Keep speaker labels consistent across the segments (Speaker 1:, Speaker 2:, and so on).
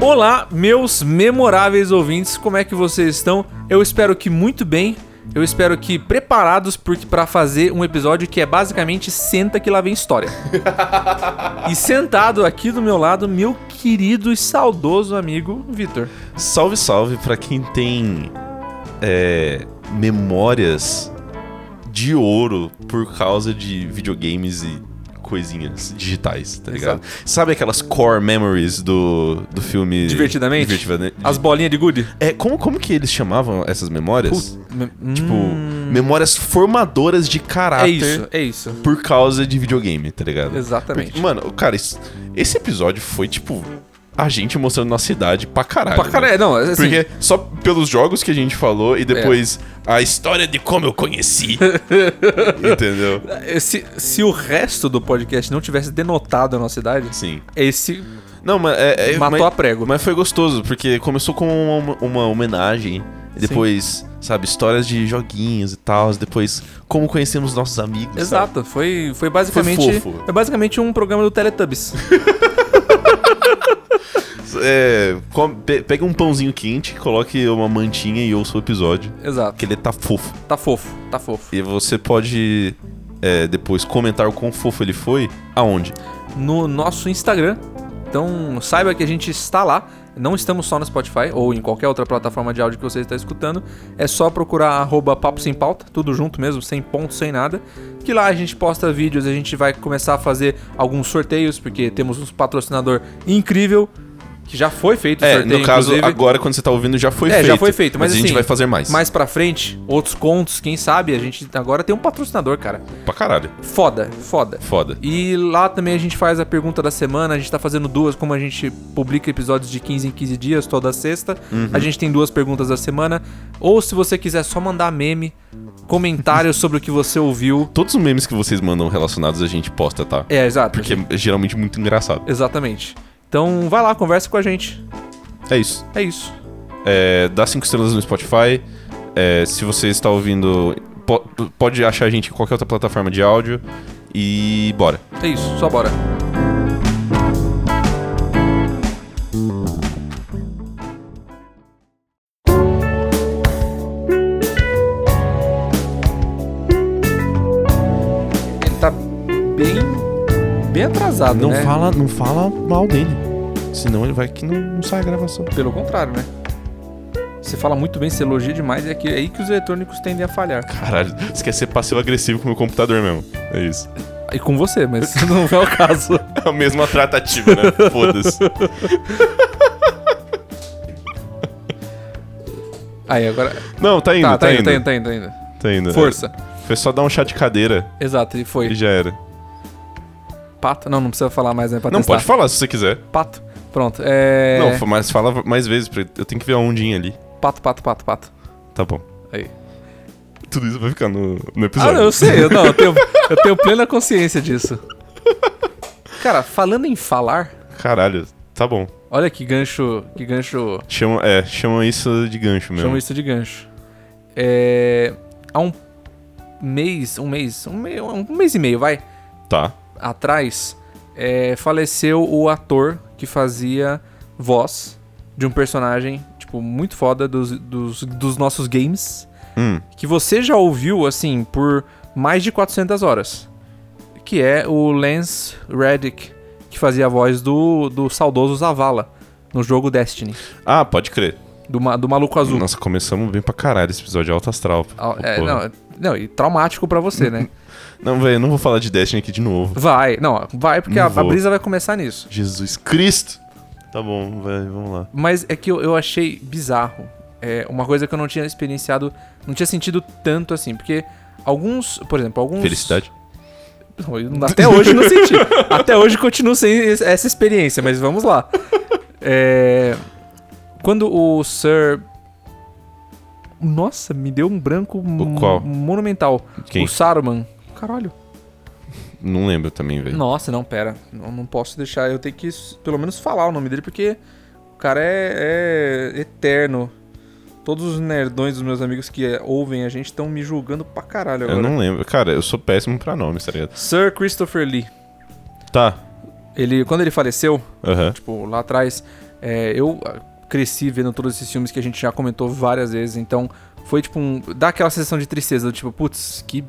Speaker 1: Olá, meus memoráveis ouvintes, como é que vocês estão? Eu espero que muito bem. Eu espero que preparados porque para fazer um episódio que é basicamente senta que lá vem história. e sentado aqui do meu lado, meu querido e saudoso amigo Vitor.
Speaker 2: Salve, salve para quem tem é, memórias de ouro por causa de videogames e coisinhas digitais, tá ligado? Sabe aquelas core memories do, do filme...
Speaker 1: Divertidamente?
Speaker 2: Divertidamente.
Speaker 1: As bolinhas de gude?
Speaker 2: É, como, como que eles chamavam essas memórias?
Speaker 1: Tipo,
Speaker 2: tipo, memórias formadoras de
Speaker 1: é
Speaker 2: caráter
Speaker 1: isso, é isso.
Speaker 2: por causa de videogame, tá ligado?
Speaker 1: Exatamente.
Speaker 2: Porque, mano, cara, isso- esse episódio foi tipo a gente mostrando nossa idade pra caralho.
Speaker 1: Pra caralho,
Speaker 2: né?
Speaker 1: não, assim, É.
Speaker 2: Porque só pelos jogos que a gente falou e depois a história de como eu conheci. entendeu?
Speaker 1: se, se o resto do podcast não tivesse denotado a nossa idade,
Speaker 2: Sim.
Speaker 1: esse
Speaker 2: Não, mas é, é-
Speaker 1: matou
Speaker 2: mas,
Speaker 1: a prego.
Speaker 2: mas foi gostoso, porque começou com uma, uma homenagem. E
Speaker 1: Sim.
Speaker 2: depois, sabe, histórias de joguinhos e tal. Depois, como conhecemos nossos amigos. sabe?
Speaker 1: Exato, foi, foi basicamente.
Speaker 2: Foi fofo.
Speaker 1: é basicamente um programa do Teletubbies.
Speaker 2: É, come- pe- pega um pãozinho quente, coloque uma mantinha e ouça o episódio.
Speaker 1: Exato.
Speaker 2: Que ele tá fofo.
Speaker 1: Tá fofo, tá fofo.
Speaker 2: E você pode é, depois comentar o quão fofo ele foi. Aonde?
Speaker 1: No nosso Instagram. Então saiba que a gente está lá. Não estamos só no Spotify ou em qualquer outra plataforma de áudio que você está escutando. É só procurar arroba papo sem pauta, tudo junto mesmo, sem ponto, sem nada. Que lá a gente posta vídeos, a gente vai começar a fazer alguns sorteios, porque temos um patrocinador incrível, que já foi feito o
Speaker 2: É,
Speaker 1: sorteio,
Speaker 2: no caso,
Speaker 1: inclusive.
Speaker 2: agora quando você tá ouvindo já foi
Speaker 1: É,
Speaker 2: feito.
Speaker 1: já foi feito, mas
Speaker 2: a gente
Speaker 1: assim,
Speaker 2: vai fazer mais.
Speaker 1: Mais pra frente, outros contos, quem sabe, a gente agora tem um patrocinador, cara.
Speaker 2: Pra caralho.
Speaker 1: Foda, foda.
Speaker 2: Foda.
Speaker 1: E lá também a gente faz a pergunta da semana, a gente tá fazendo duas, como a gente publica episódios de 15 em 15 dias, toda sexta.
Speaker 2: Uhum.
Speaker 1: A gente tem duas perguntas da semana. Ou se você quiser só mandar meme, comentário sobre o que você ouviu.
Speaker 2: Todos os memes que vocês mandam relacionados a gente posta, tá?
Speaker 1: É, exato.
Speaker 2: Porque é geralmente muito engraçado.
Speaker 1: Exatamente. Então vai lá, conversa com a gente.
Speaker 2: É isso.
Speaker 1: É isso.
Speaker 2: É, dá cinco estrelas no Spotify. É, se você está ouvindo, po- pode achar a gente em qualquer outra plataforma de áudio. E bora.
Speaker 1: É isso, só bora. Ele tá bem. bem atrasado, né?
Speaker 2: fala, não fala mal dele. Senão ele vai que não, não sai a gravação.
Speaker 1: Pelo contrário, né? Você fala muito bem, você elogia demais, e é, que- é aí que os eletrônicos tendem a falhar.
Speaker 2: Caralho, você quer ser passivo-agressivo com o meu computador mesmo. É isso.
Speaker 1: E com você, mas não é o caso.
Speaker 2: É a mesma tratativa, né? Foda-se.
Speaker 1: Aí, agora.
Speaker 2: Não, tá indo,
Speaker 1: Tá,
Speaker 2: tá,
Speaker 1: tá,
Speaker 2: indo,
Speaker 1: indo, tá indo, tá indo, tá indo.
Speaker 2: tá indo.
Speaker 1: Força.
Speaker 2: É, Foi só dar um chá de cadeira
Speaker 1: Exato, e
Speaker 2: e
Speaker 1: foi.
Speaker 2: já era.
Speaker 1: Pato. Não, não precisa falar mais, né? Pra
Speaker 2: não,
Speaker 1: testar.
Speaker 2: pode falar se você quiser.
Speaker 1: Pato. Pronto. É.
Speaker 2: Não, fa- mas fala mais vezes, pra... eu tenho que ver a ondinha ali.
Speaker 1: Pato, pato, pato, pato.
Speaker 2: Tá bom.
Speaker 1: Aí.
Speaker 2: Tudo isso vai ficar no, no
Speaker 1: Ah,
Speaker 2: episódio.
Speaker 1: não, eu sei, eu, não, eu, tenho, eu tenho plena consciência disso. Cara, falando em falar,
Speaker 2: Caralho, tá bom.
Speaker 1: olha que gancho. Que gancho.
Speaker 2: Chama, é, chama isso de gancho mesmo.
Speaker 1: Chama isso de gancho. É. Há um mês, um mês, um, mei- um mês e meio, vai,
Speaker 2: Tá.
Speaker 1: atrás, é, faleceu o ator que fazia voz de um personagem, tipo, muito foda dos, dos, dos nossos games.
Speaker 2: Hum,
Speaker 1: que você já ouviu assim por mais de 400 horas, que é o Lance Reddick, que fazia a voz do, do saudoso Zavala no jogo Destiny,
Speaker 2: Ah, pode crer.
Speaker 1: do, ma- do maluco azul.
Speaker 2: Nossa, começamos bem pra caralho esse episódio alto astral.
Speaker 1: Ah, é,
Speaker 2: Pô.
Speaker 1: não, não, e traumático pra você, né?
Speaker 2: Não, velho, eu não vou falar de Destiny aqui de novo.
Speaker 1: Vai, não, vai porque a,
Speaker 2: Não
Speaker 1: a
Speaker 2: vou.
Speaker 1: brisa vai começar nisso.
Speaker 2: Jesus Cristo! Tá bom, velho, vamos lá.
Speaker 1: Mas é que eu, eu achei bizarro. É uma coisa que eu não tinha experienciado, não tinha sentido tanto assim, porque alguns, por exemplo, alguns
Speaker 2: Felicidade.
Speaker 1: Não, eu- Até hoje não senti. Até hoje continuo sem es- essa experiência, mas vamos lá. É, Quando o Sir. Nossa, me deu um branco mon-
Speaker 2: qual?
Speaker 1: monumental.
Speaker 2: Quem?
Speaker 1: O Saruman. Caralho.
Speaker 2: Não lembro também, velho.
Speaker 1: Nossa, não, pera. Não, não posso deixar. Eu tenho que s- pelo menos falar o nome dele, porque o cara é, é eterno Todos os nerdões dos meus amigos que é, ouvem a gente estão me julgando pra caralho agora.
Speaker 2: Eu não lembro. Cara, eu sou péssimo pra nomes, tá ligado?
Speaker 1: Sir Christopher Lee.
Speaker 2: Tá.
Speaker 1: Ele, quando ele faleceu,
Speaker 2: Aham.
Speaker 1: tipo, lá atrás, é, eu ah, cresci vendo todos esses filmes que a gente já comentou várias vezes, então foi tipo um. dá aquela sensação de tristeza, do tipo, putz, que.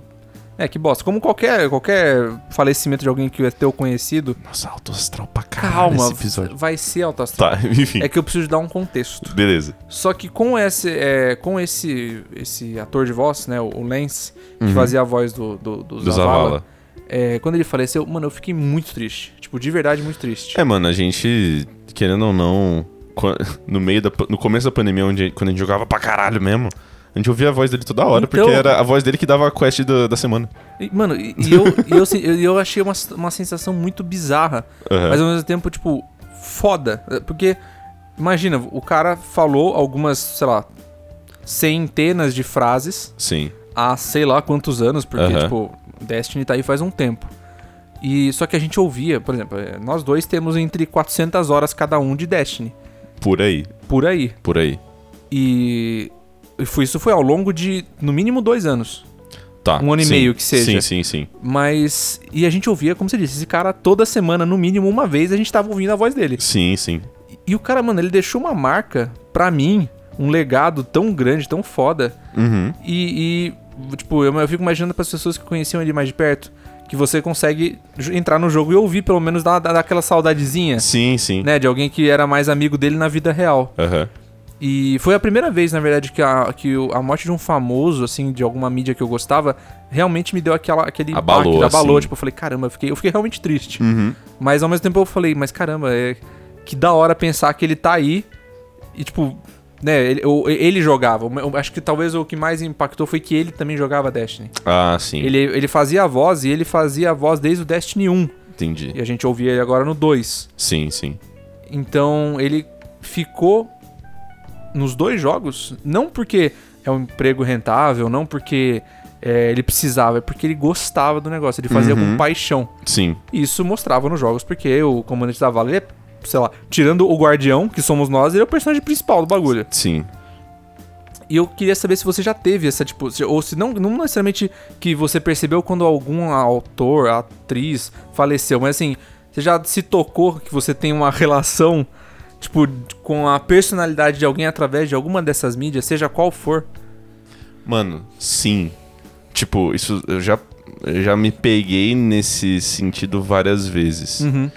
Speaker 1: É, que bosta. Como qualquer, qualquer falecimento de alguém que é teu conhecido,
Speaker 2: Nossa, alto astral pra caralho
Speaker 1: calma,
Speaker 2: esse episódio.
Speaker 1: vai ser autoastral.
Speaker 2: Tá, enfim.
Speaker 1: É que eu preciso dar um contexto.
Speaker 2: Beleza.
Speaker 1: Só que com esse, é, com esse, esse ator de voz, né, o o Lance, que fazia a voz do, do, do
Speaker 2: Do
Speaker 1: Zavala,
Speaker 2: Zavala.
Speaker 1: é, quando ele faleceu, mano, eu fiquei muito triste. Tipo, de verdade, muito triste.
Speaker 2: É, mano, a gente, querendo ou não, quan- no meio da. pa- No começo da pandemia, onde, quando a gente jogava pra caralho mesmo, a gente ouvia a voz dele toda hora,
Speaker 1: Então-
Speaker 2: porque era a voz dele que dava a quest da, da semana.
Speaker 1: E, mano, e, e eu, e eu, se- eu, eu achei uma, s- uma sensação muito bizarra,
Speaker 2: Aham.
Speaker 1: mas ao mesmo tempo, tipo, foda. É, Porque, imagina, o cara falou algumas, sei lá, centenas de frases
Speaker 2: Sim.
Speaker 1: há sei lá quantos anos, porque,
Speaker 2: Aham.
Speaker 1: tipo, Destiny tá aí faz um tempo. E só que a gente ouvia, por exemplo, eh, nós dois temos entre 400 horas cada um de Destiny,
Speaker 2: Por aí.
Speaker 1: por aí.
Speaker 2: Por aí.
Speaker 1: E e foi, isso foi ao longo de, no mínimo, dois anos.
Speaker 2: Tá.
Speaker 1: Um ano e
Speaker 2: sim.
Speaker 1: meio que seja.
Speaker 2: Sim, sim, sim.
Speaker 1: Mas, e a gente ouvia, como você disse, esse cara toda semana, no mínimo uma vez, a gente tava ouvindo a voz dele.
Speaker 2: Sim, sim.
Speaker 1: E o cara, mano, ele deixou uma marca, pra mim, um legado tão grande, tão foda,
Speaker 2: Uhum.
Speaker 1: E, e, tipo, eu, eu fico imaginando para as pessoas que conheciam ele mais de perto, que você consegue ju- entrar no jogo e ouvir, pelo menos, dar, dar aquela saudadezinha,
Speaker 2: Sim, sim.
Speaker 1: né? De alguém que era mais amigo dele na vida real.
Speaker 2: Aham.
Speaker 1: E foi a primeira vez, na verdade, que a, que o- a morte de um famoso, assim, de alguma mídia que eu gostava, realmente me deu aquela, aquele
Speaker 2: Abalou,
Speaker 1: abalou.
Speaker 2: assim.
Speaker 1: Tipo, eu falei, caramba, eu fiquei, eu fiquei realmente triste.
Speaker 2: Uhum.
Speaker 1: Mas ao mesmo tempo eu falei, mas caramba, é que da hora pensar que ele tá aí e tipo, né, ele, eu- ele jogava. Eu acho que talvez o que mais impactou foi que ele também jogava Destiny.
Speaker 2: Ah, sim.
Speaker 1: Ele, ele fazia a voz e ele fazia a voz desde o Destiny 1
Speaker 2: Entendi.
Speaker 1: e a gente ouvia ele agora no 2.
Speaker 2: Sim, sim.
Speaker 1: Então ele ficou nos dois jogos, não porque é um emprego rentável, não porque é, ele precisava, é porque ele gostava do negócio, ele fazia com
Speaker 2: Uhum.
Speaker 1: paixão.
Speaker 2: Sim.
Speaker 1: Isso mostrava nos jogos, porque o comandante da Vala, ele é, sei lá, tirando o guardião, que somos nós, ele é o personagem principal do bagulho.
Speaker 2: Sim.
Speaker 1: E eu queria saber se você já teve essa, tipo, se- ou se não, não necessariamente que você percebeu quando algum autor, atriz faleceu, mas assim, você já se tocou que você tem uma relação, tipo, com a personalidade de alguém através de alguma dessas mídias, seja qual for.
Speaker 2: Mano, sim. Tipo, isso eu já, eu já me peguei nesse sentido várias vezes.
Speaker 1: Uhum.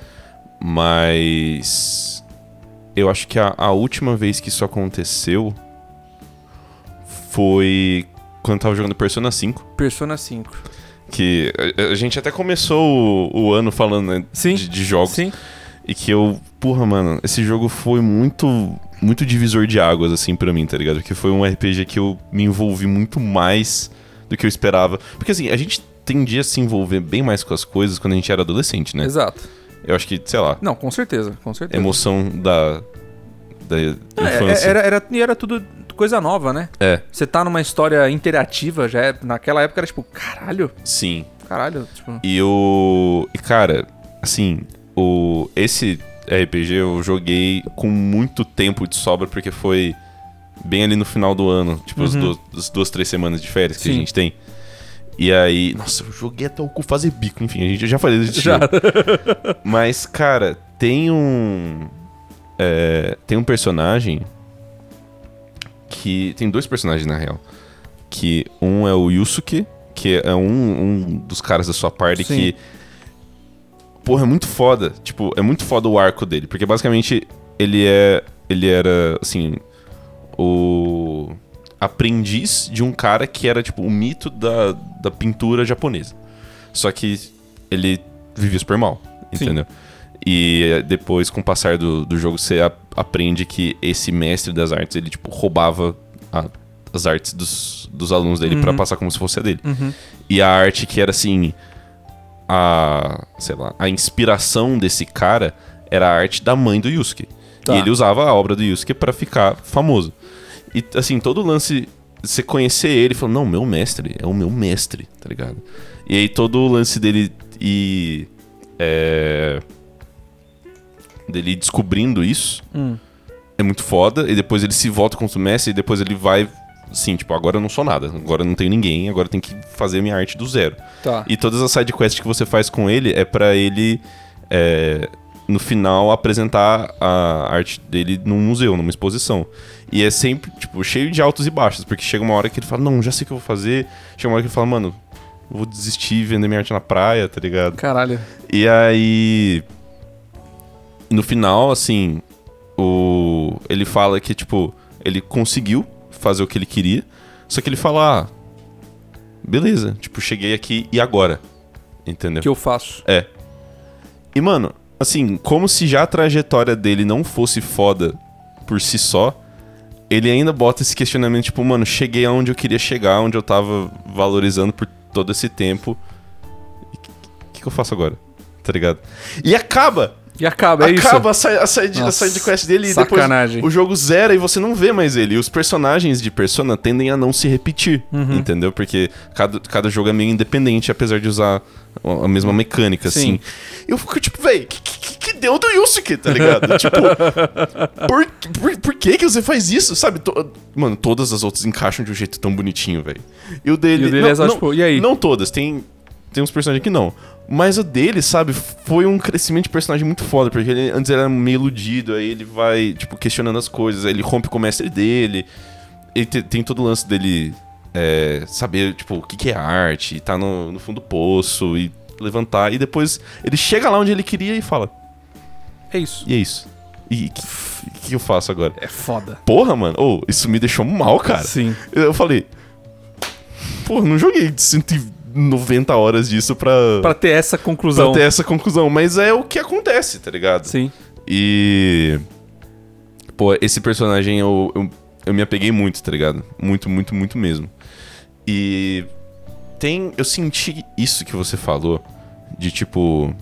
Speaker 2: Mas. Eu acho que a, a última vez que isso aconteceu foi quando eu tava jogando Persona 5.
Speaker 1: Persona 5.
Speaker 2: Que a, a gente até começou o, o ano falando né,
Speaker 1: Sim.
Speaker 2: de, de jogos.
Speaker 1: Sim.
Speaker 2: E que eu, porra, mano, esse jogo foi muito muito divisor de águas assim pra mim, tá ligado? Porque foi um RPG que eu me envolvi muito mais do que eu esperava. Porque assim, a gente tendia a se envolver bem mais com as coisas quando a gente era adolescente, né?
Speaker 1: Exato.
Speaker 2: Eu acho que, sei lá,
Speaker 1: Não, com certeza, com certeza.
Speaker 2: emoção da da
Speaker 1: É,
Speaker 2: infância.
Speaker 1: era, era, e era tudo coisa nova, né?
Speaker 2: É,
Speaker 1: Você tá numa história interativa, já é, naquela época era tipo, caralho,
Speaker 2: sim.
Speaker 1: caralho, tipo,
Speaker 2: E o e cara, assim, o esse RPG eu joguei com muito tempo de sobra porque foi bem ali no final do ano, tipo as, duas, as duas, três semanas de férias que
Speaker 1: Uhum. Sim.
Speaker 2: a gente tem. E aí, nossa, eu joguei até o cu fazer bico, enfim, a gente já falei desse
Speaker 1: Já.
Speaker 2: jogo. Mas cara, tem um é, tem um personagem que tem dois personagens na real, que um é o Yusuke, que é um, um dos caras da sua parte
Speaker 1: Sim.
Speaker 2: que porra, é muito foda. Tipo, é muito foda o arco dele, porque basicamente ele é ele era assim o aprendiz de um cara que era tipo o mito da, da pintura japonesa. Só que ele vivia super mal,
Speaker 1: Sim.
Speaker 2: entendeu? E eh, depois, com o passar do, do jogo, você a- aprende que esse mestre das artes, ele, tipo, roubava a- as artes dos, dos alunos dele pra passar como se fosse a dele. E a arte que era, assim, a... sei lá, a inspiração desse cara era a arte da mãe do Yusuke.
Speaker 1: Tá.
Speaker 2: E ele usava a obra do Yusuke pra ficar famoso. E, assim, todo o lance... Você conhecer ele e falar, não, meu mestre, é o meu mestre, tá ligado? E aí todo o lance dele e... É, dele descobrindo isso, é muito foda, e depois ele se volta contra o Messi, e depois ele vai. Sim, tipo, agora eu não sou nada, agora eu não tenho ninguém, agora eu tenho que fazer a minha arte do zero.
Speaker 1: Tá.
Speaker 2: E todas as sidequests que você faz com ele é pra ele, é, no final, apresentar a arte dele num museu, numa exposição. E é sempre, tipo, cheio de altos e baixos, porque chega uma hora que ele fala, não, já sei o que eu vou fazer. Chega uma hora que ele fala, mano, eu vou desistir e vender minha arte na praia, tá ligado?
Speaker 1: Caralho.
Speaker 2: E aí. No final, assim. O, ele fala que, tipo, ele conseguiu fazer o que ele queria. Só que ele fala. Ah, beleza, tipo, cheguei aqui e agora. Entendeu?
Speaker 1: O que eu faço?
Speaker 2: É. E, mano, assim, como se já a trajetória dele não fosse foda por si só, ele ainda bota esse questionamento, tipo, mano, cheguei aonde eu queria chegar, onde eu tava valorizando por todo esse tempo. O que, que eu faço agora? Tá ligado? E acaba!
Speaker 1: E acaba, é
Speaker 2: acaba
Speaker 1: isso.
Speaker 2: a si- a side, a
Speaker 1: Nossa,
Speaker 2: side quest dele e
Speaker 1: sacanagem.
Speaker 2: depois o jogo zera e você não vê mais ele. E os personagens de Persona tendem a não se repetir,
Speaker 1: Uhum.
Speaker 2: entendeu? Porque cada, cada jogo é meio independente, apesar de usar a a mesma mecânica,
Speaker 1: Sim.
Speaker 2: assim. Eu fico tipo, véi, que, que, que- que deu do Yusuke, tá ligado? tipo, por, por, por que que você faz isso, sabe? To- mano, todas as outras encaixam de um jeito tão bonitinho, velho. E o dele...
Speaker 1: E o dele é só, tipo, e aí?
Speaker 2: Não todas, tem, tem uns personagens que não. Mas o dele, sabe, foi um crescimento de personagem muito foda, porque ele antes era meio iludido, aí ele vai, tipo, questionando as coisas, aí ele rompe com o mestre dele, ele te- tem todo o lance dele é, saber, tipo, o que, que é arte, e tá no, no fundo do poço, e levantar, e depois ele chega lá onde ele queria e fala,
Speaker 1: É isso.
Speaker 2: e é isso. E o que, que eu faço agora?
Speaker 1: É foda.
Speaker 2: Porra, mano, ô, isso me deixou mal, cara.
Speaker 1: Sim.
Speaker 2: Eu falei, porra, não joguei 190 horas disso pra,
Speaker 1: Pra ter essa
Speaker 2: pra
Speaker 1: conclusão.
Speaker 2: ter essa conclusão, mas é o que acontece, tá ligado?
Speaker 1: Sim.
Speaker 2: E. Pô, esse personagem eu, eu, eu me apeguei muito, tá ligado? Muito, muito, muito mesmo. E. Tem. Eu senti isso que você falou, de tipo.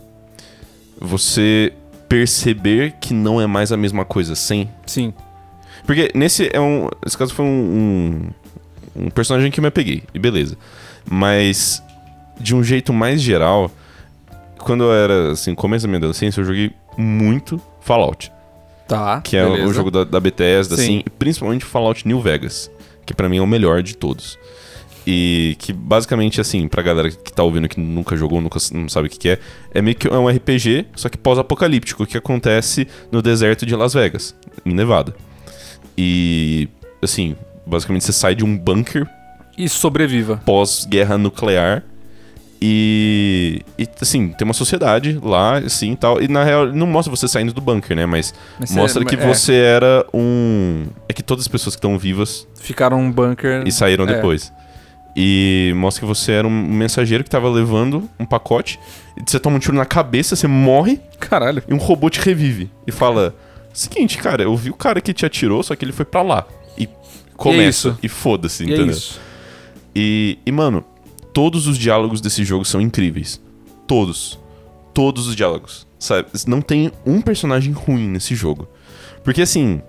Speaker 2: Você perceber que não é mais a mesma coisa sem.
Speaker 1: Sim.
Speaker 2: Porque nesse é um. Esse caso foi um. Um, um personagem que eu me apeguei, e beleza. Mas. De um jeito mais geral. Quando eu era, assim, começo da minha adolescência, eu joguei muito Fallout.
Speaker 1: Tá.
Speaker 2: Que é o
Speaker 1: beleza.
Speaker 2: jogo da, da Bethesda,
Speaker 1: Sim.
Speaker 2: assim, e principalmente o Fallout New Vegas, que pra mim é o melhor de todos. E que basicamente, assim, pra galera que tá ouvindo que nunca jogou, nunca s- não sabe o que, que é, é meio que um RPG, só que pós-apocalíptico, que acontece no deserto de Las Vegas, em Nevada. E, assim, basicamente você sai de um bunker
Speaker 1: E sobreviva.
Speaker 2: pós-guerra nuclear. E, e, assim, tem uma sociedade lá, assim, e tal. E, na real, não mostra você saindo do bunker, né? Mas,
Speaker 1: Mas você-
Speaker 2: mostra que
Speaker 1: é.
Speaker 2: você era um... É que todas as pessoas que estão vivas
Speaker 1: Ficaram um bunker.
Speaker 2: e saíram
Speaker 1: É.
Speaker 2: depois. E mostra que você era um mensageiro que tava levando um pacote. E você toma um tiro na cabeça, você morre.
Speaker 1: Caralho.
Speaker 2: E um robô te revive. E fala... Seguinte, cara, eu vi o cara que te atirou, só que ele foi pra lá. E começa.
Speaker 1: é isso.
Speaker 2: E, foda-se,
Speaker 1: E é
Speaker 2: entendeu?
Speaker 1: isso.
Speaker 2: E, e, mano, todos os diálogos desse jogo são incríveis. Todos. Todos os diálogos. Sabe? Não tem um personagem ruim nesse jogo. Porque, assim,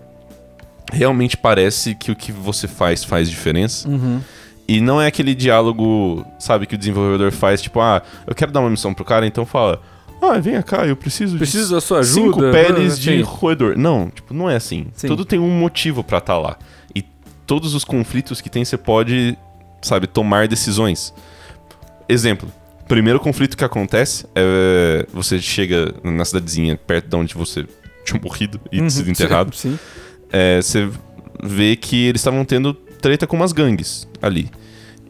Speaker 2: realmente parece que o que você faz faz diferença.
Speaker 1: Uhum.
Speaker 2: E não é aquele diálogo, sabe, que o desenvolvedor faz, tipo, ah, eu quero dar uma missão pro cara, então fala, ah, vem cá, eu preciso,
Speaker 1: Preciso da sua
Speaker 2: de
Speaker 1: ajuda.
Speaker 2: cinco peles de
Speaker 1: Sim.
Speaker 2: roedor. Não, tipo, não é assim.
Speaker 1: Sim.
Speaker 2: Tudo tem um motivo pra estar lá. E todos os conflitos que tem, você pode, sabe, tomar decisões. Exemplo. Primeiro conflito que acontece é você chega na cidadezinha perto de onde você tinha morrido e
Speaker 1: Uhum,
Speaker 2: sido enterrado.
Speaker 1: Sim.
Speaker 2: É, você vê que eles estavam tendo treta com umas gangues ali.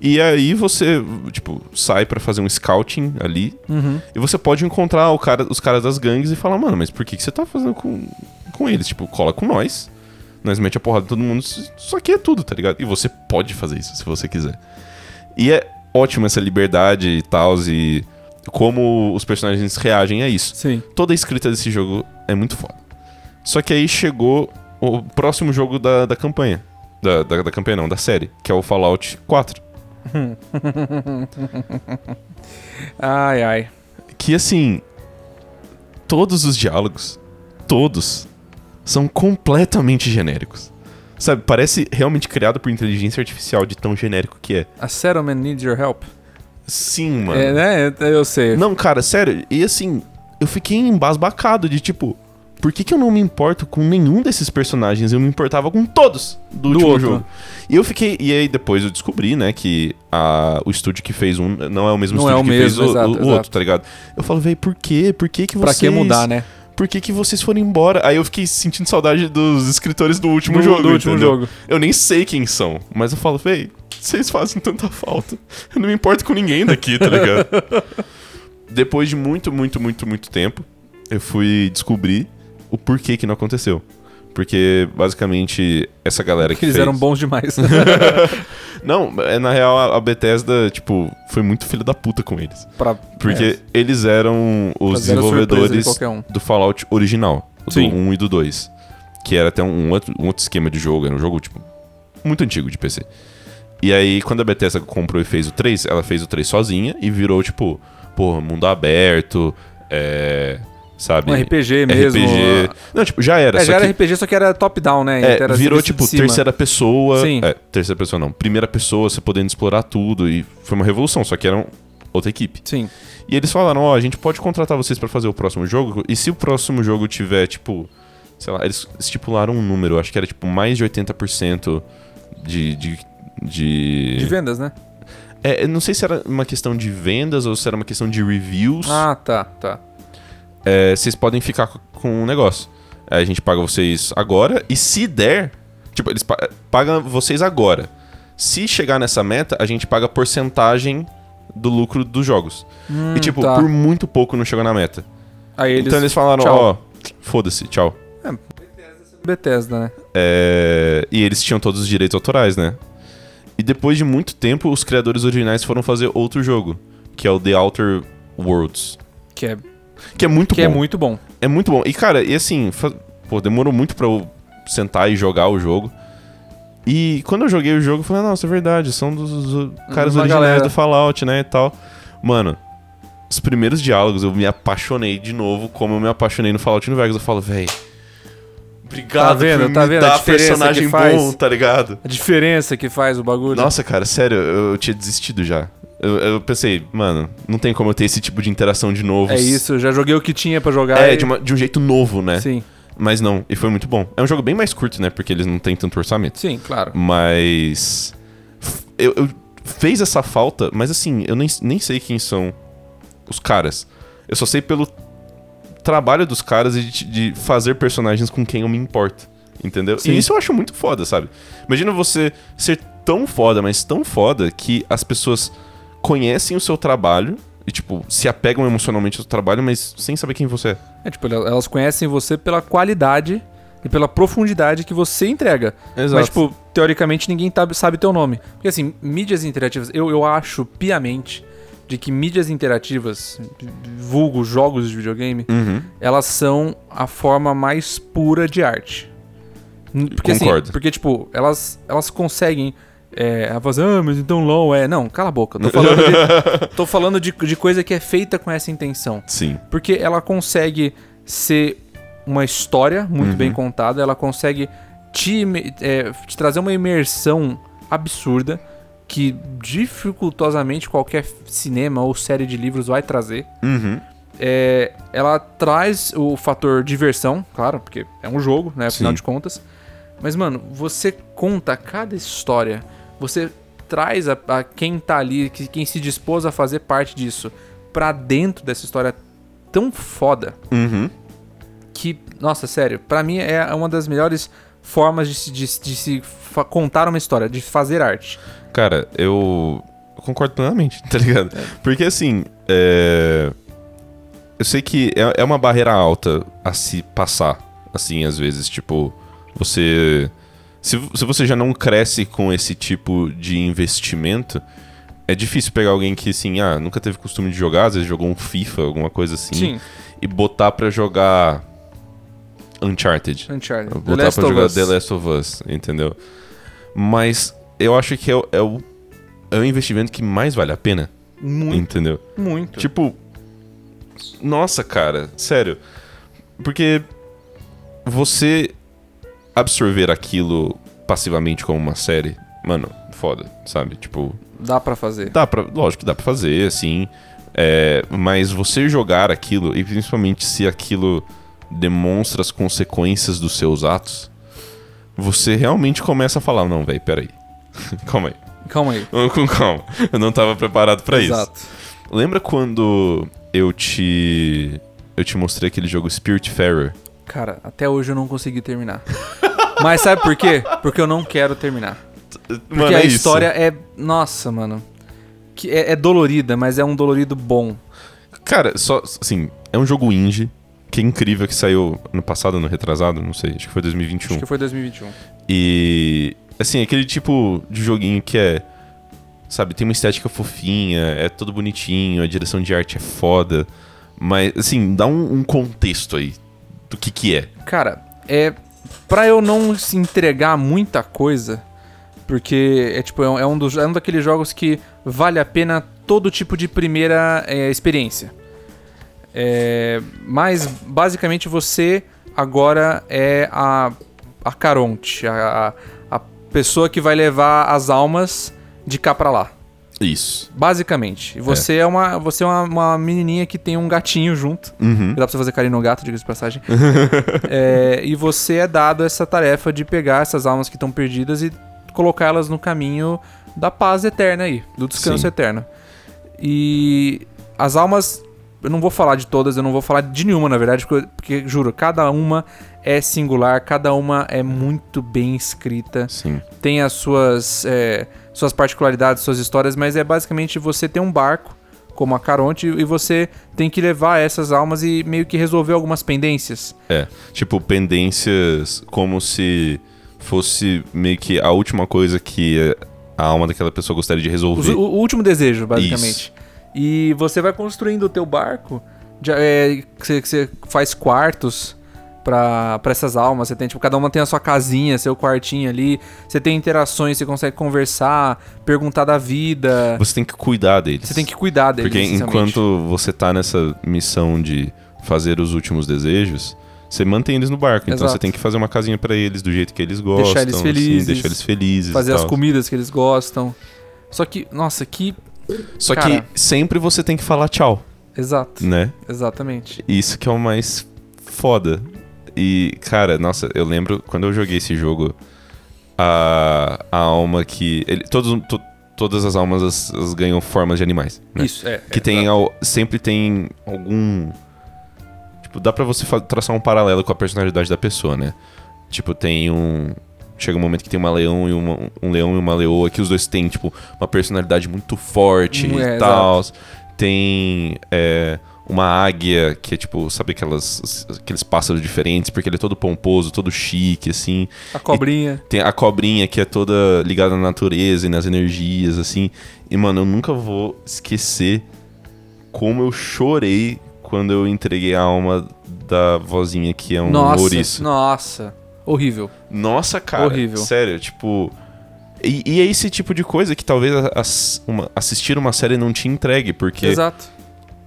Speaker 2: E aí você, tipo, sai pra fazer um scouting ali
Speaker 1: Uhum.
Speaker 2: e você pode encontrar o cara- os caras das gangues e falar, mano, mas por que, que você tá fazendo com, com eles? Tipo, cola com nós. Nós mete a porrada em todo mundo. Isso isso aqui é tudo, tá ligado? E você pode fazer isso se você quiser. E é ótimo essa liberdade e tal, e como os personagens reagem a isso.
Speaker 1: Sim.
Speaker 2: Toda a escrita desse jogo é muito foda. Só que aí chegou o próximo jogo da, da campanha. Da, da, da campanha não, da série, que é o Fallout 4.
Speaker 1: Ai, ai.
Speaker 2: que assim, todos os diálogos, todos, são completamente genéricos. Sabe, parece realmente criado por inteligência artificial de tão genérico que é.
Speaker 1: A settlement needs your help.
Speaker 2: Sim, mano.
Speaker 1: É, né? Eu sei.
Speaker 2: Não, cara, sério. E assim, eu fiquei embasbacado de tipo, por que, que eu não me importo com nenhum desses personagens? Eu me importava com todos do, último
Speaker 1: outro.
Speaker 2: jogo. E eu fiquei. E aí depois eu descobri, né, que a, o estúdio que fez um não é o mesmo
Speaker 1: Não é
Speaker 2: estúdio
Speaker 1: o
Speaker 2: que fez
Speaker 1: mesmo,
Speaker 2: o,
Speaker 1: exato,
Speaker 2: o
Speaker 1: exato.
Speaker 2: outro, tá ligado? Eu falo, velho, por quê? Por que, que
Speaker 1: Pra
Speaker 2: vocês.
Speaker 1: que mudar, né?
Speaker 2: Por que, que vocês foram embora? Aí eu fiquei sentindo saudade dos escritores do último
Speaker 1: Do-
Speaker 2: jogo.
Speaker 1: do último
Speaker 2: entendeu?
Speaker 1: jogo.
Speaker 2: Eu nem sei quem são, mas eu falo, véi, vocês fazem tanta falta. Eu não me importo com ninguém daqui, tá ligado? Depois de muito, muito, muito, muito tempo, eu fui descobrir o porquê que não aconteceu. Porque, basicamente, essa galera que
Speaker 1: Porque eles
Speaker 2: fez...
Speaker 1: eram bons demais.
Speaker 2: Não, é, na real, a- a Bethesda, tipo, foi muito filho da puta com eles.
Speaker 1: pra, é.
Speaker 2: Porque eles eram os
Speaker 1: Fazer a surpresa de
Speaker 2: desenvolvedores
Speaker 1: qualquer um.
Speaker 2: do Fallout original, o do
Speaker 1: Sim.
Speaker 2: 1 e do 2. Que era até um outro, um outro esquema de jogo, era um jogo, tipo, muito antigo de PC. E aí, quando a Bethesda comprou e fez o 3, ela fez o 3 sozinha e virou, tipo, porra, mundo aberto, é. Sabe?
Speaker 1: Um RPG mesmo.
Speaker 2: RPG. Não, tipo, já era.
Speaker 1: É,
Speaker 2: só
Speaker 1: já
Speaker 2: que-
Speaker 1: era RPG, só que era top-down, né?
Speaker 2: é,
Speaker 1: Era
Speaker 2: virou
Speaker 1: visto de
Speaker 2: tipo
Speaker 1: cima.
Speaker 2: terceira pessoa.
Speaker 1: Sim.
Speaker 2: É, terceira pessoa não. Primeira pessoa, você podendo explorar tudo. E foi uma revolução, só que era um- outra equipe.
Speaker 1: Sim.
Speaker 2: E eles falaram, ó, a gente pode contratar vocês pra fazer o próximo jogo, e se o próximo jogo tiver, tipo, sei lá, eles estipularam um número, acho que era, tipo, mais de 80% de... de, de...
Speaker 1: De vendas, né?
Speaker 2: É, eu não sei se era uma questão de vendas ou se era uma questão de reviews.
Speaker 1: Ah, tá, tá.
Speaker 2: É, vocês podem ficar co- com o negócio. Aí a gente paga vocês agora, e se der, tipo, eles pa- pagam vocês agora. Se chegar nessa meta, a gente paga a porcentagem do lucro dos jogos. e, tipo,
Speaker 1: tá.
Speaker 2: por muito pouco não chegou na meta.
Speaker 1: Aí eles...
Speaker 2: Então eles falaram,
Speaker 1: tchau.
Speaker 2: ó, foda-se, tchau.
Speaker 1: Bethesda, né?
Speaker 2: É, E eles tinham todos os direitos autorais, né? E depois de muito tempo, os criadores originais foram fazer outro jogo, que é o The Outer Worlds.
Speaker 1: Que é,
Speaker 2: Que é muito
Speaker 1: que é
Speaker 2: bom.
Speaker 1: muito bom.
Speaker 2: É muito bom. E, cara, e assim, fa- pô, demorou muito pra eu sentar e jogar o jogo. E quando eu joguei o jogo, eu falei, nossa, é verdade, são dos, dos caras
Speaker 1: Uma
Speaker 2: originais
Speaker 1: galera.
Speaker 2: do Fallout, né, e tal. Mano, os primeiros diálogos eu me apaixonei de novo, como eu me apaixonei no Fallout New Vegas. Eu falo, véi, obrigado
Speaker 1: Tá vendo?
Speaker 2: por
Speaker 1: Tá
Speaker 2: me
Speaker 1: vendo a
Speaker 2: dar
Speaker 1: diferença que
Speaker 2: personagem
Speaker 1: faz?
Speaker 2: bom, tá ligado?
Speaker 1: A diferença que faz o bagulho.
Speaker 2: Nossa, cara, sério, eu, eu tinha desistido já. Eu, eu pensei, mano, não tem como eu ter esse tipo de interação de novo.
Speaker 1: É isso, eu já joguei o que tinha pra jogar.
Speaker 2: É,
Speaker 1: e-
Speaker 2: de, uma- de um jeito novo, né?
Speaker 1: Sim,
Speaker 2: Mas não, e foi muito bom. É um jogo bem mais curto, né? Porque eles não têm tanto orçamento.
Speaker 1: sim, claro.
Speaker 2: Mas. f- Eu, eu- fez essa falta, mas assim, eu nem, nem sei quem são os caras. Eu só sei pelo trabalho dos caras e de, de fazer personagens com quem eu me importo. Entendeu?
Speaker 1: Sim.
Speaker 2: E isso eu acho muito foda, sabe? Imagina você ser tão foda, mas tão foda, que as pessoas conhecem o seu trabalho e, tipo, se apegam emocionalmente ao seu trabalho, mas sem saber quem você é.
Speaker 1: É tipo, el- elas conhecem você pela qualidade e pela profundidade que você entrega.
Speaker 2: Exato.
Speaker 1: Mas, tipo, teoricamente ninguém tab- sabe teu nome. Porque, assim, mídias interativas, eu, eu acho piamente de que mídias interativas, vulgo jogos de videogame,
Speaker 2: Uhum.
Speaker 1: elas são a forma mais pura de arte. N- Porque,
Speaker 2: Concordo.
Speaker 1: Assim, porque, tipo, elas, elas conseguem. É, elas falam assim, ah, mas então LOL é. Não, cala a boca. Tô falando, de, tô falando de, de coisa que é feita com essa intenção.
Speaker 2: Sim.
Speaker 1: Porque ela consegue ser uma história muito bem contada, ela consegue te, ime- é, te trazer uma imersão absurda que dificultosamente qualquer cinema ou série de livros vai trazer.
Speaker 2: Uhum.
Speaker 1: É, ela traz o fator diversão, claro, porque é um jogo, né? Afinal
Speaker 2: Sim.
Speaker 1: de contas. Mas, mano, você conta cada história. Você traz a, a quem tá ali, que- quem se dispôs a fazer parte disso, pra dentro dessa história tão foda
Speaker 2: Uhum.
Speaker 1: que, nossa, sério, pra mim é uma das melhores formas de se, de se- de se fa- contar uma história, de fazer arte.
Speaker 2: Cara, eu concordo plenamente, tá ligado? Porque assim, é... eu sei que é, é uma barreira alta a se passar, assim, às vezes, tipo, você... Se, se você já não cresce com esse tipo de investimento, é difícil pegar alguém que, assim, ah, nunca teve costume de jogar, às vezes jogou um FIFA, alguma coisa assim, e botar pra jogar Uncharted.
Speaker 1: Uncharted. The
Speaker 2: Botar
Speaker 1: Last
Speaker 2: pra
Speaker 1: of
Speaker 2: jogar
Speaker 1: Us.
Speaker 2: The Last of Us, entendeu? Mas eu acho que é, o- é o, é o investimento que mais vale a pena,
Speaker 1: Muito,
Speaker 2: entendeu?
Speaker 1: muito.
Speaker 2: Tipo, nossa, cara, sério. Porque você absorver aquilo passivamente como uma série, mano, foda, sabe? Tipo,
Speaker 1: Dá pra fazer.
Speaker 2: Dá pra, lógico que dá pra fazer, assim. é, mas você jogar aquilo, e principalmente se aquilo demonstra as consequências dos seus atos, você realmente começa a falar: não, velho, peraí. calma aí.
Speaker 1: Calma aí.
Speaker 2: Vamos com calma. Eu não tava preparado pra isso.
Speaker 1: Exato.
Speaker 2: Lembra quando eu te. Eu te mostrei aquele jogo Spiritfarer?
Speaker 1: Cara, até hoje eu não consegui terminar. Mas sabe por quê? Porque eu não quero terminar. Porque
Speaker 2: Mano,
Speaker 1: a
Speaker 2: é isso.
Speaker 1: história é. Nossa, mano. Que é, é dolorida, mas é um dolorido bom.
Speaker 2: Cara, só. Assim, é um jogo indie. Que é incrível que saiu no passado, no retrasado, não sei, acho que foi 2021.
Speaker 1: Acho que foi 2021.
Speaker 2: E. Assim, aquele tipo de joguinho que é. Sabe, tem uma estética fofinha, é tudo bonitinho, a direção de arte é foda. Mas, assim, dá um, um contexto aí do que que é.
Speaker 1: Cara, é. Pra eu não se entregar muita coisa, porque é tipo, é um, é um dos, é um daqueles jogos que vale a pena todo tipo de primeira é, experiência. É, mas basicamente você agora é a, a Caronte, a, a a pessoa que vai levar as almas de cá pra lá.
Speaker 2: Isso.
Speaker 1: Basicamente. E Você é, uma, você é uma, uma menininha que tem um gatinho junto.
Speaker 2: Uhum.
Speaker 1: Dá pra você fazer carinho no gato, diga-se de passagem. É, e você é dado essa tarefa de pegar essas almas que estão perdidas e colocá-las no caminho da paz eterna aí, do descanso
Speaker 2: Sim.
Speaker 1: eterno. E as almas, eu não vou falar de todas, eu não vou falar de nenhuma, na verdade, porque, porque, juro, cada uma é singular, cada uma é muito bem escrita
Speaker 2: Sim.
Speaker 1: tem as suas, é, suas particularidades, suas histórias, mas é basicamente você tem um barco, como a Caronte, e você tem que levar essas almas e meio que resolver algumas pendências.
Speaker 2: É. Tipo, pendências como se fosse meio que a última coisa que a alma daquela pessoa gostaria de
Speaker 1: Os-
Speaker 2: resolver.
Speaker 1: o, o último desejo, basicamente. E você vai construindo o teu barco, de- é, que você, que você faz quartos pra pra essas almas. Você tem, tipo, cada uma tem a sua casinha, seu quartinho ali. Você tem interações, você consegue conversar, perguntar da vida.
Speaker 2: Você tem que cuidar deles.
Speaker 1: Você tem que cuidar deles.
Speaker 2: Porque
Speaker 1: essencialmente.
Speaker 2: enquanto você tá nessa missão de fazer os últimos desejos, você mantém eles no barco. Então
Speaker 1: Exato.
Speaker 2: você tem que fazer uma casinha pra eles do jeito que eles gostam.
Speaker 1: eles
Speaker 2: assim,
Speaker 1: felizes,
Speaker 2: deixar eles felizes. e
Speaker 1: fazer as
Speaker 2: tal.
Speaker 1: comidas que eles gostam. Só que, nossa, que.
Speaker 2: Só
Speaker 1: Cara.
Speaker 2: que sempre você tem que falar tchau,
Speaker 1: Exato.
Speaker 2: né?
Speaker 1: Exatamente.
Speaker 2: Isso que é o mais foda. E, cara, nossa, eu lembro quando eu joguei esse jogo, a, a alma que. ele- todos, to- todas as almas as- as ganham formas de animais. Né?
Speaker 1: Isso, é.
Speaker 2: Que tem al- sempre tem algum. Tipo, dá pra você fa- traçar um paralelo com a personalidade da pessoa, né? Tipo, tem um. Chega um momento que tem uma leão e uma, um leão e uma leoa, que os dois têm, tipo, uma personalidade muito forte
Speaker 1: Hum, é,
Speaker 2: e tal. Tem é, uma águia, que é tipo, sabe aquelas, aqueles pássaros diferentes, porque ele é todo pomposo, todo chique, assim.
Speaker 1: A cobrinha.
Speaker 2: Tem a cobrinha que é toda ligada à natureza e nas energias, assim. E, mano, eu nunca vou esquecer como eu chorei quando eu entreguei a alma da vozinha que é um
Speaker 1: nossa.
Speaker 2: ouriço.
Speaker 1: Nossa. Horrível.
Speaker 2: Nossa, cara.
Speaker 1: Horrível.
Speaker 2: Sério, tipo. E, e é esse tipo de coisa que talvez as- uma- assistir uma série não te entregue, porque
Speaker 1: Exato.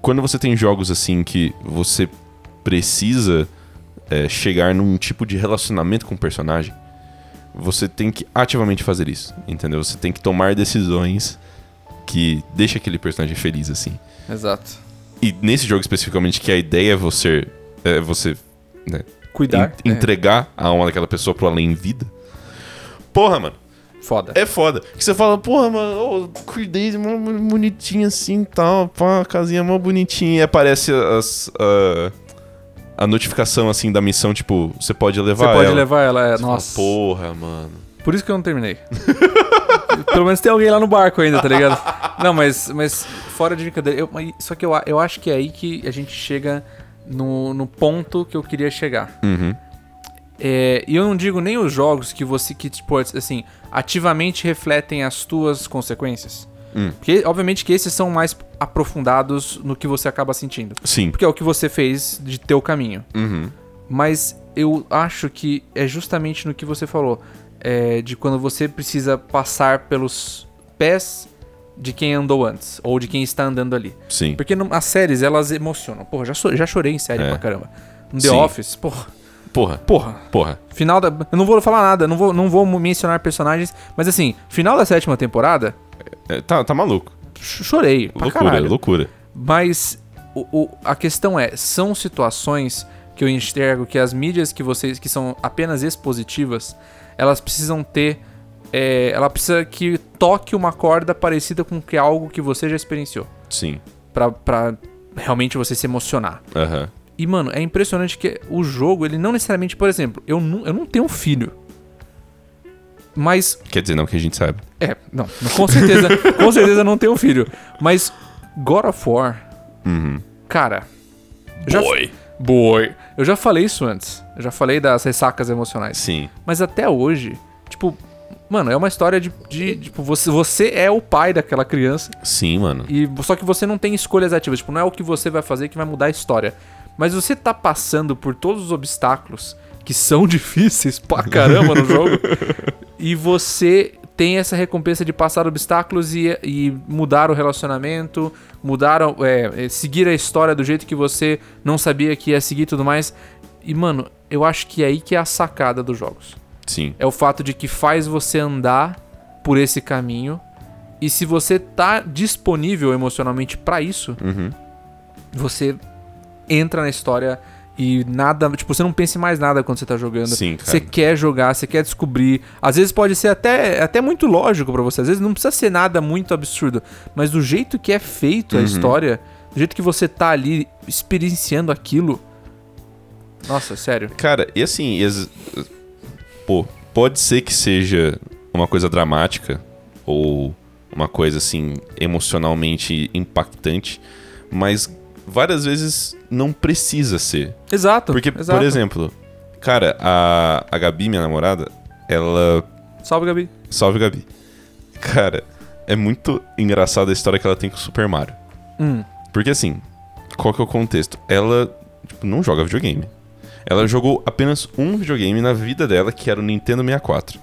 Speaker 2: quando você tem jogos assim que você precisa é, chegar num tipo de relacionamento com o personagem, você tem que ativamente fazer isso, entendeu? Você tem que tomar decisões que deixa aquele personagem feliz assim.
Speaker 1: Exato.
Speaker 2: E nesse jogo especificamente que a ideia é você é você né,
Speaker 1: Cuidar.
Speaker 2: en- entregar a alma daquela pessoa pro além vida. Porra, mano,
Speaker 1: É. Foda.
Speaker 2: é foda. Que você fala, porra, mano, ô, cuidei de uma bonitinha assim e tal, pá, casinha mó bonitinha. E aparece as, ah, a notificação assim da missão, tipo, você pode
Speaker 1: Você
Speaker 2: levar
Speaker 1: pode
Speaker 2: ela.
Speaker 1: levar ela. É,
Speaker 2: Você fala,
Speaker 1: nossa.
Speaker 2: porra, mano.
Speaker 1: Por isso que eu não terminei. Pelo menos tem alguém lá no barco ainda, tá ligado? Não, mas, mas fora de brincadeira. eu- mas- só que eu, a- eu acho que é aí que a gente chega no, no ponto que eu queria chegar.
Speaker 2: Uhum.
Speaker 1: É, e eu não digo nem os jogos que você que tipo, assim ativamente refletem as tuas consequências.
Speaker 2: Hum.
Speaker 1: Porque obviamente que esses são mais aprofundados no que você acaba sentindo,
Speaker 2: Sim.
Speaker 1: porque é o que você fez de teu caminho.
Speaker 2: Uhum.
Speaker 1: Mas eu acho que é justamente no que você falou, é, de quando você precisa passar pelos pés de quem andou antes ou de quem está andando ali.
Speaker 2: Sim.
Speaker 1: Porque não- as séries elas emocionam. Porra, já, so- já chorei em série
Speaker 2: É.
Speaker 1: pra caramba. No The
Speaker 2: Sim.
Speaker 1: Office, porra,
Speaker 2: Porra.
Speaker 1: porra.
Speaker 2: Porra.
Speaker 1: Final da. Eu não vou falar nada, não vou, não vou mencionar personagens, mas assim, final da sétima temporada,
Speaker 2: É, tá, tá maluco.
Speaker 1: ch- chorei. Pra
Speaker 2: loucura,
Speaker 1: caralho.
Speaker 2: loucura.
Speaker 1: Mas o- o- a questão é, são situações que eu enxergo que as mídias que vocês que são apenas expositivas, elas precisam ter é, ela precisa que toque uma corda parecida com que algo que você já experienciou,
Speaker 2: Sim.
Speaker 1: Pra- pra realmente você se emocionar.
Speaker 2: Aham.
Speaker 1: E, mano, é impressionante que o jogo, ele não necessariamente, por exemplo, eu, nu- eu não tenho um filho. Mas
Speaker 2: Quer dizer, não que a gente saiba.
Speaker 1: é, não, com certeza, com certeza não tenho um filho. Mas God of War, cara. eu já-
Speaker 2: Boy.
Speaker 1: boy. Eu já falei isso antes. Eu já falei das ressacas emocionais.
Speaker 2: Sim.
Speaker 1: Mas até hoje, tipo, mano, é uma história de. de tipo, você, você é o pai daquela criança.
Speaker 2: Sim, mano.
Speaker 1: E só que você não tem escolhas ativas, tipo, não é o que você vai fazer que vai mudar a história. Mas você tá passando por todos os obstáculos que são difíceis pra caramba no jogo. e você tem essa recompensa de passar obstáculos e, e mudar o relacionamento, mudar o- é, é, seguir a história do jeito que você não sabia que ia seguir e tudo mais. E mano, eu acho que é aí que é a sacada dos jogos
Speaker 2: Sim.
Speaker 1: é o fato de que faz você andar por esse caminho. E se você tá disponível emocionalmente pra isso,
Speaker 2: Uhum.
Speaker 1: você entra na história e nada, tipo, você não pensa em mais nada quando você tá jogando.
Speaker 2: Sim, cara.
Speaker 1: Você quer jogar, você quer descobrir. Às vezes pode ser até, até muito lógico pra você, às vezes não precisa ser nada muito absurdo, mas do jeito que é feito
Speaker 2: Uhum.
Speaker 1: a história, do jeito que você tá ali experienciando aquilo. Nossa, sério.
Speaker 2: Cara, e assim, ex- pô, pode ser que seja uma coisa dramática ou uma coisa assim emocionalmente impactante, mas várias vezes não precisa ser.
Speaker 1: Exato.
Speaker 2: Porque,
Speaker 1: Então, exato.
Speaker 2: por exemplo, cara, a, a Gabi, minha namorada, ela.
Speaker 1: Salve, Gabi.
Speaker 2: Salve, Gabi. Cara, é muito engraçada a história que ela tem com o Super Mario.
Speaker 1: Hum.
Speaker 2: Porque assim, qual que é o contexto? Ela tipo, não joga videogame. Ela jogou apenas um videogame na vida dela, que era o Nintendo 64.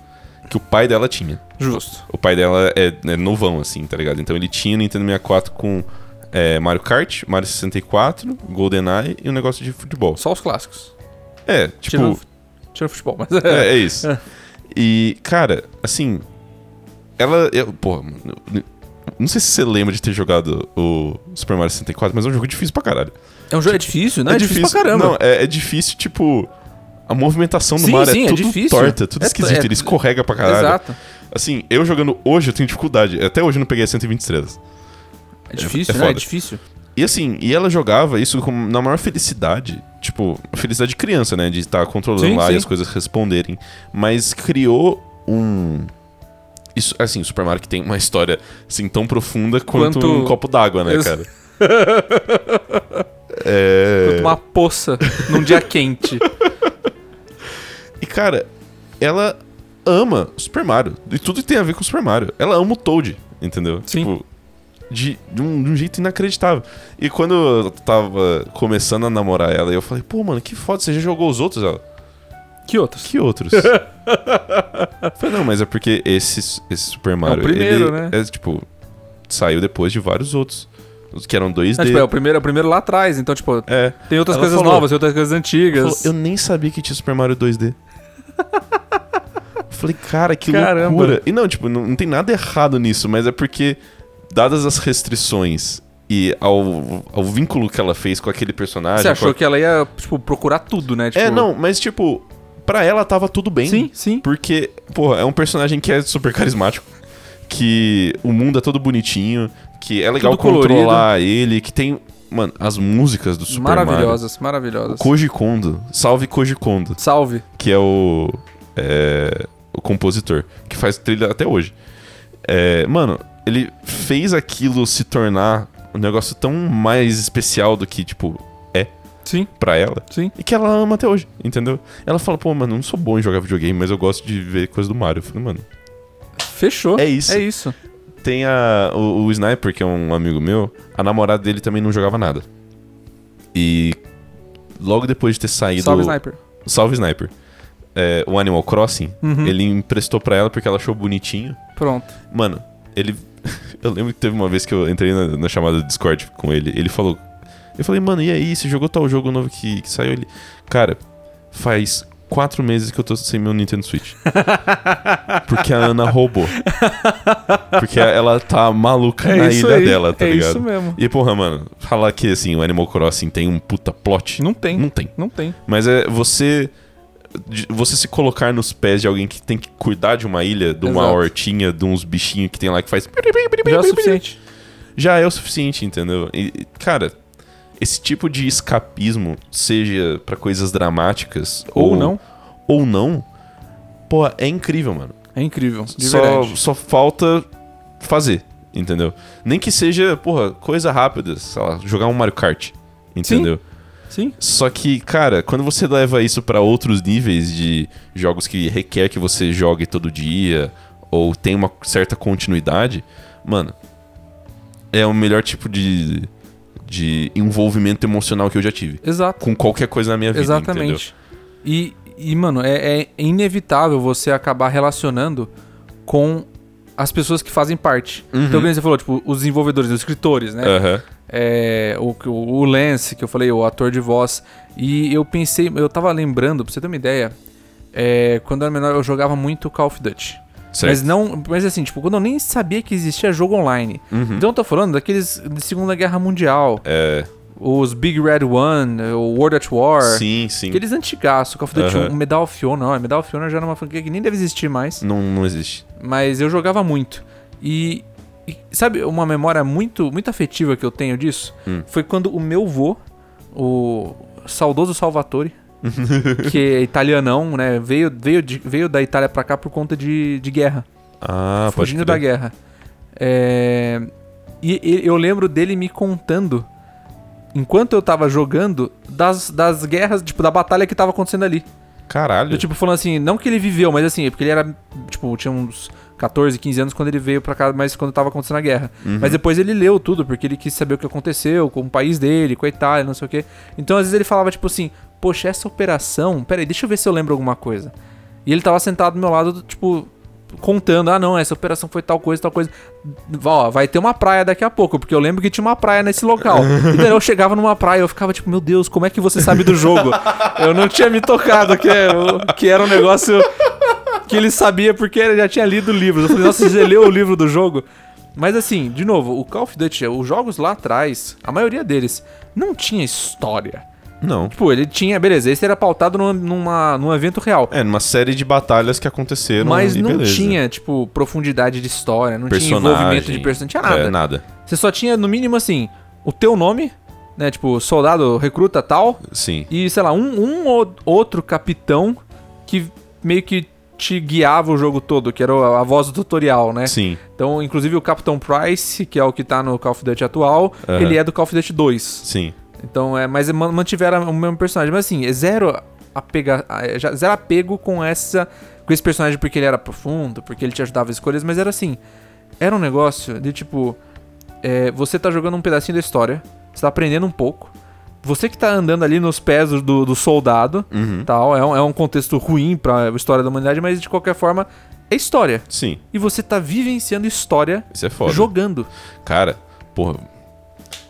Speaker 2: Que o pai dela tinha.
Speaker 1: Justo.
Speaker 2: O pai dela é, é novão, assim, tá ligado? Então ele tinha o Nintendo 64 com é, Mario Kart, Mario 64, GoldenEye e um negócio de futebol.
Speaker 1: Só os clássicos.
Speaker 2: É, tipo.
Speaker 1: Tirando, tirando futebol, mas.
Speaker 2: É, é isso. E, cara, assim. Ela. Eu, porra, mano, eu- não sei se você lembra de ter jogado o Super Mario 64, mas é um jogo difícil pra caralho.
Speaker 1: É um jogo é difícil, né? É difícil, pra caramba.
Speaker 2: Não, é, é difícil, tipo. A movimentação do
Speaker 1: Sim,
Speaker 2: Mario
Speaker 1: sim, é
Speaker 2: é tudo
Speaker 1: difícil.
Speaker 2: torta, tudo
Speaker 1: É to-
Speaker 2: esquisito,
Speaker 1: é-
Speaker 2: ele escorrega pra caralho.
Speaker 1: Exato.
Speaker 2: Assim, eu jogando hoje eu tenho dificuldade. Até hoje eu não peguei as 120 estrelas.
Speaker 1: É difícil,
Speaker 2: é
Speaker 1: né? É
Speaker 2: foda.
Speaker 1: difícil.
Speaker 2: E assim, e ela jogava isso com, na maior felicidade. Tipo, a felicidade de criança, né? De estar controlando
Speaker 1: Sim,
Speaker 2: lá
Speaker 1: sim.
Speaker 2: e as coisas responderem. Mas criou um. Isso, assim, o Super Mario que tem uma história assim tão profunda quanto,
Speaker 1: Quanto-
Speaker 2: um copo d'água, né,
Speaker 1: Ex-
Speaker 2: cara? é...
Speaker 1: Quanto Uma poça num dia quente.
Speaker 2: E, cara, ela ama o Super Mario. E tudo que tem a ver com o Super Mario. Ela ama o Toad, entendeu?
Speaker 1: Sim.
Speaker 2: Tipo, de, de um, de um jeito inacreditável. E quando eu tava começando a namorar ela, eu falei, pô, mano, que foda, você já jogou os outros? Ela,
Speaker 1: Que outros?
Speaker 2: que outros? eu falei, não, mas é porque esse, esse Super Mario.
Speaker 1: É primeiro,
Speaker 2: ele
Speaker 1: né?
Speaker 2: É, tipo, saiu depois de vários outros. Os que eram 2D.
Speaker 1: Ah, tipo, é o primeiro, é o primeiro lá atrás, então, tipo,
Speaker 2: é.
Speaker 1: tem outras
Speaker 2: Ela
Speaker 1: coisas
Speaker 2: falou-
Speaker 1: novas, tem outras coisas
Speaker 2: Falou,
Speaker 1: antigas.
Speaker 2: eu nem sabia que tinha Super Mario 2D. Eu Falei, cara, que
Speaker 1: Caramba.
Speaker 2: loucura. E não, tipo, não, não tem nada errado nisso, mas é porque, dadas as restrições e ao, ao vínculo que ela fez com aquele personagem.
Speaker 1: Você
Speaker 2: com
Speaker 1: achou
Speaker 2: a-
Speaker 1: que ela ia, tipo, procurar tudo, né? Tipo,
Speaker 2: Ah, É, não, mas tipo, pra ela tava tudo bem.
Speaker 1: Sim, sim.
Speaker 2: Porque, porra, é um personagem que é super carismático. Que o mundo é todo bonitinho. Que é legal
Speaker 1: Tudo colorido.
Speaker 2: controlar ele. Que tem. Mano, as músicas do Super Mario.
Speaker 1: maravilhosas, maravilhosas.
Speaker 2: Koji Kondo. Salve Koji Kondo
Speaker 1: Salve.
Speaker 2: que é o, é, o compositor, que faz trilha até hoje. É, mano, ele fez aquilo se tornar um negócio tão mais especial do que, tipo,
Speaker 1: Sim,
Speaker 2: pra ela,
Speaker 1: sim.
Speaker 2: e que ela ama até hoje, entendeu? Ela fala, pô, mano, eu não sou bom em jogar videogame, mas eu gosto de ver coisa do Mario. Eu falei, mano,
Speaker 1: Fechou.
Speaker 2: É isso.
Speaker 1: É isso.
Speaker 2: tem a, o, o Sniper, que é um amigo meu, a namorada dele também não jogava nada. E logo depois de ter saído.
Speaker 1: Salve, Sniper.
Speaker 2: Salve Sniper. É, o Animal Crossing,
Speaker 1: Uhum.
Speaker 2: ele emprestou pra ela porque ela achou bonitinho.
Speaker 1: Pronto.
Speaker 2: Mano, ele. eu lembro que teve uma vez que eu entrei na, na chamada do Discord com ele. Ele falou. Eu falei, mano, e aí? Você jogou tal jogo novo que, que saiu? Ele. Cara, faz quatro meses que eu tô sem meu Nintendo Switch. Porque a Ana roubou. Porque ela tá maluca
Speaker 1: É
Speaker 2: na
Speaker 1: isso
Speaker 2: ilha
Speaker 1: aí,
Speaker 2: dela, tá
Speaker 1: é
Speaker 2: ligado?
Speaker 1: isso mesmo.
Speaker 2: E, porra, mano, falar que, assim, o Animal Crossing tem um puta plot.
Speaker 1: Não tem.
Speaker 2: Não tem.
Speaker 1: Não tem.
Speaker 2: Mas é você... de- Você se colocar nos pés de alguém que tem que cuidar de uma ilha, de uma
Speaker 1: Exato.
Speaker 2: hortinha, de uns bichinhos que tem lá que faz...
Speaker 1: Já é o suficiente.
Speaker 2: já é o suficiente, entendeu? E, e, cara, esse tipo de escapismo, seja pra coisas dramáticas
Speaker 1: Ou não.
Speaker 2: ou não, pô, é incrível, mano.
Speaker 1: É incrível. De
Speaker 2: Só,
Speaker 1: verdade.
Speaker 2: só falta fazer, entendeu? Nem que seja, porra, coisa rápida, sei lá, jogar um Mario Kart, entendeu?
Speaker 1: Sim.
Speaker 2: Só que, cara, quando você leva isso pra outros níveis de jogos que requer que você jogue todo dia ou tem uma certa continuidade, mano, é o melhor tipo de, de envolvimento emocional que eu já tive.
Speaker 1: Exato.
Speaker 2: Com qualquer coisa
Speaker 1: É
Speaker 2: na minha vida, entendeu?
Speaker 1: Exatamente. E, e, mano, é, é inevitável você acabar relacionando com as pessoas que fazem parte. Então, como você falou, tipo, os desenvolvedores, os escritores, né?
Speaker 2: Aham.
Speaker 1: É, o, o Lance, que eu falei, o ator de voz. E eu pensei, eu tava lembrando, pra você ter uma ideia, é, quando eu era menor eu jogava muito Call of Duty.
Speaker 2: Certo.
Speaker 1: Mas não. Mas assim, tipo, quando eu nem sabia que existia jogo online. Então eu tô falando daqueles de Segunda Guerra Mundial.
Speaker 2: Uhum. É,
Speaker 1: Os Big Red One, eh, o World at War.
Speaker 2: sim, sim.
Speaker 1: Aqueles antigaço, Call of Duty
Speaker 2: Aham.
Speaker 1: 1, Medal of Honor, não, é, Medal of Honor já era uma franquia que nem deve existir mais,
Speaker 2: Não, não existe.
Speaker 1: mas eu jogava muito. E, e sabe uma memória muito muito afetiva que eu tenho disso?
Speaker 2: Hum.
Speaker 1: Foi quando o meu vô, o saudoso Salvatore, que é italianão, né, veio, veio, de- veio da Itália pra cá por conta de, de guerra,
Speaker 2: Ah, pode
Speaker 1: fugindo da
Speaker 2: crer.
Speaker 1: guerra. É, e, e eu lembro dele me contando... Enquanto eu tava jogando, das, das guerras, tipo, da batalha que tava acontecendo ali.
Speaker 2: Caralho.
Speaker 1: Eu, tipo, falando assim, não que ele viveu, mas assim, porque ele era, tipo, tinha uns 14, 15 anos quando ele veio pra cá, mas quando tava acontecendo a guerra. Mas depois ele leu tudo, porque ele quis saber o que aconteceu com o país dele, com a Itália, não sei o quê. Então, às vezes ele falava, tipo assim, poxa, essa operação, peraí, deixa eu ver se eu lembro alguma coisa. E ele tava sentado do meu lado, tipo, contando, ah não, essa operação foi tal coisa, tal coisa. Ó, vai ter uma praia daqui a pouco, porque eu lembro que tinha uma praia nesse local. Então eu chegava numa praia, eu ficava tipo, meu Deus, como é que você sabe do jogo? Eu não tinha me tocado, que, é- que era um negócio que ele sabia porque ele já tinha lido livros. Eu falei, nossa, você leu o livro do jogo? Mas assim, de novo, o Call of Duty, os jogos lá atrás, a maioria deles, não tinha história.
Speaker 2: Não.
Speaker 1: Tipo, ele tinha, beleza, esse era pautado numa, numa, num evento real.
Speaker 2: É, numa série de batalhas que aconteceram
Speaker 1: Mas
Speaker 2: e
Speaker 1: não
Speaker 2: beleza.
Speaker 1: tinha, tipo, profundidade de história, não tinha
Speaker 2: Personagem.
Speaker 1: envolvimento de personagem, não tinha nada.
Speaker 2: É, nada.
Speaker 1: Você só tinha, no mínimo, assim, o teu nome, né? Tipo, soldado, recruta tal,
Speaker 2: Sim.
Speaker 1: e, sei lá, um, um ou outro capitão que meio que te guiava o jogo todo, que era a a voz do tutorial, né?
Speaker 2: Sim.
Speaker 1: Então, inclusive, o Capitão Price, que é o que tá no Call of Duty atual,
Speaker 2: Aham.
Speaker 1: ele é do Call of Duty 2.
Speaker 2: Sim.
Speaker 1: Então, é, mas man- mantiveram o mesmo personagem. Mas assim, é zero, apega, é, já- zero apego com essa com esse personagem porque ele era profundo, porque ele te ajudava a escolhas, mas era assim, era um negócio de tipo, é, você tá jogando um pedacinho da história, você tá aprendendo um pouco, você que tá andando ali nos pés do- do, do soldado,
Speaker 2: Uhum.
Speaker 1: tal, é um, é um contexto ruim pra história da humanidade, mas de qualquer forma, é história.
Speaker 2: Sim.
Speaker 1: E você tá vivenciando história
Speaker 2: Isso é foda.
Speaker 1: jogando.
Speaker 2: Cara, porra,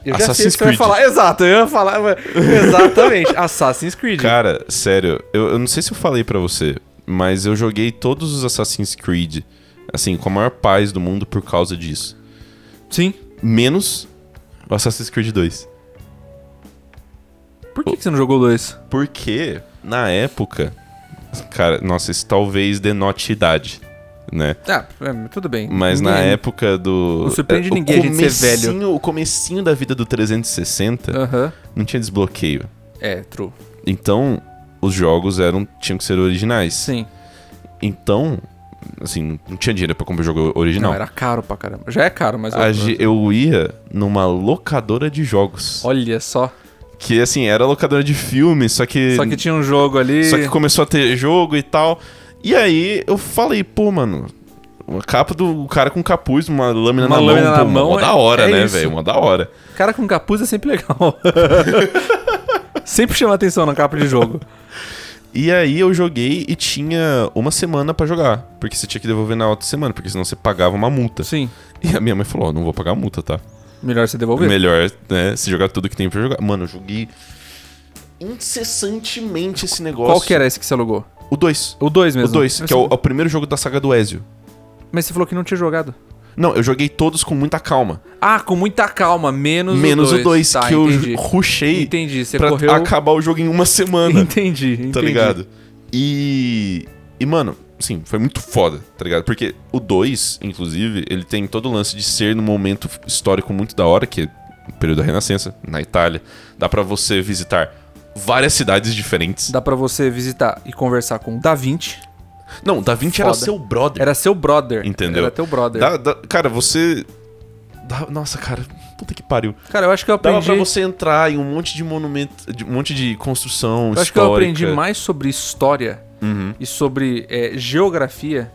Speaker 1: Eu já sei o
Speaker 2: Assassin's
Speaker 1: que você vai
Speaker 2: Creed.
Speaker 1: falar. Exato, eu ia falar. mas- Exatamente. Assassin's Creed.
Speaker 2: cara, sério, eu, eu não sei se eu falei pra você, mas eu joguei todos os Assassin's Creed, assim, com a maior paz do mundo por causa disso.
Speaker 1: Sim.
Speaker 2: Menos o Assassin's Creed 2.
Speaker 1: Por que, que você não jogou dois?
Speaker 2: Porque, na época, cara, nossa, isso talvez denote idade, né?
Speaker 1: Ah, é, tudo bem.
Speaker 2: Mas na
Speaker 1: Ninguém-
Speaker 2: época do.
Speaker 1: Não surpreende
Speaker 2: é, o
Speaker 1: ninguém a gente ser velho. É.
Speaker 2: comecinho- O comecinho da vida do 360
Speaker 1: Aham.
Speaker 2: não tinha desbloqueio.
Speaker 1: É, true.
Speaker 2: Então, os jogos eram tinham que ser originais.
Speaker 1: Sim.
Speaker 2: Então, assim, não tinha dinheiro pra comprar jogo original.
Speaker 1: Não, era caro pra caramba. Já é caro, mas.
Speaker 2: A ge- eu ia numa locadora de jogos.
Speaker 1: Olha só.
Speaker 2: Que assim, era locadora de filme, só que.
Speaker 1: Só que tinha um jogo ali.
Speaker 2: só que começou a ter jogo e tal. E aí eu falei, pô, mano, a capa do o cara com capuz, uma lâmina
Speaker 1: Uma
Speaker 2: na
Speaker 1: lâmina
Speaker 2: mão,
Speaker 1: na
Speaker 2: pô,
Speaker 1: mão
Speaker 2: uma
Speaker 1: é-
Speaker 2: da hora,
Speaker 1: é
Speaker 2: né,
Speaker 1: isso.
Speaker 2: velho? Uma da hora.
Speaker 1: Cara com capuz é sempre legal. sempre chama atenção na capa de jogo.
Speaker 2: E aí eu joguei e tinha uma semana pra jogar. Porque você tinha que devolver na outra semana, porque senão você pagava uma multa.
Speaker 1: Sim.
Speaker 2: E a minha mãe falou, ó, não vou pagar a multa, tá?
Speaker 1: Melhor você devolver.
Speaker 2: Melhor, né, se jogar tudo que tem pra jogar. Mano, eu joguei incessantemente esse negócio.
Speaker 1: Qual que era esse que você alugou?
Speaker 2: O 2.
Speaker 1: O 2
Speaker 2: O
Speaker 1: mesmo.
Speaker 2: 2,
Speaker 1: Mas
Speaker 2: que é o,
Speaker 1: você-
Speaker 2: é o primeiro jogo da saga do Ezio.
Speaker 1: Mas você falou que não tinha jogado.
Speaker 2: Não, eu joguei todos com muita calcalma.
Speaker 1: Ah, com muita calma, menos,
Speaker 2: menos
Speaker 1: o 2.
Speaker 2: que eu
Speaker 1: entendi.
Speaker 2: rushei
Speaker 1: Entendi, você
Speaker 2: pra
Speaker 1: correu...
Speaker 2: acabar o jogo em uma semana.
Speaker 1: Entendi, entendi.
Speaker 2: Tá ligado? E. E, mano, sim, foi muito foda, tá ligado? Porque o 2, inclusive, ele tem todo o lance de ser num momento histórico muito da hora, que é o período da Renascença, na Itália. Dá pra você visitar várias cidades diferentes.
Speaker 1: Dá pra você visitar e conversar com o Da Vinci.
Speaker 2: Não, Da Vinci era
Speaker 1: Foda.
Speaker 2: seu brother.
Speaker 1: Era seu brother.
Speaker 2: Entendeu?
Speaker 1: Era teu brother.
Speaker 2: Dá- dá- cara, você. dá- nossa, cara, puta que pariu.
Speaker 1: Cara, eu acho que eu
Speaker 2: Dava
Speaker 1: aprendi...
Speaker 2: pra você entrar em um monte de monumento, de um monte de construção
Speaker 1: Eu acho que eu
Speaker 2: histórica.
Speaker 1: aprendi mais sobre história
Speaker 2: Uhum,
Speaker 1: e sobre é, geografia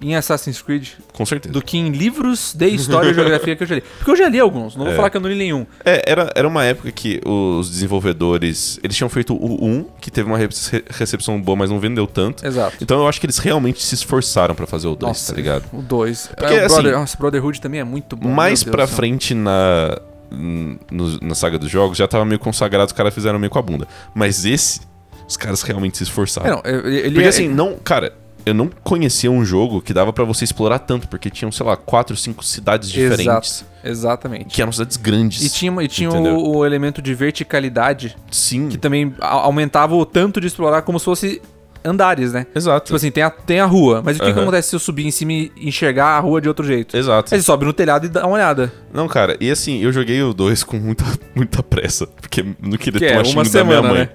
Speaker 1: em Assassin's Creed
Speaker 2: com certeza.
Speaker 1: do que em livros de história e geografia que eu já li. Porque eu já li alguns, não vou falar que eu não li nenhum.
Speaker 2: É, era, era uma época que os desenvolvedores. Eles tinham feito o 1, que teve uma rece- recepção boa, mas não vendeu tanto.
Speaker 1: Exato.
Speaker 2: Então eu acho que eles realmente se esforçaram pra fazer o 2,
Speaker 1: Nossa,
Speaker 2: tá ligado?
Speaker 1: O 2.
Speaker 2: Porque,
Speaker 1: o Brother,
Speaker 2: assim,
Speaker 1: nossa, Brotherhood também é muito bom.
Speaker 2: Mais
Speaker 1: meu Deus
Speaker 2: pra
Speaker 1: do céu.
Speaker 2: frente na, n- no- na saga dos jogos, já tava meio consagrado, os caras fizeram meio com a bunda. Mas esse, os caras realmente se esforçaram.
Speaker 1: É, não, é, ele
Speaker 2: Porque
Speaker 1: é-
Speaker 2: assim, não, cara, eu não conhecia um jogo que dava pra você explorar tanto, porque tinham, sei lá, quatro, cinco cidades
Speaker 1: Exato.
Speaker 2: diferentes,
Speaker 1: Exatamente.
Speaker 2: que eram cidades grandes.
Speaker 1: E tinha, e tinha
Speaker 2: Entendeu?
Speaker 1: o, o elemento de verticalidade,
Speaker 2: sim,
Speaker 1: que também a- aumentava o tanto de explorar como se fosse andares, né?
Speaker 2: exato.
Speaker 1: Tipo assim, tem a, tem a rua, mas o que, que
Speaker 2: Aham.
Speaker 1: acontece se eu subir em cima e enxergar a rua de outro jeito?
Speaker 2: Exato.
Speaker 1: Aí você sobe no telhado e dá uma olhada.
Speaker 2: Não, cara, e assim, eu joguei o 2 com muita, muita pressa, porque eu não queria
Speaker 1: Que é,
Speaker 2: tomar
Speaker 1: uma
Speaker 2: xingo da minha
Speaker 1: semana,
Speaker 2: mãe.
Speaker 1: né?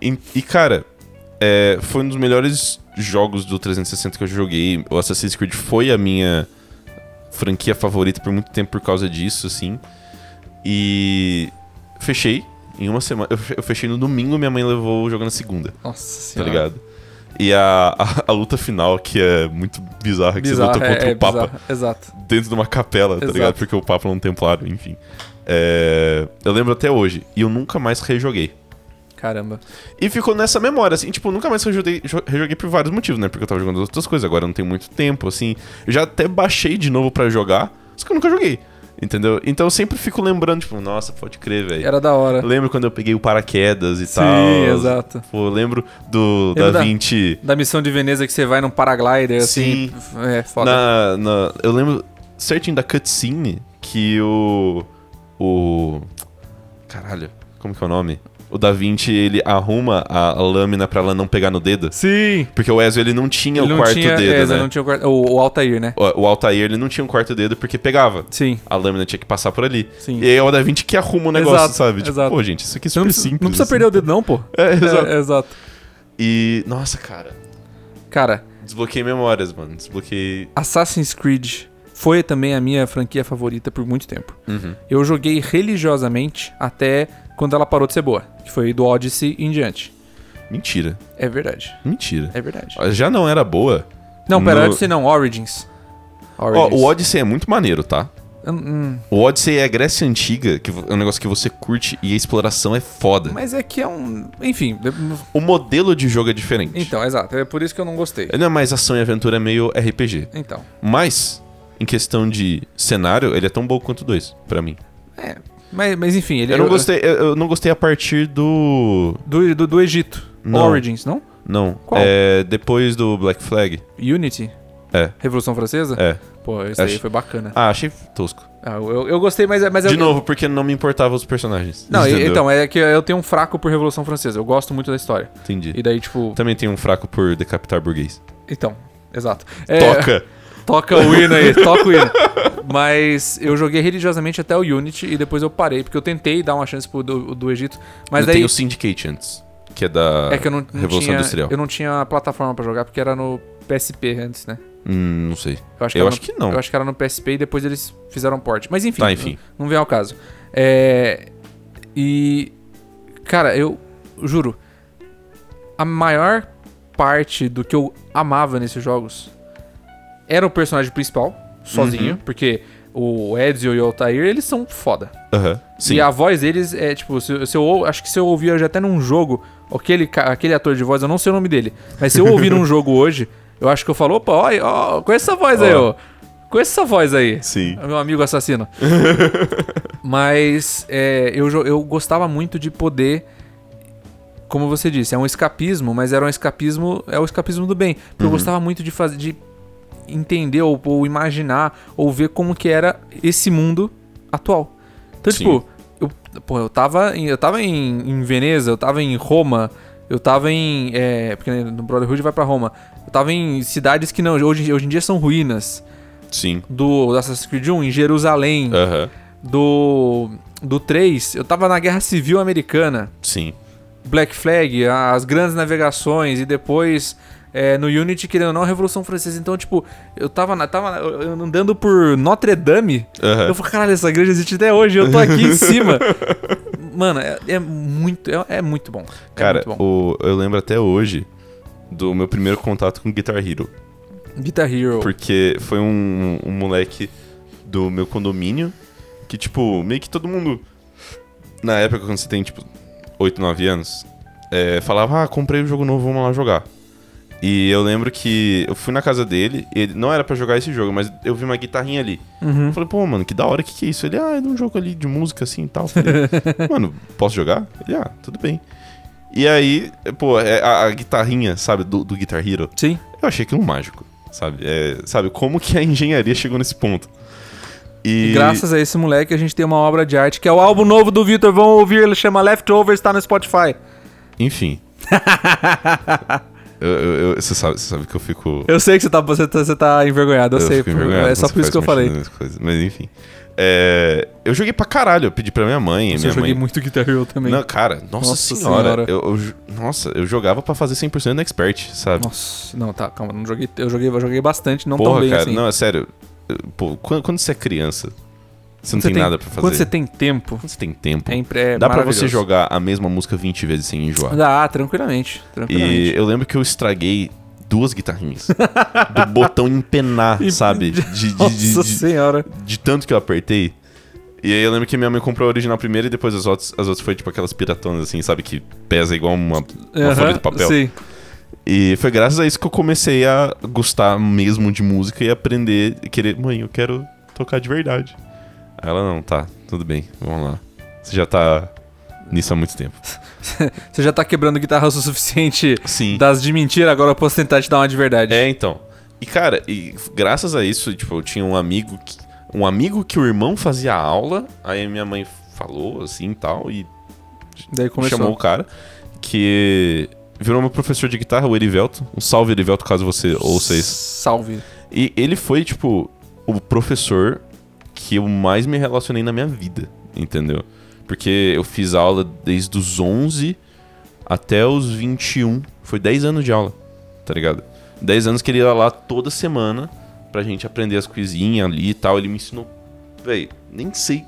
Speaker 2: E, e, cara, é, foi um dos melhores jogos do 360 que eu joguei. O Assassin's Creed foi a minha franquia favorita por muito tempo por causa disso, assim. E fechei em uma semana. Eu fe- eu fechei no domingo, minha mãe levou o jogo na segunda,
Speaker 1: Nossa
Speaker 2: tá
Speaker 1: senhora.
Speaker 2: ligado? E a, a, a luta final, que é muito bizarra, que
Speaker 1: Bizarro,
Speaker 2: você luta contra
Speaker 1: é, é
Speaker 2: o Papa
Speaker 1: bizarro. Exato.
Speaker 2: dentro de uma capela, tá
Speaker 1: Exato.
Speaker 2: ligado? Porque o Papa é um templário, enfim. É, Eu lembro até hoje. E eu nunca mais rejoguei.
Speaker 1: Caramba.
Speaker 2: E ficou nessa memória, assim, tipo, eu nunca mais rejoguei, jo- rejoguei por vários motivos, né? Porque eu tava jogando outras coisas, agora eu não tem muito tempo, assim. Eu já até baixei de novo pra jogar, só que eu nunca joguei, entendeu? Então eu sempre fico lembrando, tipo, nossa, pode crer, velho.
Speaker 1: Era da hora.
Speaker 2: Lembro quando eu peguei o paraquedas e
Speaker 1: Sim,
Speaker 2: tal.
Speaker 1: exato.
Speaker 2: Pô, eu lembro do
Speaker 1: Lembro
Speaker 2: Da
Speaker 1: da-
Speaker 2: Vinci.
Speaker 1: Da missão de Veneza que você vai num paraglider, assim. É, foda.
Speaker 2: Na, na- eu lembro certinho da cutscene que o. O. Caralho, como que é o nome? O Da Vinci, ele arruma a lâmina pra ela não pegar no dedo.
Speaker 1: Sim!
Speaker 2: Porque o Ezio, ele não tinha
Speaker 1: Ele
Speaker 2: o
Speaker 1: não
Speaker 2: quarto
Speaker 1: tinha- é,
Speaker 2: dedo,
Speaker 1: ele
Speaker 2: né?
Speaker 1: não tinha o quarto- o, o Altair, né?
Speaker 2: O, o Altair, ele não tinha um quarto dedo porque pegava.
Speaker 1: Sim.
Speaker 2: A lâmina tinha que passar por ali.
Speaker 1: Sim.
Speaker 2: E aí é o Da Vinci que arruma o negócio,
Speaker 1: Exato,
Speaker 2: sabe? Tipo,
Speaker 1: exato.
Speaker 2: pô, gente, isso aqui é
Speaker 1: Você
Speaker 2: super
Speaker 1: não precisa,
Speaker 2: simples.
Speaker 1: não precisa
Speaker 2: assim.
Speaker 1: perder o dedo, não, pô.
Speaker 2: É, exato.
Speaker 1: É, exato.
Speaker 2: E, nossa, cara.
Speaker 1: Cara,
Speaker 2: Desbloqueei memórias, mano. Desbloqueei...
Speaker 1: Assassin's Creed foi também a minha franquia favorita por muito tempo.
Speaker 2: Uhum.
Speaker 1: Eu joguei religiosamente até quando ela parou de ser boa, que foi do Odyssey em diante.
Speaker 2: Mentira.
Speaker 1: É verdade,
Speaker 2: Mentira.
Speaker 1: é verdade.
Speaker 2: Já não era boa...
Speaker 1: Não, pera,
Speaker 2: No-
Speaker 1: Odyssey não, Origins.
Speaker 2: Ó, o Odyssey é muito maneiro, tá?
Speaker 1: Hum, hum.
Speaker 2: O Odyssey é a Grécia Antiga, que é um negócio que você curte e a exploração é foda.
Speaker 1: Mas é que é um. Enfim, de-
Speaker 2: O modelo de jogo é diferente.
Speaker 1: então, exato. É por isso que eu não gostei.
Speaker 2: Ele não é mais ação e aventura, é meio RPG.
Speaker 1: Então.
Speaker 2: Mas, em questão de cenário, ele é tão bom quanto o 2, pra mim.
Speaker 1: É. Mas, mas enfim, ele é
Speaker 2: Eu não gostei, eu, eu não gostei a partir do...
Speaker 1: Do, do, do Egito.
Speaker 2: Não.
Speaker 1: Origins, não?
Speaker 2: Não.
Speaker 1: Qual?
Speaker 2: É, depois do Black Flag.
Speaker 1: Unity?
Speaker 2: É.
Speaker 1: Revolução Francesa?
Speaker 2: É.
Speaker 1: Pô, isso aí
Speaker 2: Acho-
Speaker 1: foi bacana.
Speaker 2: Ah, achei tosco.
Speaker 1: Ah, eu, eu gostei, mas, mas é
Speaker 2: De
Speaker 1: eu,
Speaker 2: novo, porque não me importava os personagens.
Speaker 1: Não, e-
Speaker 2: Entendeu?
Speaker 1: então, é que eu tenho um fraco por Revolução Francesa. Eu gosto muito da história.
Speaker 2: Entendi.
Speaker 1: E daí, tipo.
Speaker 2: Também tem um fraco por decapitar burguês.
Speaker 1: Então, exato. É,
Speaker 2: Toca!
Speaker 1: Toca o hino aí, toca o hino. Mas eu joguei religiosamente até o Unity e depois eu parei, porque eu tentei dar uma chance pro do, do Egito. Mas
Speaker 2: eu
Speaker 1: daí.
Speaker 2: tenho o Syndicate antes, que é da
Speaker 1: É que eu não, não
Speaker 2: Revolução
Speaker 1: tinha.
Speaker 2: Industrial.
Speaker 1: Eu não tinha plataforma pra jogar, porque era no PSP antes, né?
Speaker 2: Hum, não sei.
Speaker 1: Eu acho
Speaker 2: Eu
Speaker 1: era
Speaker 2: acho
Speaker 1: no-
Speaker 2: que não.
Speaker 1: Eu acho que era no PSP e depois eles fizeram um port. Mas enfim.
Speaker 2: Tá, enfim.
Speaker 1: Não, não vem ao caso. É. E. Cara, eu juro. A maior parte do que eu amava nesses jogos era o personagem principal, sozinho,
Speaker 2: Uhum.
Speaker 1: porque o Ezio e o Altair, eles são foda.
Speaker 2: Aham. Sim.
Speaker 1: E a voz deles é tipo, se, eu- se eu, ou- acho que se eu ouvir hoje até num jogo, aquele, ca- aquele ator de voz, eu não sei o nome dele, mas se eu ouvir num jogo hoje, eu acho que eu falo, opa, ó, ó conheço essa voz aí,
Speaker 2: Ó.
Speaker 1: ó. Conheço essa voz aí.
Speaker 2: Sim.
Speaker 1: É Meu amigo assassino. mas é, eu, jo- eu gostava muito de poder como você disse, é um escapismo, mas era um escapismo, é o escapismo do bem. Porque eu gostava muito de fazer, de entender ou, ou imaginar ou ver como que era esse mundo atual. Então,
Speaker 2: Sim.
Speaker 1: tipo, eu, pô, eu tava, em, eu tava em, em Veneza, eu tava em Roma, eu tava em. é, porque né, no Brotherhood vai pra Roma. Eu tava em cidades que não, hoje, hoje em dia são ruínas.
Speaker 2: Sim.
Speaker 1: Do Assassin's Creed 1, em Jerusalém,
Speaker 2: Aham.
Speaker 1: do. Do 3, eu tava na Guerra Civil Americana.
Speaker 2: Sim.
Speaker 1: Black Flag, as grandes navegações e depois é, no Unity, querendo ou não, a Revolução Francesa. Então, tipo, eu tava, na- tava eu- eu andando por Notre Dame.
Speaker 2: Aham.
Speaker 1: Eu falei, caralho, essa igreja existe até hoje, eu tô aqui em cima. Mano, é, é muito, é, é muito bom. É
Speaker 2: Cara,
Speaker 1: muito bom.
Speaker 2: o- eu lembro até hoje do meu primeiro contato com Guitar Hero.
Speaker 1: Guitar Hero.
Speaker 2: Porque foi um, um moleque do meu condomínio que, tipo, meio que todo mundo. Na época, quando você tem, tipo, 8, 9 anos, é, falava: Ah, comprei um jogo novo, vamos lá jogar. E eu lembro que eu fui na casa dele, ele não era pra jogar esse jogo, mas eu vi uma guitarrinha ali.
Speaker 1: Uhum.
Speaker 2: Eu falei, pô, mano, que da hora, que que é isso? Ele, ah, é de um jogo ali de música assim e tal. Eu Falei, mano, posso jogar? Ele, ah, tudo bem. E aí, pô, é, a, a guitarrinha, sabe, do, do Guitar Hero,
Speaker 1: Sim.
Speaker 2: eu achei aquilo um mágico, sabe? É, sabe, como que a engenharia chegou nesse ponto? E...
Speaker 1: Graças a esse moleque, a gente tem uma obra de arte que é o álbum novo do Victor. Vão ouvir, ele chama Leftovers, tá no Spotify.
Speaker 2: Enfim. eu, eu- eu- você, sabe, você sabe que eu fico...
Speaker 1: Eu sei que você tá, você tá, você tá envergonhado, eu, sei.
Speaker 2: fico envergonhado
Speaker 1: é
Speaker 2: quando
Speaker 1: só
Speaker 2: você
Speaker 1: por isso que eu
Speaker 2: faz
Speaker 1: falei.
Speaker 2: mexendo nas coisas, Mas enfim. É, eu joguei pra caralho, eu pedi pra minha mãe.
Speaker 1: Eu
Speaker 2: minha
Speaker 1: joguei
Speaker 2: mãe...
Speaker 1: muito Guitar Hero também.
Speaker 2: Não, cara, nossa,
Speaker 1: Nossa
Speaker 2: senhora.
Speaker 1: senhora.
Speaker 2: Eu, eu jo- nossa, eu jogava pra fazer 100% no expert, sabe?
Speaker 1: Nossa, não, tá, calma, não joguei, eu joguei, eu joguei bastante, não tão
Speaker 2: Porra,
Speaker 1: bem
Speaker 2: cara,
Speaker 1: assim.
Speaker 2: não, é sério. Eu- Pô, quando, quando você é criança, você não tem, nada pra fazer.
Speaker 1: Quando você tem tempo,
Speaker 2: Quando você tem tempo,
Speaker 1: é, impre- é
Speaker 2: dá pra
Speaker 1: maravilhoso.
Speaker 2: você jogar a mesma música 20 vezes sem enjoar.
Speaker 1: Dá, tranquilamente,
Speaker 2: E
Speaker 1: tranquilamente.
Speaker 2: eu lembro que eu estraguei duas guitarrinhas do botão empenar, sabe? De, de- de-
Speaker 1: Nossa
Speaker 2: de-
Speaker 1: senhora.
Speaker 2: de tanto que eu apertei. E aí eu lembro que minha mãe comprou a original primeiro e depois as outras, as outras foi tipo aquelas piratonas assim, sabe? Que pesa igual uma, uma folha
Speaker 1: Aham,
Speaker 2: de papel.
Speaker 1: Sim.
Speaker 2: E foi graças a isso que eu comecei a gostar mesmo de música e aprender, e querer, mãe, eu quero tocar de verdade. Aí ela, não, tá, tudo bem, vamos lá. Você já tá nisso há muito tempo.
Speaker 1: Você já tá quebrando guitarras o suficiente
Speaker 2: Sim.
Speaker 1: das de mentira, agora eu posso tentar te dar uma de verdade.
Speaker 2: É, então. E cara, e graças a isso, tipo, eu tinha um amigo que, um amigo que o irmão fazia aula, aí minha mãe falou assim e tal e
Speaker 1: Daí começou.
Speaker 2: chamou o cara que virou meu professor de guitarra, o Erivelto. Um salve Erivelto, caso você ouça isso.
Speaker 1: Salve.
Speaker 2: E ele foi, tipo, o professor que eu mais me relacionei na minha vida, entendeu? Porque eu fiz aula desde os 11 até os 21. Foi 10 anos de aula, tá ligado? 10 anos que ele ia lá toda semana pra gente aprender as coisinhas ali e tal. Ele me ensinou. Véi, nem sei.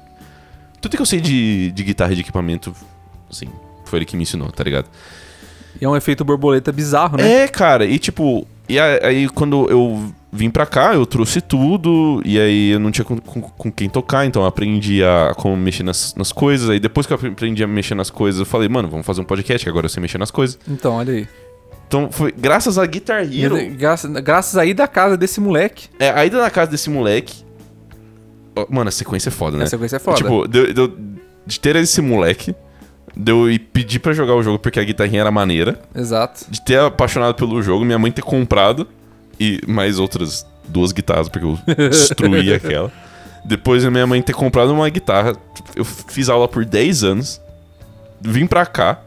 Speaker 2: Tudo que eu sei de, de guitarra e de equipamento, assim, foi ele que me ensinou, tá ligado?
Speaker 1: E é um efeito borboleta bizarro, né?
Speaker 2: É, cara, e tipo, e a- aí quando eu vim pra cá, eu trouxe tudo, e aí eu não tinha com, com- com quem tocar, então eu aprendi a como mexer nas, nas coisas. Aí depois que eu aprendi a mexer nas coisas, eu falei, mano, vamos fazer um podcast, que agora eu sei mexer nas coisas.
Speaker 1: Então, olha aí.
Speaker 2: Então foi graças a Guitar Hero,
Speaker 1: Graças, graças aí da casa desse moleque,
Speaker 2: é, a ida na casa desse moleque. Ó, Mano, a sequência é foda, né?
Speaker 1: essa coisa é foda.
Speaker 2: Tipo, deu, deu- de ter esse moleque, deu e pedir pra jogar o jogo porque a guitarrinha era maneira.
Speaker 1: Exato.
Speaker 2: de ter apaixonado pelo jogo, minha mãe ter comprado e mais outras duas guitarras, porque eu destruí aquela. Depois a minha mãe ter comprado uma guitarra. Eu fiz aula por 10 anos. Vim pra cá.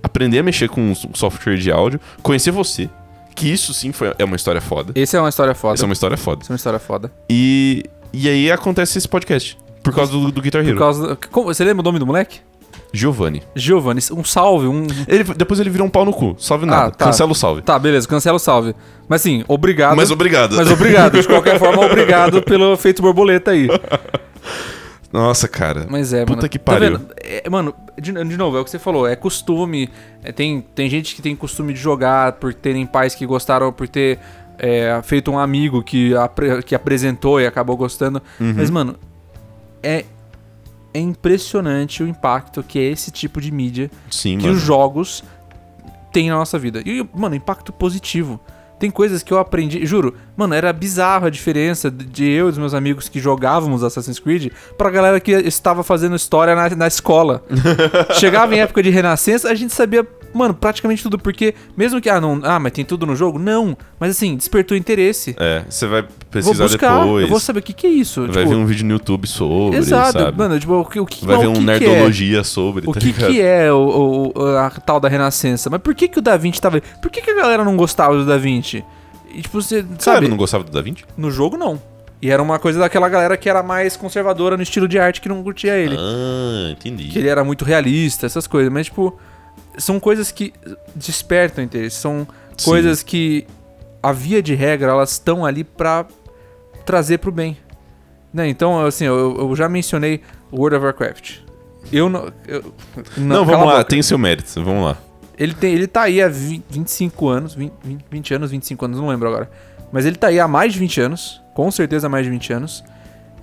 Speaker 2: Aprender a mexer com s- software de áudio. Conhecer você. Que isso sim foi, é uma história foda.
Speaker 1: Essa é uma história foda.
Speaker 2: Essa é uma história foda.
Speaker 1: Essa é uma história foda.
Speaker 2: E, e aí acontece esse podcast. Por causa do, do Guitar
Speaker 1: Por
Speaker 2: Hero.
Speaker 1: causa. do- Como- você lembra o nome do moleque?
Speaker 2: Giovanni.
Speaker 1: Giovanni, um salve, um.
Speaker 2: Ele, depois ele virou um pau no cu. Salve nada.
Speaker 1: tá.
Speaker 2: Cancela o salve.
Speaker 1: Tá, beleza, cancela o salve. Mas sim, obrigado.
Speaker 2: Mas obrigado.
Speaker 1: Mas obrigado, de qualquer forma, obrigado pelo efeito borboleta aí.
Speaker 2: Nossa, cara.
Speaker 1: Mas é,
Speaker 2: Puta
Speaker 1: mano.
Speaker 2: que pariu.
Speaker 1: Tá vendo? É, mano, de, de novo, é o que você falou, é costume. É, tem, tem gente que tem costume de jogar por terem pais que gostaram, por ter é, feito um amigo que, apre- que apresentou e acabou gostando.
Speaker 2: Uhum.
Speaker 1: Mas, mano, é, é impressionante o impacto que é esse tipo de mídia
Speaker 2: Sim,
Speaker 1: que
Speaker 2: mano.
Speaker 1: os jogos têm na nossa vida. E, mano, impacto positivo. Tem coisas que eu aprendi, juro, mano, era bizarro a diferença de eu e dos meus amigos que jogávamos Assassin's Creed pra galera que estava fazendo história na, na escola. Chegava em época de renascença, a gente sabia, mano, praticamente tudo, porque mesmo que, ah, não, ah, mas tem tudo no jogo? Não, mas assim, despertou interesse.
Speaker 2: É, você vai
Speaker 1: Vou
Speaker 2: pesquisar
Speaker 1: buscar,
Speaker 2: depois.
Speaker 1: eu vou saber o que, que é isso.
Speaker 2: Vai ver um vídeo no YouTube sobre,
Speaker 1: exato,
Speaker 2: sabe?
Speaker 1: mano, tipo, o que, o que
Speaker 2: vai
Speaker 1: mas
Speaker 2: ver
Speaker 1: o
Speaker 2: um
Speaker 1: que que é?
Speaker 2: nerdologia sobre,
Speaker 1: O
Speaker 2: tá
Speaker 1: que,
Speaker 2: ligado?
Speaker 1: que é o, o- a tal da Renascença? Mas por que, que o Da Vinci tava. Por que, que a galera não gostava do Da Vinci? E, tipo, você.
Speaker 2: Sabe,
Speaker 1: sabe,
Speaker 2: eu não gostava do Da Vinci?
Speaker 1: no jogo não. E era uma coisa daquela galera que era mais conservadora no estilo de arte que não curtia ele.
Speaker 2: Ah, entendi.
Speaker 1: Que ele era muito realista, essas coisas. Mas, tipo, são coisas que despertam interesse. São
Speaker 2: Sim.
Speaker 1: coisas que, a via de regra, elas estão ali pra trazer pro bem. Né? Então, assim, eu, eu já mencionei World of Warcraft. Eu não. eu- cala
Speaker 2: Não,
Speaker 1: a
Speaker 2: vamos lá,
Speaker 1: boca.
Speaker 2: tem seu mérito, vamos lá.
Speaker 1: Ele, tem, ele tá aí há vi- 25 anos, 20, 20, 20 anos, 25 anos, não lembro agora. Mas ele tá aí há mais de 20 anos, com certeza há mais de 20 anos.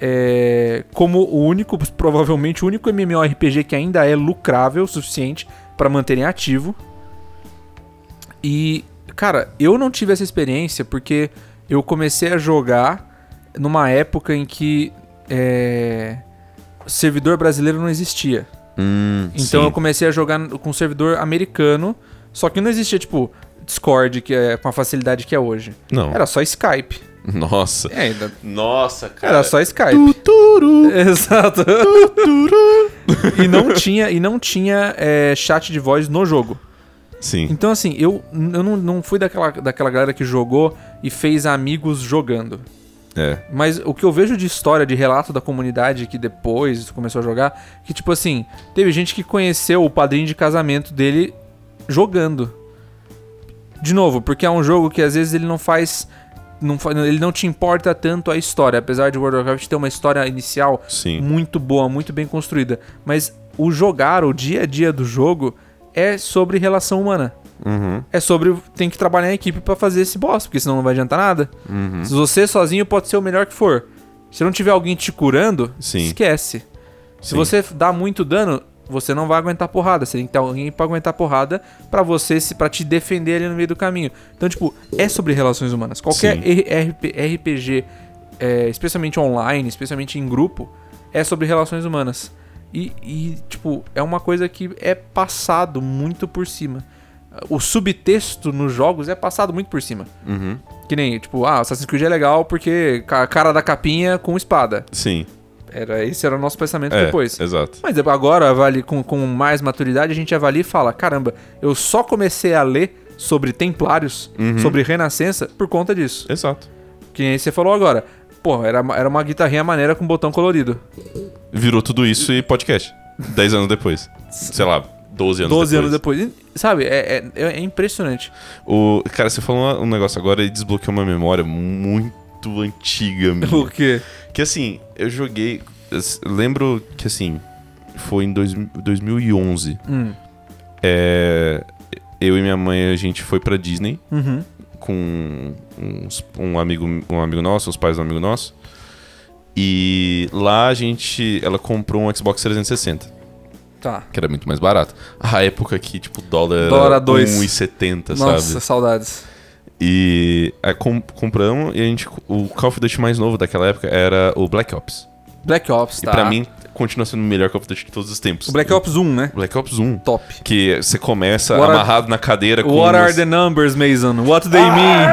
Speaker 1: é, como o único, provavelmente o único MMORPG que ainda é lucrável o suficiente pra manterem ativo. E, cara, eu não tive essa experiência porque eu comecei a jogar numa época em que é, servidor brasileiro não existia.
Speaker 2: Hum,
Speaker 1: Então
Speaker 2: sim.
Speaker 1: eu comecei a jogar no- com um servidor americano, só que não existia, tipo, Discord, que é com a facilidade que é hoje.
Speaker 2: Não.
Speaker 1: Era só Skype.
Speaker 2: Nossa.
Speaker 1: É, ainda. é.
Speaker 2: Nossa, cara.
Speaker 1: Era só Skype.
Speaker 2: Tuturu.
Speaker 1: Exato. e não tinha, e não tinha é, chat de voz no jogo.
Speaker 2: Sim.
Speaker 1: Então, assim, eu, eu não, não fui daquela, daquela galera que jogou e fez amigos jogando.
Speaker 2: É.
Speaker 1: Mas o que eu vejo de história, de relato da comunidade que depois começou a jogar, que tipo assim, teve gente que conheceu o padrinho de casamento dele jogando. De novo, porque é um jogo que às vezes ele não faz. Não, fa- ele não te importa tanto a história, apesar de World of Warcraft ter uma história inicial
Speaker 2: Sim.
Speaker 1: muito boa, muito bem construída. Mas o jogar, o dia a dia do jogo, é sobre relação humana.
Speaker 2: Uhum.
Speaker 1: É sobre tem que trabalhar em equipe pra fazer esse boss, porque senão não vai adiantar nada.
Speaker 2: Uhum.
Speaker 1: Se você sozinho pode ser o melhor que for. Se não tiver alguém te curando,
Speaker 2: Sim.
Speaker 1: esquece. Se
Speaker 2: Sim.
Speaker 1: você dá muito dano, você não vai aguentar porrada. Você tem que ter alguém pra aguentar porrada pra você se para te defender ali no meio do caminho. Então, tipo, é sobre relações humanas. Qualquer
Speaker 2: Sim.
Speaker 1: R- RP RPG, é, especialmente online, especialmente em grupo, é sobre relações humanas. E, e, tipo, é uma coisa que é passado muito por cima. O subtexto nos jogos é passado muito por cima.
Speaker 2: Uhum.
Speaker 1: Que nem, tipo, ah, Assassin's Creed é legal porque ca- cara da capinha com espada.
Speaker 2: Sim.
Speaker 1: Era, esse era o nosso pensamento
Speaker 2: É,
Speaker 1: depois.
Speaker 2: Exato.
Speaker 1: Mas agora, avali, com, com mais maturidade, a gente avalia e fala: caramba, eu só comecei a ler sobre templários,
Speaker 2: Uhum.
Speaker 1: sobre renascença, por conta disso.
Speaker 2: Exato.
Speaker 1: Que nem você falou agora. Pô, era, era uma guitarrinha maneira com botão colorido.
Speaker 2: Virou tudo isso e podcast. Dez anos depois. Sei lá, 12 anos
Speaker 1: 12
Speaker 2: depois.
Speaker 1: anos depois. E, sabe, é, é- é impressionante.
Speaker 2: O, cara, você falou uma- um negócio agora e desbloqueou uma memória muito antiga, minha.
Speaker 1: quê?
Speaker 2: que assim, eu joguei. eu s- Lembro que assim, foi em dois, 2011.
Speaker 1: Hum.
Speaker 2: É, eu e minha mãe, a gente foi pra Disney
Speaker 1: Uhum.
Speaker 2: com uns- um, amigo, um amigo nosso, os pais de um amigo nosso. E lá a gente. Ela comprou um Xbox 360,
Speaker 1: Tá.
Speaker 2: que era muito mais barato. A época que, tipo, dólar,
Speaker 1: Dólar a
Speaker 2: era
Speaker 1: dois.
Speaker 2: 1,70,
Speaker 1: Nossa,
Speaker 2: sabe?
Speaker 1: saudades.
Speaker 2: E aí com- compramos e a gente. O Call of Duty mais novo daquela época era o Black Ops.
Speaker 1: Black Ops, tá.
Speaker 2: E pra mim, continua sendo o melhor Call of Duty de todos os tempos.
Speaker 1: O Black Ops 1, né?
Speaker 2: Black Ops 1.
Speaker 1: Top.
Speaker 2: Que você começa
Speaker 1: What are-
Speaker 2: amarrado na cadeira É com. um
Speaker 1: What are
Speaker 2: umas-
Speaker 1: the numbers, Mason? What do they mean?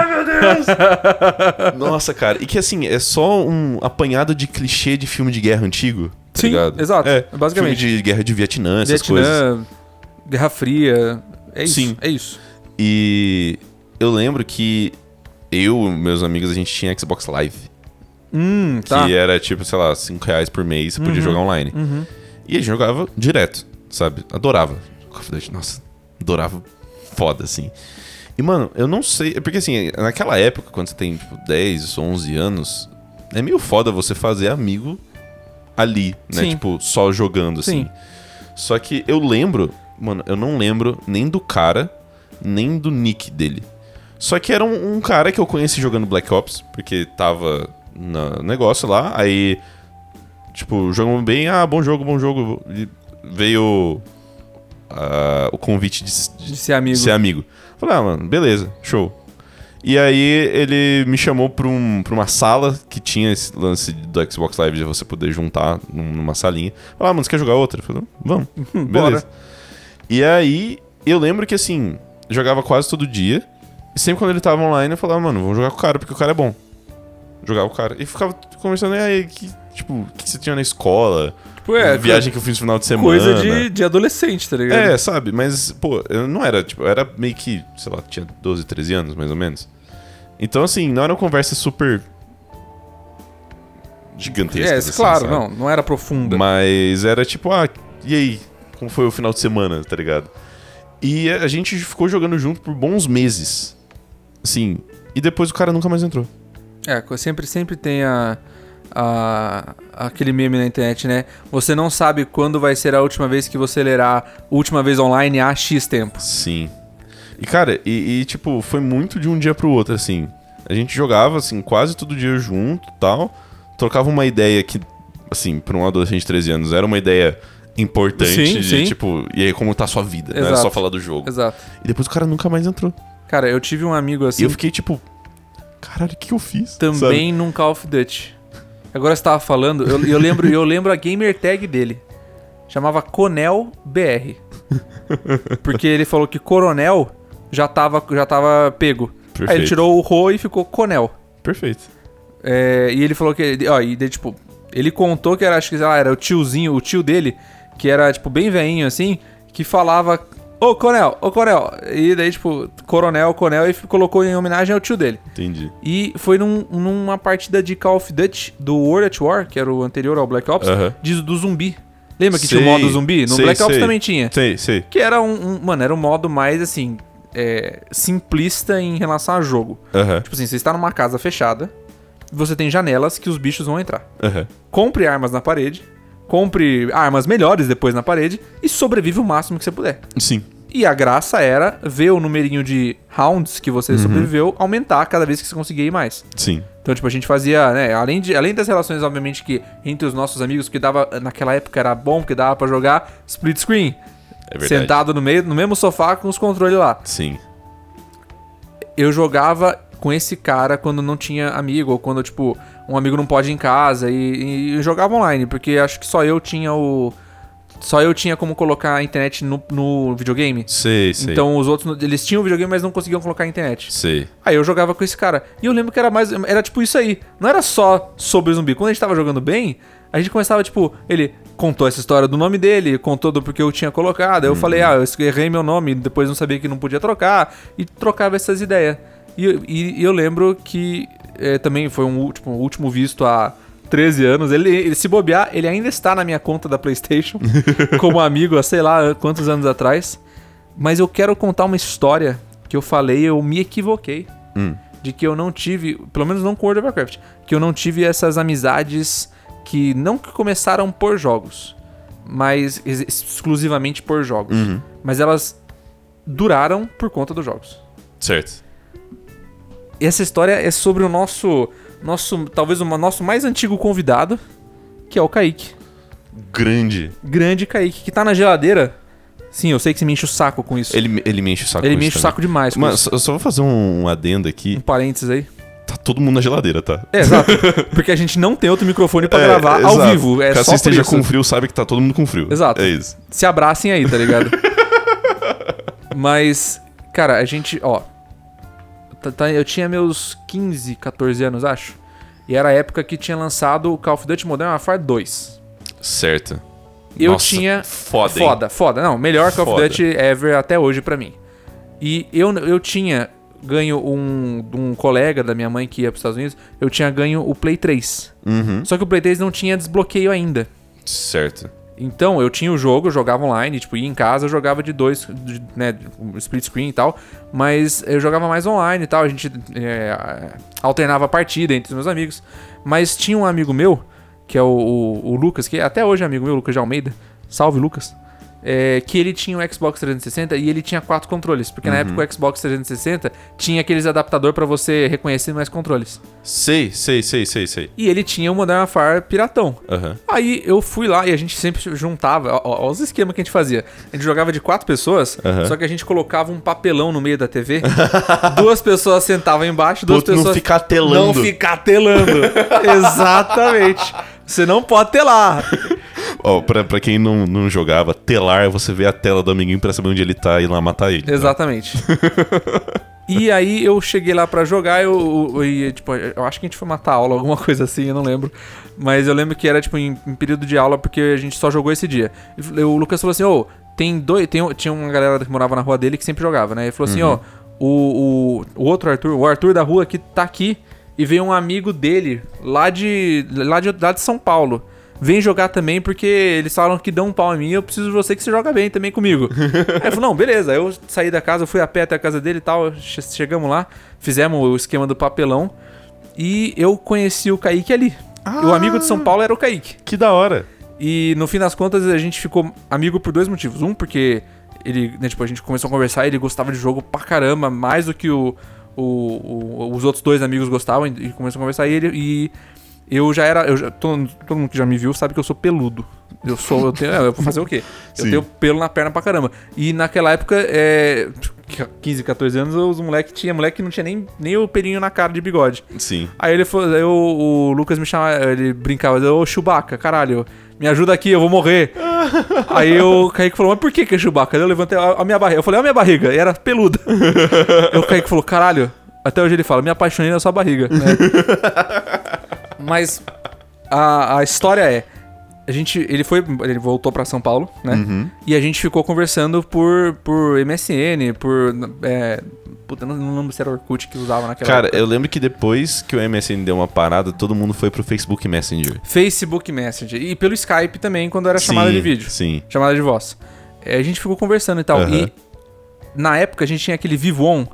Speaker 2: Nossa, cara. E que assim, é só um apanhado de clichê de filme de guerra antigo. Tá
Speaker 1: Sim,
Speaker 2: ligado?
Speaker 1: exato.
Speaker 2: É,
Speaker 1: Basicamente.
Speaker 2: Filme de guerra de Vietnã, essas coisas.
Speaker 1: Vietnã, Guerra Fria. É isso.
Speaker 2: Sim.
Speaker 1: É isso.
Speaker 2: E eu lembro que eu e meus amigos, a gente tinha Xbox Live.
Speaker 1: Hum, tá. Uhum.
Speaker 2: Que era tipo, sei lá, 5 reais por mês, você podia jogar online. E a gente jogava direto, sabe? Adorava. Call of Duty, nossa, adorava foda, assim. E, mano, eu não sei. é Porque, assim, naquela época, quando você tem, tipo, 10 ou 11 anos, é meio foda você fazer amigo ali, né?
Speaker 1: Sim.
Speaker 2: Tipo, só jogando, assim.
Speaker 1: Sim.
Speaker 2: Só que eu lembro, mano, eu não lembro nem do cara, nem do nick dele. Só que era um, um cara que eu conheci jogando Black Ops, porque tava no negócio lá, aí, tipo, jogamos bem, ah, bom jogo, bom jogo. E veio ah, o convite de, s- de
Speaker 1: De ser amigo.
Speaker 2: ser amigo. Falei, ah, mano, beleza, show. E aí ele me chamou pra, um, pra uma sala que tinha esse lance do Xbox Live de você poder juntar num- numa salinha. Falei, ah, mano, você quer jogar outra? Eu falei, vamos, beleza. E aí eu lembro que assim, eu jogava quase todo dia. E sempre quando ele tava online, eu falava, mano, vamos jogar com o cara, porque o cara é bom. Jogava com o cara. E ficava conversando, e aí, que, tipo, o que você tinha na escola?
Speaker 1: Tipo, é,
Speaker 2: viagem que eu fiz no final de semana.
Speaker 1: coisa de, de adolescente, tá ligado?
Speaker 2: É, sabe? Mas, pô, eu não era, tipo, eu era meio que, sei lá, tinha 12, 13 anos, mais ou menos. Então, assim, não era uma conversa super gigantesca.
Speaker 1: É,
Speaker 2: assim,
Speaker 1: claro,
Speaker 2: sabe?
Speaker 1: não, não era profunda.
Speaker 2: Mas era tipo, ah, e aí? Como foi o final de semana, tá ligado? E a gente ficou jogando junto por bons meses. Assim, e depois o cara nunca mais entrou.
Speaker 1: É, co- sempre, sempre tem a, a- aquele meme na internet, né? Você não sabe quando vai ser a última vez que você lerá última vez online há X tempo.
Speaker 2: Sim. E, cara, e, e, tipo, foi muito de um dia pro outro, assim. A gente jogava, assim, quase todo dia junto tal. Trocava uma ideia que, assim, pra um adolescente de 13 anos era uma ideia importante
Speaker 1: Sim,
Speaker 2: de,
Speaker 1: sim.
Speaker 2: tipo, e aí como tá a sua vida, não era
Speaker 1: Exato.
Speaker 2: só falar do jogo.
Speaker 1: Exato.
Speaker 2: E depois o cara nunca mais entrou.
Speaker 1: Cara, eu tive um amigo assim
Speaker 2: E eu fiquei, tipo, caralho, o que eu fiz?
Speaker 1: também
Speaker 2: Sabe?
Speaker 1: num Call of Duty. Agora você tava falando, eu, eu lembro, eu lembro a gamer tag dele. Chamava Conel BR. Porque ele falou que Coronel já tava, já tava pego. Aí ele
Speaker 2: Perfeito.
Speaker 1: tirou o Ro e ficou Conel.
Speaker 2: Perfeito.
Speaker 1: É, e ele falou que. Ó, e daí, tipo, ele contou que era, acho que sei lá, era o tiozinho, o tio dele, que era, tipo, bem veinho assim, que falava. Ô, Coronel, ô, Coronel. E daí, tipo, Coronel, Coronel, e colocou em homenagem ao tio dele.
Speaker 2: Entendi.
Speaker 1: E foi num- numa partida de Call of Duty do World at War, que era o anterior ao Black Ops,
Speaker 2: Aham.
Speaker 1: de- do zumbi. Lembra que
Speaker 2: Sei,
Speaker 1: tinha o modo zumbi? No
Speaker 2: sei,
Speaker 1: Black Ops
Speaker 2: sei.
Speaker 1: também tinha.
Speaker 2: Sei, sei.
Speaker 1: Que era um, um- Mano, era um modo mais assim. é, simplista em relação a jogo.
Speaker 2: Aham,
Speaker 1: Tipo assim, você está numa casa fechada, você tem janelas que os bichos vão entrar.
Speaker 2: aham.
Speaker 1: Compre armas na parede, compre armas melhores depois na parede e sobrevive o máximo que você puder.
Speaker 2: Sim.
Speaker 1: E a graça era ver o numerinho de rounds que
Speaker 2: Uhum.
Speaker 1: você sobreviveu aumentar cada vez que você conseguia ir mais.
Speaker 2: Sim.
Speaker 1: Então, tipo, a gente fazia, né, além, de, além das relações, obviamente, que entre os nossos amigos, que dava, naquela época era bom, porque dava pra jogar split screen.
Speaker 2: É verdade.
Speaker 1: sentado no meio, no mesmo sofá com os controles lá.
Speaker 2: Sim.
Speaker 1: eu jogava com esse cara quando não tinha amigo, ou quando, tipo, um amigo não pode ir em casa, e, e eu jogava online, porque acho que só eu tinha o. Só eu tinha como colocar a internet no, no videogame.
Speaker 2: Sei, sei.
Speaker 1: Então os outros, não- eles tinham videogame, mas não conseguiam colocar a internet.
Speaker 2: Sei.
Speaker 1: Aí eu jogava com esse cara. E eu lembro que era mais. Era tipo isso aí. Não era só sobre zumbi. Quando a gente tava jogando bem, a gente começava, tipo, ele contou essa história do nome dele, contou do porque eu tinha colocado. Aí eu falei, ah, eu errei meu nome, depois não sabia que não podia trocar. E trocava essas ideias. E, e- e eu lembro que é, também foi um último, um último visto há 13 anos. Ele, ele- se bobear, ele ainda está na minha conta da PlayStation, como amigo, há sei lá quantos anos atrás. Mas eu quero contar uma história que eu falei, eu me equivoquei
Speaker 2: Hum.
Speaker 1: de que eu não tive, pelo menos não com World of Warcraft, que eu não tive essas amizades que não que começaram por jogos, mas ex- exclusivamente por jogos.
Speaker 2: Hum. uhum.
Speaker 1: Mas elas duraram por conta dos jogos.
Speaker 2: Certo.
Speaker 1: E essa história é sobre o nosso, nosso talvez o nosso mais antigo convidado, que é o Kaique.
Speaker 2: Grande.
Speaker 1: Grande Kaique, que tá na geladeira. Sim, eu sei que você me enche o saco com isso. Ele,
Speaker 2: Ele, me- ele me enche o saco. com
Speaker 1: me
Speaker 2: isso
Speaker 1: enche o
Speaker 2: também.
Speaker 1: saco demais. com
Speaker 2: Mano,
Speaker 1: isso.
Speaker 2: só, só vou fazer um adendo
Speaker 1: um
Speaker 2: aqui.
Speaker 1: parênteses aí.
Speaker 2: Tá todo mundo na geladeira, tá?
Speaker 1: É, exato. Porque a gente não tem outro microfone pra
Speaker 2: É,
Speaker 1: gravar
Speaker 2: é,
Speaker 1: ao
Speaker 2: exato.
Speaker 1: vivo. É só
Speaker 2: Caso você
Speaker 1: por
Speaker 2: esteja
Speaker 1: isso.
Speaker 2: com frio, sabe que tá todo mundo com frio.
Speaker 1: Exato.
Speaker 2: É isso.
Speaker 1: se abracem aí, tá ligado? Mas, cara, a gente, ó. tá- tá- eu tinha meus 15, 14 anos, acho. E era a época que tinha lançado o Call of Duty Modern Warfare 2.
Speaker 2: Certo.
Speaker 1: Eu
Speaker 2: Nossa,
Speaker 1: tinha.
Speaker 2: Foda, hein?
Speaker 1: Foda, foda. Não, melhor Call of
Speaker 2: Foda.
Speaker 1: Duty ever até hoje pra mim. E eu, eu tinha ganho um, de um colega da minha mãe que ia pros Estados Unidos, eu tinha ganho o Play 3.
Speaker 2: Uhum.
Speaker 1: Só que o Play 3 não tinha desbloqueio ainda.
Speaker 2: Certo.
Speaker 1: Então, eu tinha o jogo, eu jogava online, tipo, ia em casa, eu jogava de dois, de, né, um split screen e tal, mas eu jogava mais online e tal, a gente é, alternava a partida entre os meus amigos. Mas tinha um amigo meu, que é o, o- o Lucas, que até hoje é amigo meu, Lucas de Almeida, salve Lucas, é, que ele tinha o Xbox 360 e ele tinha quatro controles. Porque na época o Xbox 360 tinha aqueles adaptador pra você reconhecer mais controles.
Speaker 2: Sei, sei, sei, sei, sei.
Speaker 1: E ele tinha o Modern Warfare piratão.
Speaker 2: Aham.
Speaker 1: Aí eu fui lá e a gente sempre juntava. Ó, ó, ó os esquemas que a gente fazia. A gente jogava de quatro pessoas,
Speaker 2: Aham.
Speaker 1: só que a gente colocava um papelão no meio da TV. duas pessoas sentavam embaixo, duas
Speaker 2: outro não
Speaker 1: pessoas.
Speaker 2: ficar telando.
Speaker 1: Não ficar telando. Exatamente. Você não pode telar.
Speaker 2: Ó, pra, pra quem não, não jogava, telar é você ver a tela do amiguinho pra saber onde ele tá e ir lá matar ele.
Speaker 1: Exatamente. E aí eu cheguei lá pra jogar, eu, eu- eu ia, tipo, eu acho que a gente foi matar a aula, alguma coisa assim, eu não lembro. Mas eu lembro que era, tipo, em, em período de aula, porque a gente só jogou esse dia. E f- o Lucas falou assim, ô, tem dois. Tem, um- tinha uma galera que morava na rua dele que sempre jogava, né? Ele falou assim, ó, o, o, o outro Arthur, o Arthur da rua que tá aqui, e veio um amigo dele, lá de. lá de, lá de São Paulo. Vem jogar também, porque eles falam que dão um pau em mim, eu preciso de você que você joga bem também comigo. Aí eu falei, não, beleza. Aí eu saí da casa, eu fui a pé até a casa dele e tal. che- Chegamos lá, fizemos o esquema do papelão. E eu conheci o Kaique ali. E O amigo de São Paulo era o Kaique.
Speaker 2: Que da hora.
Speaker 1: E no fim das contas a gente ficou amigo por dois motivos. Um, porque ele, né, tipo, a gente começou a conversar e ele gostava de jogo pra caramba, mais do que o, o- o- os outros dois amigos gostavam, e começou a conversar e ele. E eu já era. Eu já- todo, todo mundo que já me viu sabe que eu sou peludo. Eu sou, eu tenho. é, Eu vou fazer o quê? Eu
Speaker 2: Sim.
Speaker 1: tenho pelo na perna pra caramba. E naquela época, é. 15, 14 anos, os moleque tinha moleque que não tinha nem, nem o pelinho na cara de bigode.
Speaker 2: Sim.
Speaker 1: Aí ele foi, aí o, o Lucas me chamava, ele brincava, ô Chewbacca, caralho, me ajuda aqui, eu vou morrer. aí o Kaique falou, mas por que que é Chewbacca? Daí Eu levantei a, a minha barriga, eu falei, ó a minha barriga, e era peluda. aí o Kaique falou, caralho, até hoje ele fala, me apaixonei na sua barriga. né? mas a, a história é, a gente, ele foi, ele voltou pra São Paulo, né? E a gente ficou conversando por, por MSN, por, é, puta, não, não lembro se era Orkut que usava naquela
Speaker 2: Cara, eu lembro que depois que o MSN deu uma parada, todo mundo foi pro Facebook Messenger.
Speaker 1: Facebook Messenger e pelo Skype também quando era chamada
Speaker 2: Sim,
Speaker 1: de vídeo,
Speaker 2: Sim.
Speaker 1: chamada de voz. É, a gente ficou conversando e tal.
Speaker 2: Aham.
Speaker 1: E na época a gente tinha aquele Vivo On,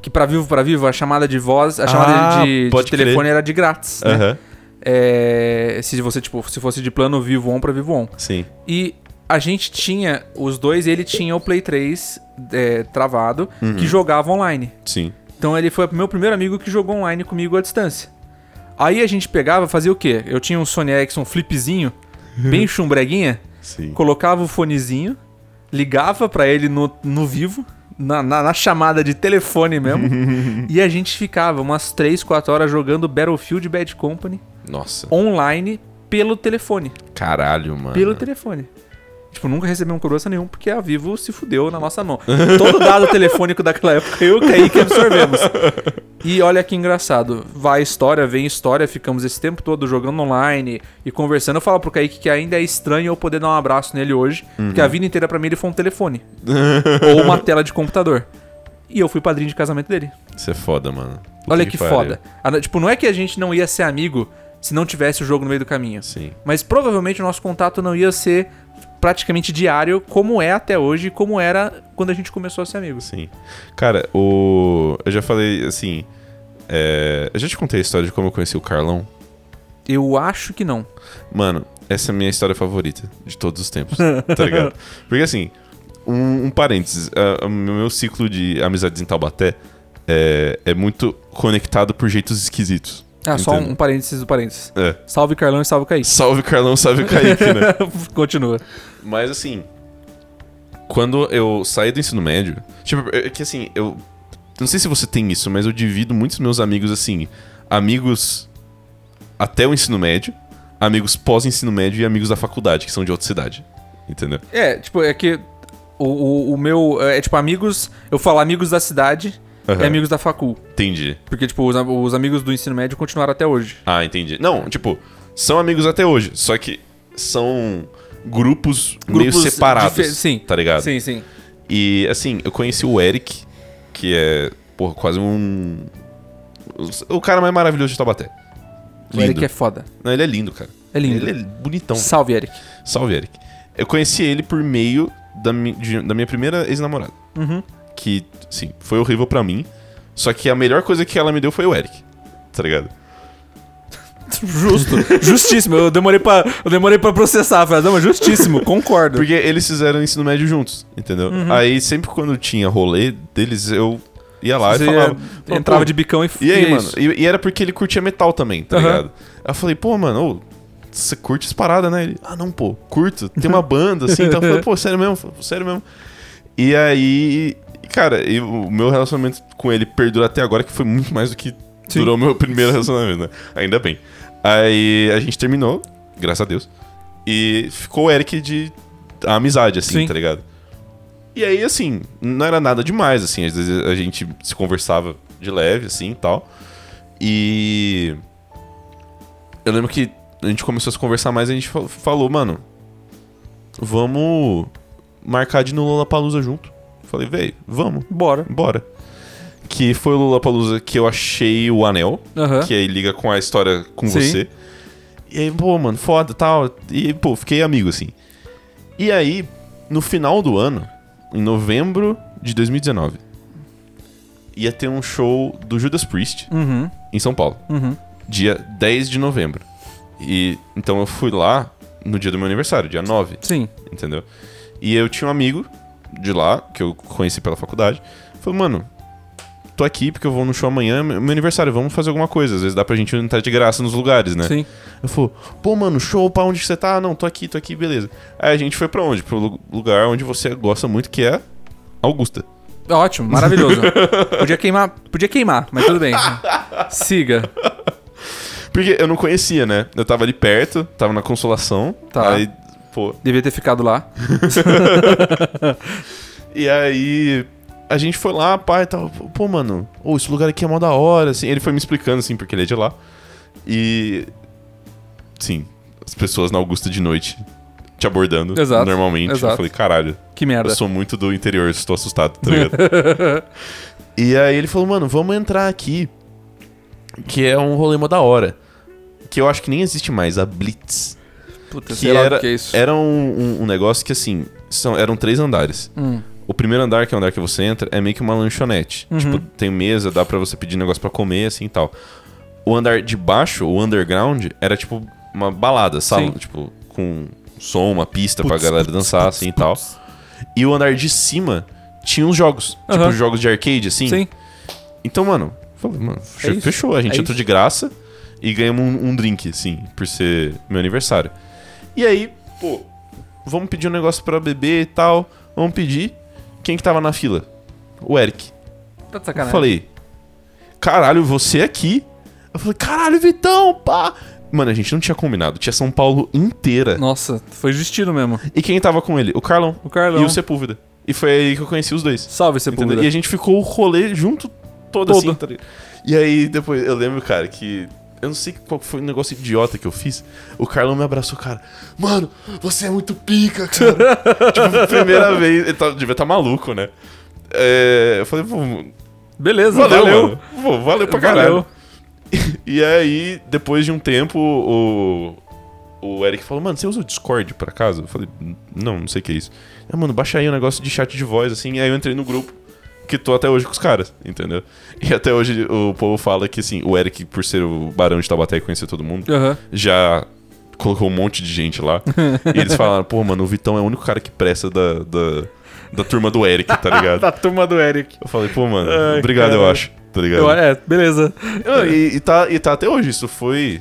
Speaker 1: que pra vivo pra vivo a chamada de voz, a
Speaker 2: Ah,
Speaker 1: chamada de, de
Speaker 2: pode crer.
Speaker 1: telefone era de grátis, né?
Speaker 2: Aham.
Speaker 1: É, se você tipo, se fosse de plano Vivo On pra Vivo On.
Speaker 2: Sim.
Speaker 1: E a gente tinha os dois, ele tinha o Play 3 é, travado
Speaker 2: Uhum.
Speaker 1: que jogava online.
Speaker 2: Sim.
Speaker 1: Então ele foi o meu primeiro amigo que jogou online comigo à distância. Aí a gente pegava e fazia o quê? Eu tinha um Sony Ericsson flipzinho, bem chumbreguinha,
Speaker 2: Sim.
Speaker 1: colocava o fonezinho, ligava pra ele no, no vivo, na, na- na chamada de telefone mesmo, e a gente ficava umas 3, 4 horas jogando Battlefield Bad Company
Speaker 2: Nossa.
Speaker 1: online pelo telefone.
Speaker 2: Caralho, mano.
Speaker 1: Pelo telefone. Tipo, nunca recebemos coroação nenhum, porque a Vivo se fudeu na nossa mão. Todo dado telefônico daquela época eu caí que absorvemos. E olha que engraçado. Vai história, vem história, ficamos esse tempo todo jogando online e conversando. Eu falo pro Kaique que ainda é estranho eu poder dar um abraço nele hoje, porque a vida inteira pra mim ele foi um telefone. ou uma tela de computador. E eu fui padrinho de casamento dele.
Speaker 2: Isso é foda, mano. Puta
Speaker 1: olha que,
Speaker 2: pariu.
Speaker 1: foda. Ah, Tipo, não é que a gente não ia ser amigo se não tivesse o jogo no meio do caminho.
Speaker 2: Sim.
Speaker 1: Mas provavelmente o nosso contato não ia ser praticamente diário, como é até hoje, como era quando a gente começou a ser amigos.
Speaker 2: Sim. Cara, o. Eu já falei assim. é, Eu já te contei a história de como eu conheci o Carlão.
Speaker 1: Eu acho que não.
Speaker 2: Mano, essa é a minha história favorita de todos os tempos, tá ligado? Porque assim, um, um parênteses, a- a- o meu ciclo de amizades em Taubaté é, é muito conectado por jeitos esquisitos.
Speaker 1: Ah, só
Speaker 2: Entendo.
Speaker 1: um, um parênteses do parênteses.
Speaker 2: É.
Speaker 1: Salve Carlão e salve Kaique.
Speaker 2: Salve Carlão, salve Kaique, né?
Speaker 1: Continua.
Speaker 2: Mas assim, quando eu saí do ensino médio, tipo, é que assim, eu não sei se você tem isso, mas eu divido muitos meus amigos assim, amigos até o ensino médio, amigos pós ensino médio e amigos da faculdade, que são de outra cidade. Entendeu?
Speaker 1: É, tipo, é que o, o, o meu. É tipo, amigos. Eu falo amigos da cidade
Speaker 2: Aham.
Speaker 1: e amigos da facul.
Speaker 2: Entendi.
Speaker 1: Porque, tipo, os, am- os amigos do ensino médio continuaram até hoje.
Speaker 2: Ah, entendi. Não, tipo, são amigos até hoje, só que são grupos, meio
Speaker 1: Grupos
Speaker 2: separados.
Speaker 1: dife- sim.
Speaker 2: Tá ligado?
Speaker 1: Sim, sim.
Speaker 2: E assim, eu conheci o Eric, que é, porra, quase um. O cara mais maravilhoso de Taubaté.
Speaker 1: O Eric
Speaker 2: Lindo.
Speaker 1: é foda.
Speaker 2: Não, ele é lindo, cara.
Speaker 1: É lindo.
Speaker 2: Ele é bonitão.
Speaker 1: Salve, Eric.
Speaker 2: Salve, Eric. Eu conheci ele por meio da, mi- de- da minha primeira ex-namorada.
Speaker 1: Uhum.
Speaker 2: Que, sim, foi horrível pra mim. Só que a melhor coisa que ela me deu foi o Eric. Tá ligado?
Speaker 1: Justo. justíssimo. Eu demorei pra, eu demorei pra processar. Falei, não, mas justíssimo, concordo.
Speaker 2: Porque eles fizeram ensino médio juntos, entendeu?
Speaker 1: Uhum.
Speaker 2: Aí sempre quando tinha rolê deles, eu ia lá
Speaker 1: Você é,
Speaker 2: e falava. "Pô,
Speaker 1: entrava
Speaker 2: pô,
Speaker 1: de bicão e
Speaker 2: E
Speaker 1: e
Speaker 2: aí,
Speaker 1: é
Speaker 2: mano?
Speaker 1: isso.
Speaker 2: E, e era porque ele curtia metal também, tá
Speaker 1: Aham.
Speaker 2: ligado? Aí eu falei, pô, mano, ô, você curte as paradas, né? Ele, ah, não, pô, curto. Tem uma banda, assim. Então eu falei, pô, sério mesmo? Falei, Sério mesmo. E aí, cara, e o meu relacionamento com ele perdura até agora, que foi muito mais do que
Speaker 1: Sim.
Speaker 2: durou o meu primeiro relacionamento, né? Ainda bem. Aí a gente terminou, graças a Deus. E ficou o Eric de amizade, assim,
Speaker 1: Sim.
Speaker 2: tá ligado? E aí, assim, não era nada demais, assim. Às vezes a gente se conversava de leve, assim, e tal. E... Eu lembro que a gente começou a se conversar mais e a gente fa- falou, mano... Vamos marcar de ir no Lollapalooza junto. Falei, véi, vamos,
Speaker 1: Bora.
Speaker 2: bora. Que foi o Lollapalooza que eu achei o anel
Speaker 1: Aham.
Speaker 2: que aí liga com a história com
Speaker 1: Sim.
Speaker 2: você. E aí, pô, mano, foda tal. E, pô, fiquei amigo, assim. E aí, no final do ano, em novembro de 2019, ia ter um show do Judas Priest
Speaker 1: Uhum,
Speaker 2: em São Paulo,
Speaker 1: uhum.
Speaker 2: dia 10 de novembro. E então eu fui lá no dia do meu aniversário, dia 9
Speaker 1: Sim.
Speaker 2: entendeu? E eu tinha um amigo de lá, que eu conheci pela faculdade, falou, mano, tô aqui porque eu vou no show amanhã, é meu aniversário, vamos fazer alguma coisa. Às vezes dá pra gente entrar de graça nos lugares, né?
Speaker 1: Sim.
Speaker 2: Eu falou, pô, mano, show, pra onde que você tá? "Ah, Não, tô aqui, tô aqui, beleza. Aí a gente foi pra onde? Pro lu- lugar onde você gosta muito, que é Augusta.
Speaker 1: Ótimo, maravilhoso. podia queimar, podia queimar, mas tudo bem. Siga.
Speaker 2: Porque eu não conhecia, né? Eu tava ali perto, tava na Consolação,
Speaker 1: Tá.
Speaker 2: aí, pô,
Speaker 1: Devia ter ficado lá.
Speaker 2: E aí a gente foi lá, pai, tava, pô, mano, ô, esse lugar aqui é mó da hora, assim. Ele foi me explicando, assim, porque ele é de lá. E. Sim, as pessoas na Augusta de noite te abordando
Speaker 1: Exato,
Speaker 2: normalmente.
Speaker 1: exato.
Speaker 2: Eu falei, caralho,
Speaker 1: Que merda.
Speaker 2: eu sou muito do interior, estou assustado, tá ligado? e aí ele falou, mano, vamos entrar aqui, que é um rolê mó da hora. Que eu acho que nem existe mais, a Blitz
Speaker 1: Puta,
Speaker 2: que
Speaker 1: sei lá
Speaker 2: era,
Speaker 1: o que é isso.
Speaker 2: era um, um- um negócio que, assim, são, eram três andares.
Speaker 1: Hum. Uhum.
Speaker 2: O primeiro andar, que é o andar que você entra, é meio que uma lanchonete. Tipo, tem mesa, dá pra você pedir negócio pra comer, assim e tal. O andar de baixo, o underground, era tipo uma balada, sala,
Speaker 1: Sim.
Speaker 2: tipo, com som, uma pista pra
Speaker 1: Putz,
Speaker 2: galera dançar, assim e tal. E o andar de cima tinha uns jogos, tipo
Speaker 1: Aham.
Speaker 2: jogos de arcade, assim.
Speaker 1: Sim.
Speaker 2: Então, mano, falei, mano,
Speaker 1: É isso.
Speaker 2: fechou. A gente
Speaker 1: É
Speaker 2: entrou de graça e ganhamos um, um drink, sim, por ser meu aniversário. E aí, pô, vamos pedir um negócio pra beber e tal. Vamos pedir. Quem que tava na fila? O Eric.
Speaker 1: Tá de
Speaker 2: Eu
Speaker 1: sacanagem.
Speaker 2: falei, caralho, você aqui? Eu falei, caralho, Vitão, pá. Mano, a gente não tinha combinado. Tinha São Paulo inteira.
Speaker 1: Nossa, foi destino mesmo.
Speaker 2: E quem tava com ele? O Carlão.
Speaker 1: O Carlão.
Speaker 2: E o Sepúlveda. E foi aí que eu conheci os dois.
Speaker 1: Salve,
Speaker 2: Entendeu?
Speaker 1: Sepúlveda.
Speaker 2: E a gente ficou o rolê junto todo,
Speaker 1: Todo.
Speaker 2: assim, tá ligado? E aí depois, eu lembro, cara, que. Eu não sei qual foi o negócio idiota que eu fiz. O Carlão me abraçou, cara. Mano, você é muito pica, cara. tipo, primeira vez. Ele tá- devia estar maluco, né? É, eu falei, pô, valeu,
Speaker 1: Beleza,
Speaker 2: valeu.
Speaker 1: valeu.
Speaker 2: Mano. Pô, valeu pra caralho.
Speaker 1: Valeu.
Speaker 2: E aí, depois de um tempo, o. O Eric falou, mano, você usa o Discord por acaso? Eu falei, não, não sei o que é isso. Ah, mano, baixa aí um negócio de chat de voz, assim. Aí eu entrei no grupo, que tô até hoje com os caras, entendeu? E até hoje o povo fala que, assim, o Eric, por ser o barão de Taubaté e conhecer todo mundo,
Speaker 1: Aham.
Speaker 2: já colocou um monte de gente lá. e eles falaram, pô, mano, o Vitão é o único cara que presta da, da, da turma do Eric, tá ligado?
Speaker 1: Da turma do Eric.
Speaker 2: Eu falei, pô, mano,
Speaker 1: Ai,
Speaker 2: obrigado, eu
Speaker 1: cara.
Speaker 2: acho, tá ligado?
Speaker 1: Eu, é, beleza.
Speaker 2: Não,
Speaker 1: É.
Speaker 2: e, e tá, e tá até hoje, isso foi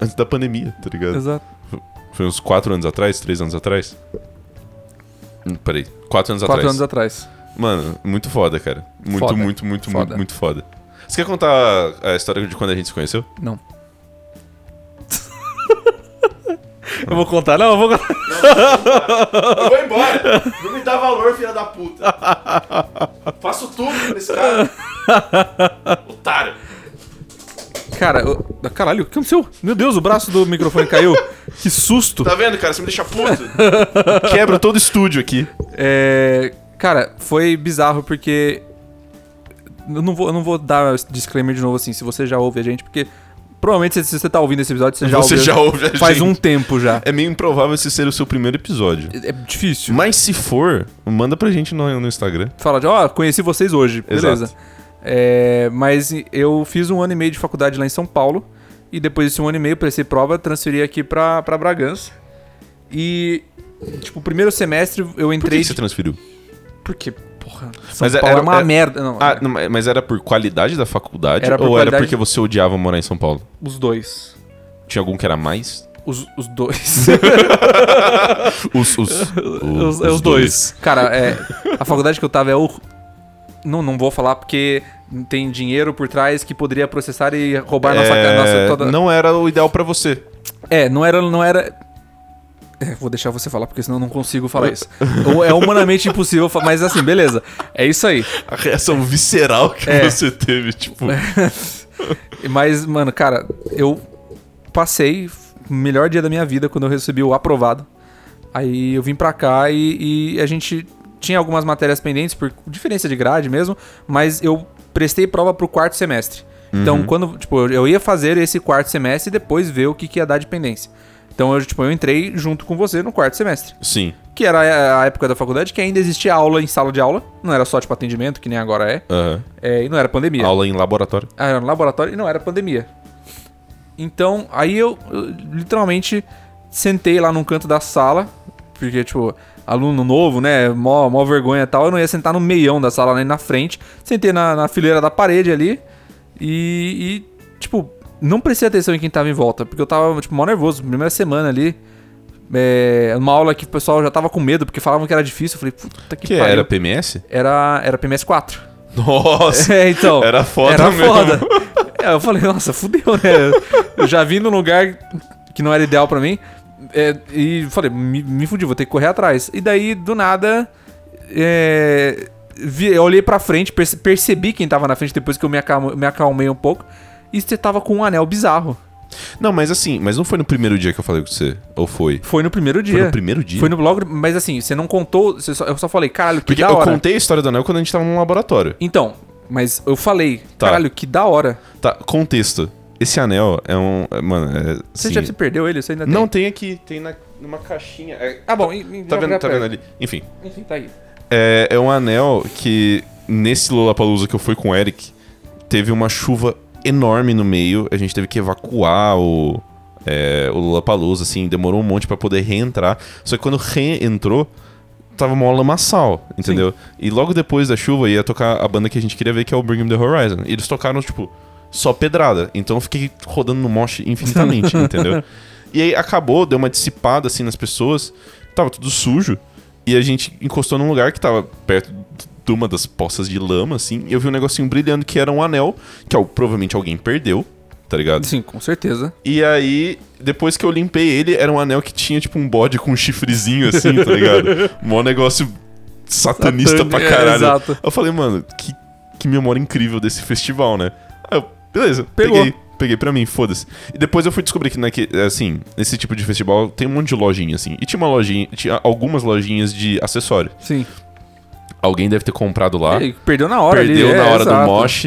Speaker 2: antes da pandemia, tá ligado?
Speaker 1: Exato.
Speaker 2: Foi uns 4 anos atrás, 3 anos atrás. Hum, Peraí, 4 anos
Speaker 1: Quatro
Speaker 2: atrás.
Speaker 1: anos atrás.
Speaker 2: Mano, muito foda, cara. Muito,
Speaker 1: Foda.
Speaker 2: muito, muito,
Speaker 1: Foda.
Speaker 2: muito, muito foda. Você quer contar a história de quando a gente se conheceu?
Speaker 1: Não. eu vou contar, não, eu vou contar.
Speaker 2: Eu vou embora! Não me dá valor, filha da puta! Faço tudo pra esse cara! Otário!
Speaker 1: Cara, eu- caralho, o que aconteceu? Meu Deus, o braço do microfone caiu. que susto.
Speaker 2: Tá vendo, cara? Você me deixa puto! Quebra todo estúdio aqui.
Speaker 1: É, cara, foi bizarro porque. Eu não, vou, eu não vou dar disclaimer de novo assim, se você já ouve a gente, porque provavelmente se se você tá ouvindo esse episódio, você já
Speaker 2: Você
Speaker 1: ouve.
Speaker 2: já ouve a
Speaker 1: faz
Speaker 2: gente.
Speaker 1: um tempo já.
Speaker 2: É meio improvável esse ser o seu primeiro episódio.
Speaker 1: É, é difícil.
Speaker 2: Mas se for, manda pra gente no, no Instagram.
Speaker 1: Fala de, ó, conheci vocês hoje,
Speaker 2: Exato.
Speaker 1: beleza. É, mas eu fiz um ano e meio de faculdade lá em São Paulo. E depois desse um ano e meio, prestei prova, transferi aqui pra, pra Bragança. E, tipo, o primeiro semestre eu
Speaker 2: Por que,
Speaker 1: entrei.
Speaker 2: que você transferiu?
Speaker 1: Porque, porra, São
Speaker 2: Mas
Speaker 1: Paulo
Speaker 2: era-
Speaker 1: é uma
Speaker 2: era-
Speaker 1: merda. Não,
Speaker 2: Ah, não, mas era por qualidade da faculdade
Speaker 1: Era por
Speaker 2: ou era
Speaker 1: qualidade-
Speaker 2: porque você odiava morar em São Paulo?
Speaker 1: os dois.
Speaker 2: Tinha algum que era mais?
Speaker 1: Os, os dois.
Speaker 2: Os, os, os,
Speaker 1: os, é os dois. Cara, é, a faculdade que eu tava é o. Não, não vou falar porque tem dinheiro por trás que poderia processar e roubar Ah, nossa,
Speaker 2: É,
Speaker 1: ca- nossa toda.
Speaker 2: Não era o ideal pra você.
Speaker 1: É, não era. Não era... É, vou deixar você falar, porque senão eu não consigo falar isso. Ou é humanamente impossível, fa- mas assim, beleza. É isso aí.
Speaker 2: A reação visceral que
Speaker 1: É.
Speaker 2: você teve, tipo.
Speaker 1: Mas, mano, cara, eu passei o melhor dia da minha vida quando eu recebi o aprovado. Aí eu vim pra cá e, e a gente tinha algumas matérias pendentes, por diferença de grade mesmo, mas eu prestei prova pro quarto semestre. Então, quando, tipo, eu- eu ia fazer esse quarto semestre e depois ver o que, que ia dar de pendência. Então, eu, tipo, eu entrei junto com você no quarto semestre.
Speaker 2: Sim.
Speaker 1: Que era a época da faculdade que ainda existia aula em sala de aula. Não era só, tipo, atendimento, que nem agora é.
Speaker 2: aham.
Speaker 1: é e não era pandemia.
Speaker 2: Aula em laboratório.
Speaker 1: Ah, era no laboratório e não era pandemia. Então, aí eu, eu literalmente sentei lá num canto da sala, porque, tipo, aluno novo, né? Mó, mó vergonha e tal. Eu não ia sentar no meião da sala, nem na frente. Sentei na, na fileira da parede ali e, e, tipo, não prestei atenção em quem tava em volta, porque eu tava, tipo, mó nervoso. Primeira semana ali. É, uma aula que o pessoal já tava com medo, porque falavam que era difícil. Eu falei, puta que,
Speaker 2: Que
Speaker 1: pariu.
Speaker 2: era PMS?
Speaker 1: Era, era PMS 4.
Speaker 2: Nossa!
Speaker 1: É, então.
Speaker 2: Era foda
Speaker 1: Era
Speaker 2: mesmo.
Speaker 1: foda. É, eu falei, nossa, fudeu, né? Eu já vim num lugar que não era ideal pra mim. é, e falei, me, me fudi, vou ter que correr atrás. E daí, do nada, é, vi- eu olhei pra frente, perce- percebi quem tava na frente depois que eu me, acalmo- me acalmei um pouco. E você tava com um anel bizarro.
Speaker 2: Não, mas assim, mas não foi no primeiro dia que eu falei com você. Ou foi?
Speaker 1: Foi no primeiro dia.
Speaker 2: Foi no primeiro dia?
Speaker 1: Foi no blog, mas assim, você não contou, você só- eu só falei, caralho, que
Speaker 2: Porque
Speaker 1: da
Speaker 2: eu
Speaker 1: hora.
Speaker 2: contei a história do anel quando a gente tava num laboratório.
Speaker 1: Então, mas eu falei,
Speaker 2: Tá.
Speaker 1: caralho, que da hora.
Speaker 2: Tá, contexto. Esse anel é um. é, Mano, é.
Speaker 1: Você
Speaker 2: assim,
Speaker 1: já se perdeu ele? Você ainda tem?
Speaker 2: Não, tem aqui, tem na, numa caixinha. É,
Speaker 1: Ah, bom, e- e-
Speaker 2: tá
Speaker 1: já-
Speaker 2: vendo,
Speaker 1: já
Speaker 2: tá
Speaker 1: pega.
Speaker 2: vendo ali? Enfim.
Speaker 1: Enfim, tá aí.
Speaker 2: É, é um anel que, nesse Lollapalooza que eu fui com o Eric, teve uma chuva enorme no meio. A gente teve que evacuar o, é, o Lollapalooza, assim. Demorou um monte pra poder reentrar. Só que quando reentrou, tava mó lamaçal, entendeu? E logo depois da chuva ia tocar a banda que a gente queria ver, que é o Bring Me The Horizon. E eles tocaram, tipo, só pedrada. Então eu fiquei rodando no mosh infinitamente, entendeu? E aí acabou, deu uma dissipada, assim, nas pessoas. Tava tudo sujo. E a gente encostou num lugar que tava perto de uma das poças de lama, assim. E eu vi um negocinho brilhando que era um anel, que ó, provavelmente alguém perdeu, tá ligado?
Speaker 1: Sim, com certeza.
Speaker 2: E aí, depois que eu limpei ele, era um anel que tinha tipo um bode com um chifrezinho assim, tá ligado? Mó negócio satanista
Speaker 1: Satânico,
Speaker 2: pra
Speaker 1: é,
Speaker 2: caralho.
Speaker 1: exato.
Speaker 2: Eu falei, mano, que, que memória incrível desse festival, né? Aí eu, beleza,
Speaker 1: Pegou.
Speaker 2: peguei. Peguei pra mim, foda-se. E depois eu fui descobrir que, né, que, assim, nesse tipo de festival tem um monte de lojinha, assim. E tinha uma lojinha, tinha algumas lojinhas de acessório.
Speaker 1: Sim.
Speaker 2: Alguém deve ter comprado lá,
Speaker 1: É, perdeu na hora
Speaker 2: perdeu
Speaker 1: ali. é,
Speaker 2: na hora
Speaker 1: exato.
Speaker 2: do mosh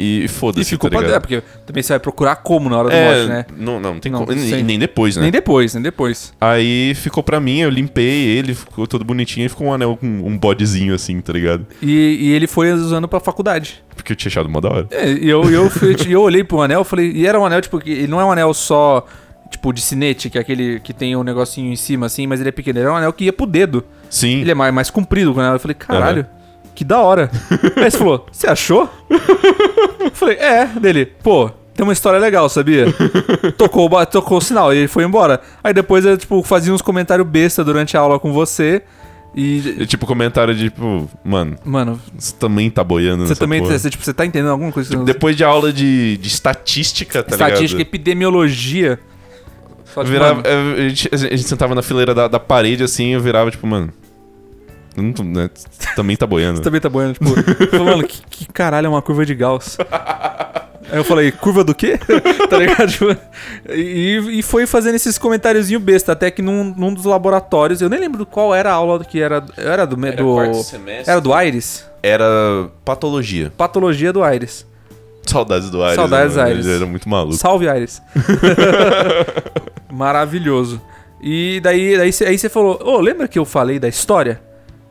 Speaker 2: e
Speaker 1: E
Speaker 2: foda-se, tá
Speaker 1: ficou pra
Speaker 2: ligado?
Speaker 1: dentro, porque também você vai procurar como na hora do
Speaker 2: É,
Speaker 1: mote, né?
Speaker 2: não, não, não tem
Speaker 1: Não,
Speaker 2: como. E
Speaker 1: sem-
Speaker 2: nem depois, né?
Speaker 1: Nem depois, nem depois.
Speaker 2: Aí ficou pra mim, eu limpei ele, ficou todo bonitinho e ficou um anel com um bodezinho assim, tá ligado?
Speaker 1: E, e ele foi usando pra faculdade.
Speaker 2: Porque eu tinha achado mó da hora.
Speaker 1: É, e eu, eu, fui- e eu olhei pro anel falei, e era um anel, tipo, que ele não é um anel só, tipo, de sinete, que é aquele que tem um negocinho em cima, assim, mas ele é pequeno. Era um anel que ia pro dedo.
Speaker 2: Sim.
Speaker 1: Ele é mais, mais comprido que o anel. Eu falei, caralho, que da hora. Aí você falou, você achou? Eu falei, é, dele, pô, tem uma história legal, sabia? Tocou, o ba- tocou o sinal e ele foi embora. Aí depois eu, tipo, fazia uns comentários besta durante a aula com você. E.
Speaker 2: É tipo comentário de tipo, mano,
Speaker 1: Mano,
Speaker 2: você também tá boiando
Speaker 1: você
Speaker 2: nessa
Speaker 1: também.
Speaker 2: porra.
Speaker 1: Você, tipo, você tá entendendo alguma coisa?
Speaker 2: Depois de aula de, de estatística, tá
Speaker 1: Estatística,
Speaker 2: ligado?
Speaker 1: epidemiologia. Só, tipo,
Speaker 2: Virava,
Speaker 1: mano,
Speaker 2: é, a, gente, a gente sentava na fileira da, da parede assim e eu virava tipo, mano, eu não tô- né, você também tá boiando.
Speaker 1: Você também tá boiando, tipo, eu falei, mano, que, que caralho é uma curva de Gauss? Aí eu falei, curva do quê? tá ligado? Tipo, E, e foi fazendo esses comentáriozinho besta, até que num, num dos laboratórios, eu nem lembro qual era a aula que era. Era do. Era é do,
Speaker 2: quarto semestre.
Speaker 1: era do Aires?
Speaker 2: Era patologia.
Speaker 1: Patologia do Aires.
Speaker 2: Saudades do Ares.
Speaker 1: Saudades
Speaker 2: mano,
Speaker 1: Ares.
Speaker 2: Ele era muito maluco.
Speaker 1: Salve, Aires. Maravilhoso. E daí daí você aí você falou, ô, lembra que eu falei da história?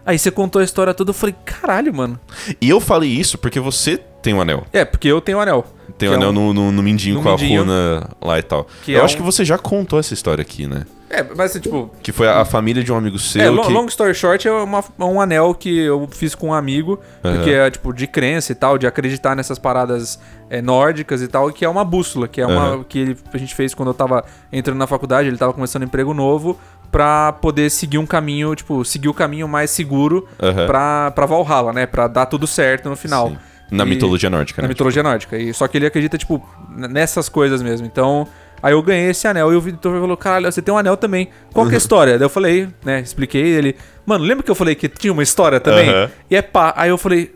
Speaker 1: Aí você contou a história toda, eu falei, caralho, mano.
Speaker 2: E eu falei isso porque você tem um anel.
Speaker 1: É, porque eu tenho anel.
Speaker 2: Tem
Speaker 1: Que é
Speaker 2: o anel
Speaker 1: um-
Speaker 2: no, no, no mindinho
Speaker 1: no
Speaker 2: com
Speaker 1: mindinho.
Speaker 2: a runa lá e tal.
Speaker 1: Que
Speaker 2: Eu
Speaker 1: é
Speaker 2: acho
Speaker 1: um-
Speaker 2: que você já contou essa história aqui, né?
Speaker 1: É, mas tipo,
Speaker 2: Que foi a, a família de um amigo seu
Speaker 1: É, lo-
Speaker 2: que...
Speaker 1: long story short, é uma- é um anel que eu fiz com um amigo,
Speaker 2: Aham.
Speaker 1: porque é tipo de crença e tal, de acreditar nessas paradas é, nórdicas e tal, que é uma bússola, que é uma
Speaker 2: Aham.
Speaker 1: que ele- a gente fez quando eu tava entrando na faculdade, ele tava começando um emprego novo, pra poder seguir um caminho, tipo, seguir o caminho mais seguro
Speaker 2: Aham.
Speaker 1: pra, pra Valhalla, né? Pra dar tudo certo no final.
Speaker 2: Sim. Na
Speaker 1: E-
Speaker 2: mitologia nórdica,
Speaker 1: Na
Speaker 2: né?
Speaker 1: mitologia nórdica. E, só que ele acredita, tipo, n- nessas coisas mesmo. Então, aí eu ganhei esse anel. E o Vitor falou, caralho, você tem um anel também. Qual que é a história? Daí eu falei, né, expliquei. Ele, mano, lembra que eu falei que tinha uma história também?
Speaker 2: Aham.
Speaker 1: E é pá. Aí eu falei,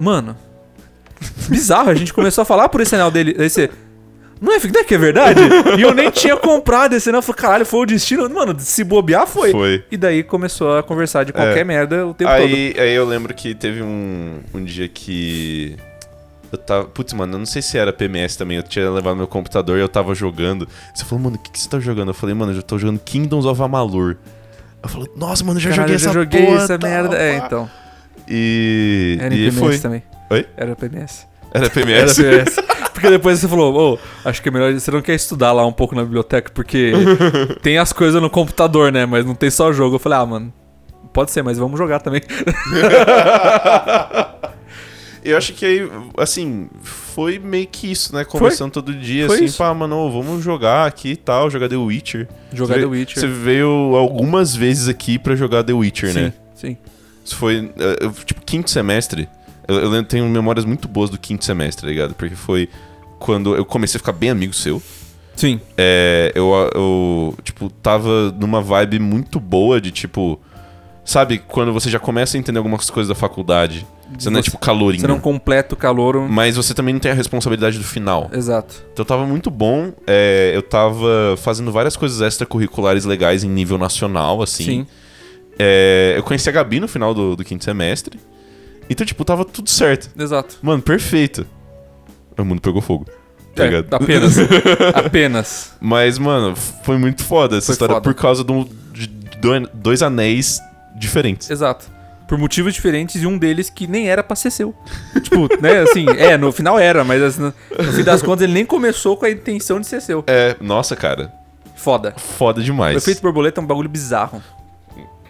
Speaker 1: mano, bizarro. A gente começou a falar por esse anel dele. Daí você... Não é, não é que é verdade? e eu nem tinha comprado esse anel. Eu falei, caralho, foi o destino. Mano, se bobear, foi.
Speaker 2: Foi.
Speaker 1: E daí começou a conversar de qualquer
Speaker 2: É.
Speaker 1: merda o tempo todo.
Speaker 2: Aí, aí eu lembro que teve um, um dia que. Eu tava. Putz, mano, eu não sei se era PMS também. Eu tinha levado meu computador e eu tava jogando. Você falou, mano, o que, que você tá jogando? Eu falei, mano, eu já tô jogando Kingdoms of Amalur. Eu falei, nossa, mano, eu já
Speaker 1: Caralho, eu
Speaker 2: joguei essa
Speaker 1: já joguei
Speaker 2: porra,
Speaker 1: essa
Speaker 2: tal,
Speaker 1: merda. É,
Speaker 2: pá.
Speaker 1: então.
Speaker 2: E.
Speaker 1: Era em
Speaker 2: e
Speaker 1: PMS
Speaker 2: foi.
Speaker 1: também.
Speaker 2: Oi?
Speaker 1: Era PMS.
Speaker 2: Era
Speaker 1: Era
Speaker 2: PMS?
Speaker 1: PMS. Porque depois você falou, ô, acho que é melhor. Você não quer estudar lá um pouco na biblioteca, porque tem as coisas no computador, né? Mas não tem só jogo. Eu falei, ah, mano, pode ser, mas vamos jogar também.
Speaker 2: Eu acho que aí, assim, foi meio que isso, né? Conversando todo dia,
Speaker 1: Foi
Speaker 2: assim,
Speaker 1: isso.
Speaker 2: pá, mano, vamos jogar aqui e tal, jogar The Witcher.
Speaker 1: Jogar
Speaker 2: Você
Speaker 1: The
Speaker 2: veio-
Speaker 1: Witcher.
Speaker 2: Você veio algumas vezes aqui pra jogar The Witcher,
Speaker 1: sim,
Speaker 2: né?
Speaker 1: sim.
Speaker 2: Isso foi, eh, eu- tipo, quinto semestre. Eu, eu lembro- tenho memórias muito boas do quinto semestre, tá ligado? Porque foi quando eu comecei a ficar bem amigo seu.
Speaker 1: Sim.
Speaker 2: É, eu, eu, tipo, tava numa vibe muito boa de, tipo... Sabe, quando você já começa a entender algumas coisas da faculdade. Você não é,
Speaker 1: Você-
Speaker 2: tipo, calorinho.
Speaker 1: Você não completa o calor.
Speaker 2: Mas você também não tem a responsabilidade do final.
Speaker 1: Exato.
Speaker 2: Então tava muito bom. é, eu tava fazendo várias coisas extracurriculares legais em nível nacional, assim.
Speaker 1: Sim.
Speaker 2: É, eu conheci a Gabi no final do, do quinto semestre. Então, tipo, tava tudo certo.
Speaker 1: Exato.
Speaker 2: Mano, perfeito. O mundo pegou fogo. Tá
Speaker 1: É,
Speaker 2: ligado?
Speaker 1: apenas. apenas.
Speaker 2: Mas, mano, foi muito foda essa
Speaker 1: Foi
Speaker 2: história
Speaker 1: foda.
Speaker 2: por causa do- de do- dois anéis diferentes.
Speaker 1: Exato. Por motivos diferentes e um deles que nem era pra ser seu. tipo, né, assim, é, no final era, mas assim, no, no fim das contas ele nem começou com a intenção de ser seu.
Speaker 2: É, nossa, cara.
Speaker 1: Foda.
Speaker 2: Foda demais.
Speaker 1: O efeito borboleta é um bagulho bizarro.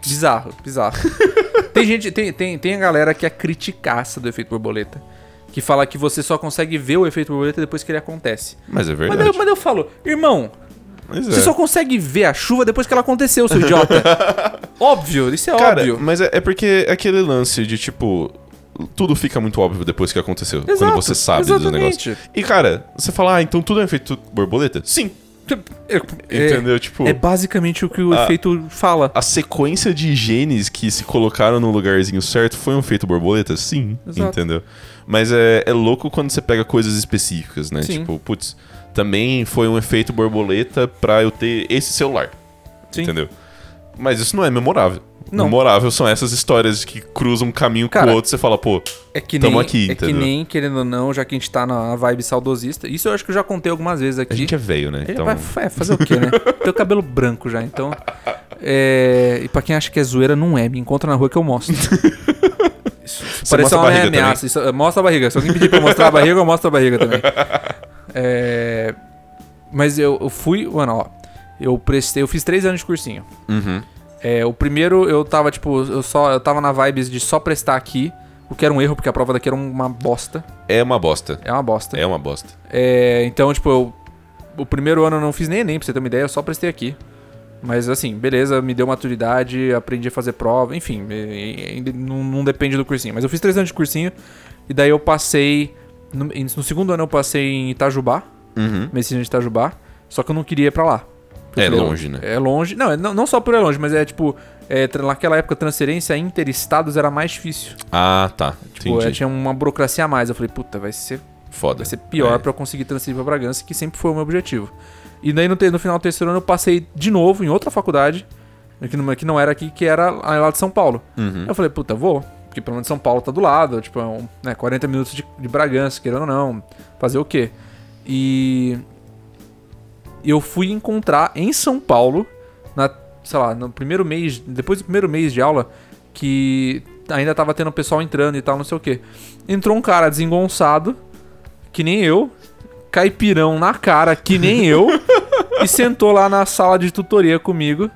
Speaker 1: Bizarro, bizarro. tem gente, tem, tem, tem a galera que é criticaça do efeito borboleta. Que fala que você só consegue ver o efeito borboleta depois que ele acontece.
Speaker 2: Mas é
Speaker 1: Mas
Speaker 2: verdade.
Speaker 1: eu, mas eu falo, irmão,
Speaker 2: Mas
Speaker 1: você
Speaker 2: é.
Speaker 1: só consegue ver a chuva depois que ela aconteceu, seu idiota. óbvio, isso é
Speaker 2: Cara,
Speaker 1: óbvio.
Speaker 2: mas é, é porque é aquele lance de tipo. Tudo fica muito óbvio depois que aconteceu. quando
Speaker 1: Exato,
Speaker 2: você sabe dos
Speaker 1: exatamente.
Speaker 2: negócios. E, cara, você fala, ah, então tudo é efeito borboleta? Sim.
Speaker 1: É-
Speaker 2: Entendeu? Tipo,
Speaker 1: É basicamente o que o
Speaker 2: Ah.
Speaker 1: efeito fala.
Speaker 2: a sequência de genes que se colocaram no lugarzinho certo foi um efeito borboleta? Sim.
Speaker 1: Exato.
Speaker 2: Entendeu? Mas é, é louco quando você pega coisas específicas, né?
Speaker 1: Sim.
Speaker 2: Tipo, putz, também foi um efeito borboleta pra eu ter esse celular.
Speaker 1: Sim.
Speaker 2: Entendeu? Mas isso não é memorável.
Speaker 1: Não.
Speaker 2: Memorável são essas histórias que cruzam um caminho com
Speaker 1: Cara,
Speaker 2: o outro e você fala, pô,
Speaker 1: É que
Speaker 2: Tamo
Speaker 1: nem,
Speaker 2: aqui,
Speaker 1: é que
Speaker 2: entendeu?
Speaker 1: nem, querendo ou não, já que a gente tá na vibe saudosista. Isso eu acho que eu já contei algumas vezes aqui.
Speaker 2: a gente é velho, né?
Speaker 1: Ele
Speaker 2: Então,
Speaker 1: vai fa- é, fazer o quê, né? Tem o cabelo branco já, então. É, e pra quem acha que é zoeira, não é. Me encontra na rua que eu mostro. Isso, isso parece
Speaker 2: mostra a
Speaker 1: uma
Speaker 2: barriga
Speaker 1: ameaça. Isso- mostra a barriga. Se alguém pedir pra eu mostrar a barriga, eu mostro a barriga também. É, mas eu, eu fui. Mano, ó. Eu prestei. Eu fiz três anos de cursinho.
Speaker 2: Uhum.
Speaker 1: É, o primeiro eu tava, tipo, eu só. Eu tava na vibes de só prestar aqui. O que era um erro, porque a prova daqui era uma bosta.
Speaker 2: é uma bosta.
Speaker 1: É uma bosta.
Speaker 2: É uma bosta.
Speaker 1: É, então, tipo, eu, o primeiro ano eu não fiz nem Enem, pra você ter uma ideia, eu só prestei aqui. Mas assim, beleza, me deu maturidade, aprendi a fazer prova, enfim, e- e- e não, não depende do cursinho. Mas eu fiz três anos de cursinho, e daí eu passei. No, em- no segundo ano eu passei em Itajubá,
Speaker 2: Uhum.
Speaker 1: medicina de Itajubá, só que eu não queria ir pra lá. Eu
Speaker 2: É
Speaker 1: falei,
Speaker 2: longe, né?
Speaker 1: É longe. Não, é- não, não só por é longe, mas é tipo, é, tra- naquela época transferência interestados era mais difícil.
Speaker 2: Ah, tá.
Speaker 1: Tipo, é,
Speaker 2: Entendi.
Speaker 1: tinha uma burocracia a mais. Eu falei, puta, vai ser
Speaker 2: Foda.
Speaker 1: Vai ser pior
Speaker 2: É.
Speaker 1: pra eu conseguir transferir pra Bragança, que sempre foi o meu objetivo. E daí no, te- no final do terceiro ano eu passei de novo em outra faculdade, que não, que não era aqui, que era lá lá de São Paulo.
Speaker 2: Uhum.
Speaker 1: Eu falei, puta, vou, porque pelo menos São Paulo tá do lado, tipo, é um, né, 40 minutos de, de Bragança, querendo ou não, fazer o quê? E eu fui encontrar em São Paulo, na, sei lá, no primeiro mês, depois do primeiro mês de aula, que ainda tava tendo pessoal entrando e tal, não sei o quê. Entrou um cara desengonçado, que nem eu, caipirão na cara, que nem eu, e sentou lá na sala de tutoria comigo.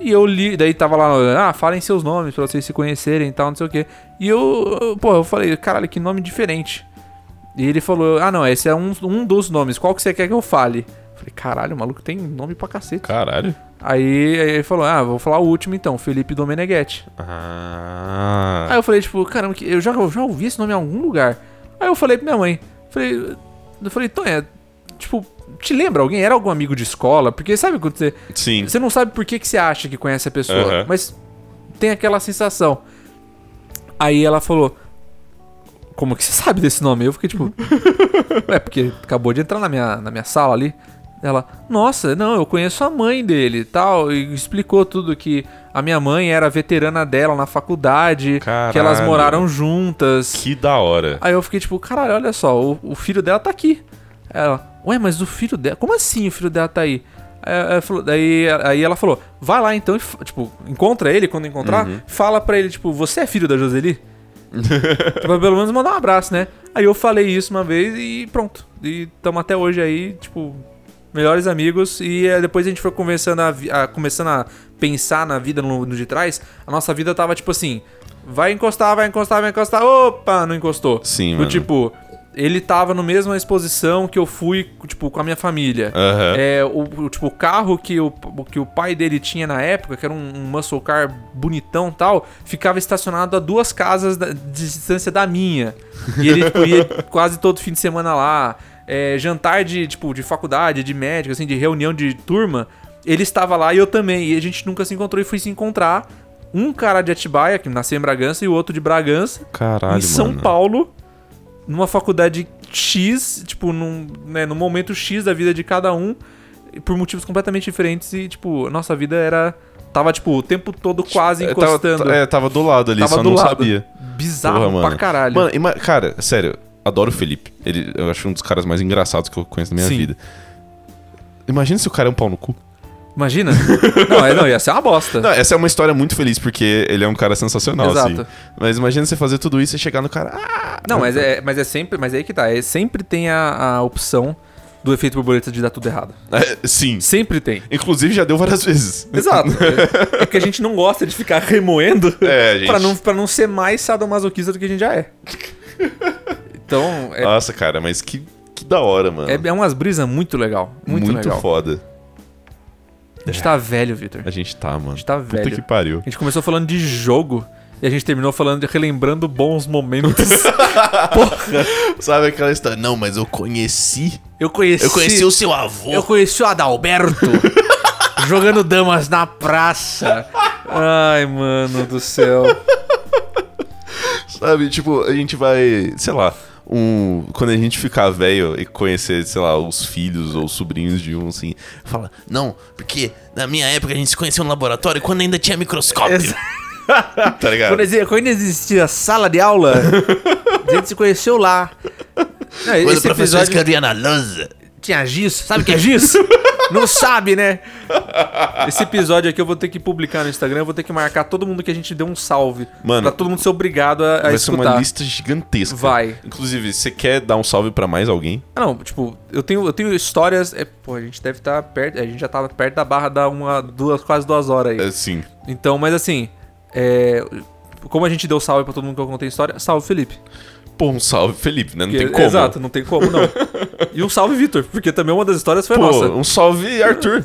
Speaker 1: E eu li, daí tava lá, ah, falem seus nomes pra vocês se conhecerem e tal, não sei o quê. E eu, eu- pô, eu falei, caralho, que nome diferente. E ele falou, ah, não, esse é um, um dos nomes, qual que você quer que eu fale? Eu Falei, caralho, o maluco tem nome pra cacete.
Speaker 2: Caralho.
Speaker 1: Aí, aí ele falou, ah, vou falar o último então, Felipe Domeneghetti.
Speaker 2: Ah.
Speaker 1: Aí eu falei, tipo, caramba, que- eu já, eu já ouvi esse nome em algum lugar. Aí eu falei pra minha mãe, falei, eu falei, Tonha, tipo, te lembra alguém? Era algum amigo de escola? Porque sabe quando você,
Speaker 2: Sim.
Speaker 1: você não sabe por que, que você acha que conhece a pessoa,
Speaker 2: Aham.
Speaker 1: mas tem aquela sensação. Aí ela falou, como que você sabe desse nome? Eu fiquei tipo, é porque acabou de entrar na minha, na minha sala ali. Ela, nossa, não, eu conheço a mãe dele e tal. E explicou tudo que a minha mãe era veterana dela na faculdade, que elas
Speaker 2: Caralho.
Speaker 1: moraram juntas.
Speaker 2: Que da hora.
Speaker 1: Aí eu fiquei tipo, caralho, olha só, o, o filho dela tá aqui. Ela, ué, mas o filho dela, como assim o filho dela tá aí? Aí ela falou- Daí aí ela falou, vai lá então, e fa- tipo, encontra ele quando encontrar, fala pra ele, tipo, você é filho da Joseli? pra pelo menos mandar um abraço, né? Aí eu falei isso uma vez e pronto. E tamo até hoje aí, tipo, melhores amigos. E eh, depois a gente foi conversando a, vi- a- começando a pensar na vida no, no de trás. A nossa vida tava tipo assim: vai encostar, vai encostar, vai encostar. Opa, não encostou.
Speaker 2: Sim,
Speaker 1: Do
Speaker 2: mano.
Speaker 1: tipo, ele tava na mesma exposição que eu fui, tipo, com a minha família.
Speaker 2: Aham.
Speaker 1: É, o, o tipo, o carro que o, o que o pai dele tinha na época, que era um, um muscle car bonitão e tal, ficava estacionado a duas casas da- de distância da minha. E ele tipo, ia quase todo fim de semana lá. É, jantar de, tipo, de faculdade, de médico, assim, de reunião de turma, ele estava lá e eu também. E a gente nunca se encontrou e fui se encontrar. Um cara de Atibaia, que nasceu em Bragança, e o outro de Bragança
Speaker 2: Caralho,
Speaker 1: em São
Speaker 2: mano.
Speaker 1: Paulo, numa faculdade X, tipo, num, né, num momento X da vida de cada um, e por motivos completamente diferentes, e, tipo, nossa vida era. Tava, tipo, o tempo todo quase
Speaker 2: É, tava-
Speaker 1: encostando.
Speaker 2: é, tava do lado ali,
Speaker 1: Tava
Speaker 2: só
Speaker 1: do
Speaker 2: não
Speaker 1: lado.
Speaker 2: sabia.
Speaker 1: Bizarro
Speaker 2: Porra, mano.
Speaker 1: pra caralho.
Speaker 2: Mano, ima- cara, sério, adoro o Felipe. Ele, eu acho um dos caras mais engraçados que eu conheço na minha
Speaker 1: Sim.
Speaker 2: vida. Imagina se o cara é um pau no cu.
Speaker 1: Imagina? não, é- não, ia ser uma bosta.
Speaker 2: Não, essa é uma história muito feliz, porque ele é um cara sensacional,
Speaker 1: Exato.
Speaker 2: assim. Mas imagina você fazer tudo isso e chegar no cara. Ah!
Speaker 1: Não, mas é, mas é sempre. Mas é aí que tá. É, sempre tem a, a opção do efeito borboleta de dar tudo errado.
Speaker 2: É, sim.
Speaker 1: Sempre tem.
Speaker 2: Inclusive já deu várias vezes.
Speaker 1: Exato. É, é que a gente não gosta de ficar remoendo
Speaker 2: É, gente.
Speaker 1: pra, não, pra não ser mais sadomasoquista do que a gente já é. Então, é,
Speaker 2: Nossa, cara, mas que, que da hora, mano.
Speaker 1: é, é umas brisas muito legal. Muito, legal.
Speaker 2: Ah. foda.
Speaker 1: A gente tá velho, Victor.
Speaker 2: A gente tá, mano. A
Speaker 1: gente tá
Speaker 2: Puta
Speaker 1: velho.
Speaker 2: que pariu.
Speaker 1: A gente começou falando de jogo e a gente terminou falando de relembrando bons momentos. Porra!
Speaker 2: Sabe aquela história? Não, mas eu conheci.
Speaker 1: Eu conheci.
Speaker 2: Eu conheci o seu avô.
Speaker 1: Eu conheci o Adalberto jogando damas na praça. Ai, mano do céu.
Speaker 2: Sabe, tipo, a gente vai, sei lá, um, quando a gente ficar velho e conhecer, sei lá, os filhos ou sobrinhos de um, assim, fala,
Speaker 3: Não, porque na minha época a gente se conheceu no laboratório quando ainda tinha microscópio.
Speaker 1: Exa-
Speaker 2: tá ligado?
Speaker 1: Quando exi- Quando existia sala de aula, a gente se conheceu lá. Não,
Speaker 3: Quando o
Speaker 1: esse
Speaker 3: professor
Speaker 1: episódio
Speaker 3: escrevia na lousa.
Speaker 1: tinha giz. Sabe o que é giz? Não sabe, né? Esse episódio aqui eu vou ter que publicar no Instagram. Eu vou ter que marcar todo mundo que a gente deu um salve.
Speaker 2: Mano,
Speaker 1: pra todo mundo ser obrigado a, a
Speaker 2: Vai ser
Speaker 1: escutar.
Speaker 2: uma lista gigantesca.
Speaker 1: Vai.
Speaker 2: Inclusive, você quer dar um salve pra mais alguém?
Speaker 1: Ah, Não, tipo, eu tenho, eu tenho histórias... É, pô, a gente deve estar perto... A gente já tava perto da barra da uma, duas, quase duas horas aí.
Speaker 2: É, sim.
Speaker 1: Então, mas assim... é, como a gente deu salve pra todo mundo que eu contei história, salve Felipe.
Speaker 2: Pô, um salve, Felipe, né? Não
Speaker 1: Porque-
Speaker 2: tem como.
Speaker 1: Exato, não tem como, não. e um salve, Vitor, porque também uma das histórias foi
Speaker 2: Pô,
Speaker 1: nossa.
Speaker 2: um salve, Arthur.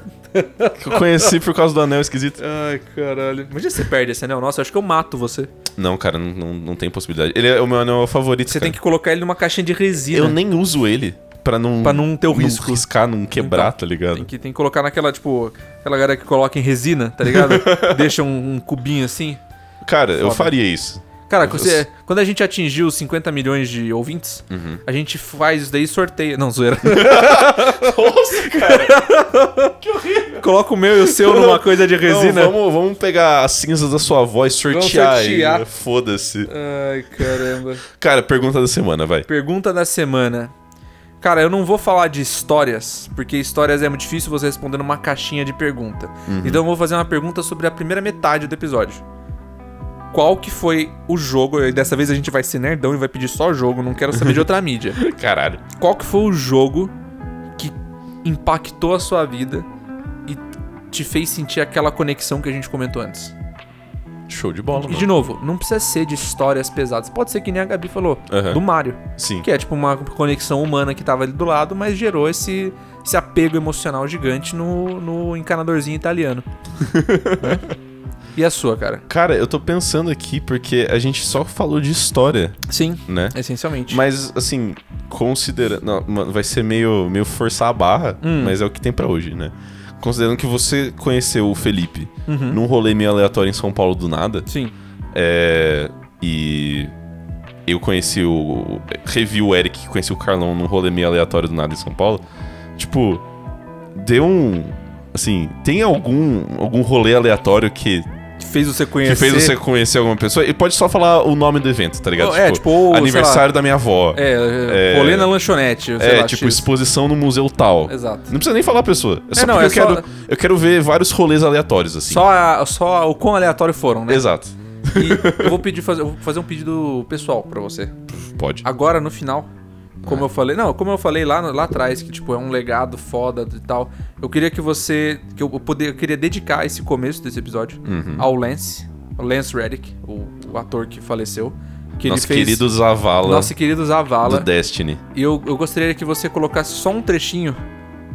Speaker 2: que eu conheci por causa do anel esquisito.
Speaker 1: Ai, caralho. Imagina se você perde esse anel nossa, eu acho que eu mato você.
Speaker 2: Não, cara, não, não, não tem possibilidade. Ele é o meu anel favorito.
Speaker 1: Você
Speaker 2: cara.
Speaker 1: tem que colocar ele numa caixinha de resina.
Speaker 2: Eu nem uso ele pra não.
Speaker 1: Pra não ter o risco.
Speaker 2: riscar, não quebrar, tá
Speaker 1: Tem
Speaker 2: ligado?
Speaker 1: que, tem que colocar naquela, tipo, aquela galera que coloca em resina, tá ligado? Deixa um, um cubinho assim.
Speaker 2: Cara, eu
Speaker 1: Foda.
Speaker 2: faria isso.
Speaker 1: Cara, quando você- quando a gente atingiu os 50 milhões de ouvintes,
Speaker 2: Uhum.
Speaker 1: a gente faz isso daí e sorteia. Não, zoeira.
Speaker 2: Nossa, cara.
Speaker 1: Coloca o meu e o seu numa coisa de resina.
Speaker 2: vamos, vamos pegar as cinzas da sua avó e sortear.
Speaker 1: sortear.
Speaker 2: e- Foda-se.
Speaker 1: Ai, caramba.
Speaker 2: Cara, pergunta da semana, vai.
Speaker 1: Pergunta da semana. Cara, eu não vou falar de histórias, porque histórias é muito difícil você responder numa caixinha de pergunta. Então eu vou fazer uma pergunta sobre a primeira metade do episódio. Qual que foi o jogo? E dessa vez a gente vai ser nerdão e vai pedir só jogo, não quero saber de outra mídia.
Speaker 2: Caralho.
Speaker 1: Qual que foi o jogo impactou a sua vida e te fez sentir aquela conexão que a gente comentou antes.
Speaker 2: Show de bola,
Speaker 1: E
Speaker 2: mano.
Speaker 1: de novo, não precisa ser de histórias pesadas. Pode ser que nem a Gabi falou,
Speaker 2: Aham.
Speaker 1: do Mario.
Speaker 2: Sim.
Speaker 1: Que é tipo uma conexão humana que tava ali do lado, mas gerou esse, esse apego emocional gigante no, no encanadorzinho italiano. Né? E a sua, cara?
Speaker 2: Cara, eu tô pensando aqui porque a gente só falou de história,
Speaker 1: Sim,
Speaker 2: né?
Speaker 1: essencialmente.
Speaker 2: Mas, assim, considerando. não, mano, vai ser meio, meio forçar a barra,
Speaker 1: Hum.
Speaker 2: mas é o que tem pra hoje, né? Considerando que você conheceu o Felipe
Speaker 1: Uhum.
Speaker 2: num rolê meio aleatório em São Paulo do nada,
Speaker 1: Sim.
Speaker 2: é. E. Eu conheci o. Revi o Eric, que conheci o Carlão num rolê meio aleatório do nada em São Paulo. Tipo, deu um. Assim, tem algum, algum rolê aleatório que
Speaker 1: Que fez você
Speaker 2: que
Speaker 1: conhecer.
Speaker 2: fez você conhecer alguma pessoa. E pode só falar o nome do evento, tá ligado?
Speaker 1: Oh, é, tipo, ou, sei
Speaker 2: aniversário da minha avó. É,
Speaker 1: É,
Speaker 2: É.
Speaker 1: rolê na lanchonete. sei lá,
Speaker 2: tipo,
Speaker 1: X.
Speaker 2: exposição no museu tal.
Speaker 1: Exato.
Speaker 2: Não precisa nem falar a pessoa. É só
Speaker 1: É, não,
Speaker 2: porque
Speaker 1: é
Speaker 2: eu,
Speaker 1: só-
Speaker 2: Quero, eu quero ver vários rolês aleatórios, assim.
Speaker 1: Só, a- só o quão aleatório foram, né?
Speaker 2: Exato.
Speaker 1: E eu vou pedir fazer, eu vou fazer um pedido pessoal pra você.
Speaker 2: Pode.
Speaker 1: Agora no final, como eu falei, não, como eu falei lá, no- lá atrás que tipo é um legado foda e tal, eu queria que você, que eu poder, eu queria dedicar esse começo desse episódio
Speaker 2: Uhum.
Speaker 1: ao Lance, ao Lance Reddick, o, o ator que faleceu, que
Speaker 2: Nosso
Speaker 1: ele fez
Speaker 2: querido Zavala
Speaker 1: nosso querido Zavala.
Speaker 2: do Destiny.
Speaker 1: E eu, eu gostaria que você colocasse só um trechinho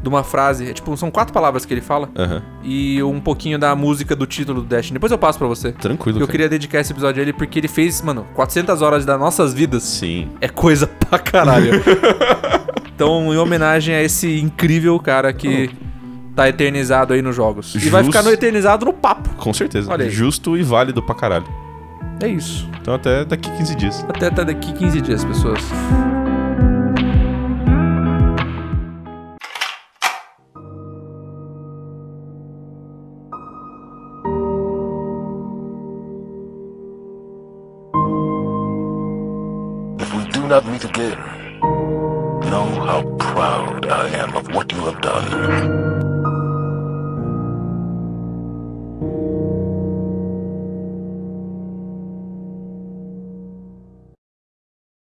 Speaker 1: de uma frase, é, tipo são quatro palavras que ele fala
Speaker 2: Aham.
Speaker 1: e um pouquinho da música do título do Destiny. Depois eu passo pra você.
Speaker 2: Tranquilo,
Speaker 1: Eu
Speaker 2: cara.
Speaker 1: queria dedicar esse episódio a ele porque ele fez, mano, 400 horas das nossas vidas
Speaker 2: Sim.
Speaker 1: é coisa pra caralho. então, em homenagem a esse incrível cara que tá eternizado aí nos jogos. E vai
Speaker 2: Justo.
Speaker 1: ficar no eternizado no papo.
Speaker 2: Com certeza.
Speaker 1: Olha aí.
Speaker 2: Justo e válido pra caralho.
Speaker 1: É isso.
Speaker 2: Então até daqui 15 dias.
Speaker 1: Até, até daqui 15 dias, pessoas.
Speaker 4: If we do not meet again, know how proud I am of what you have done.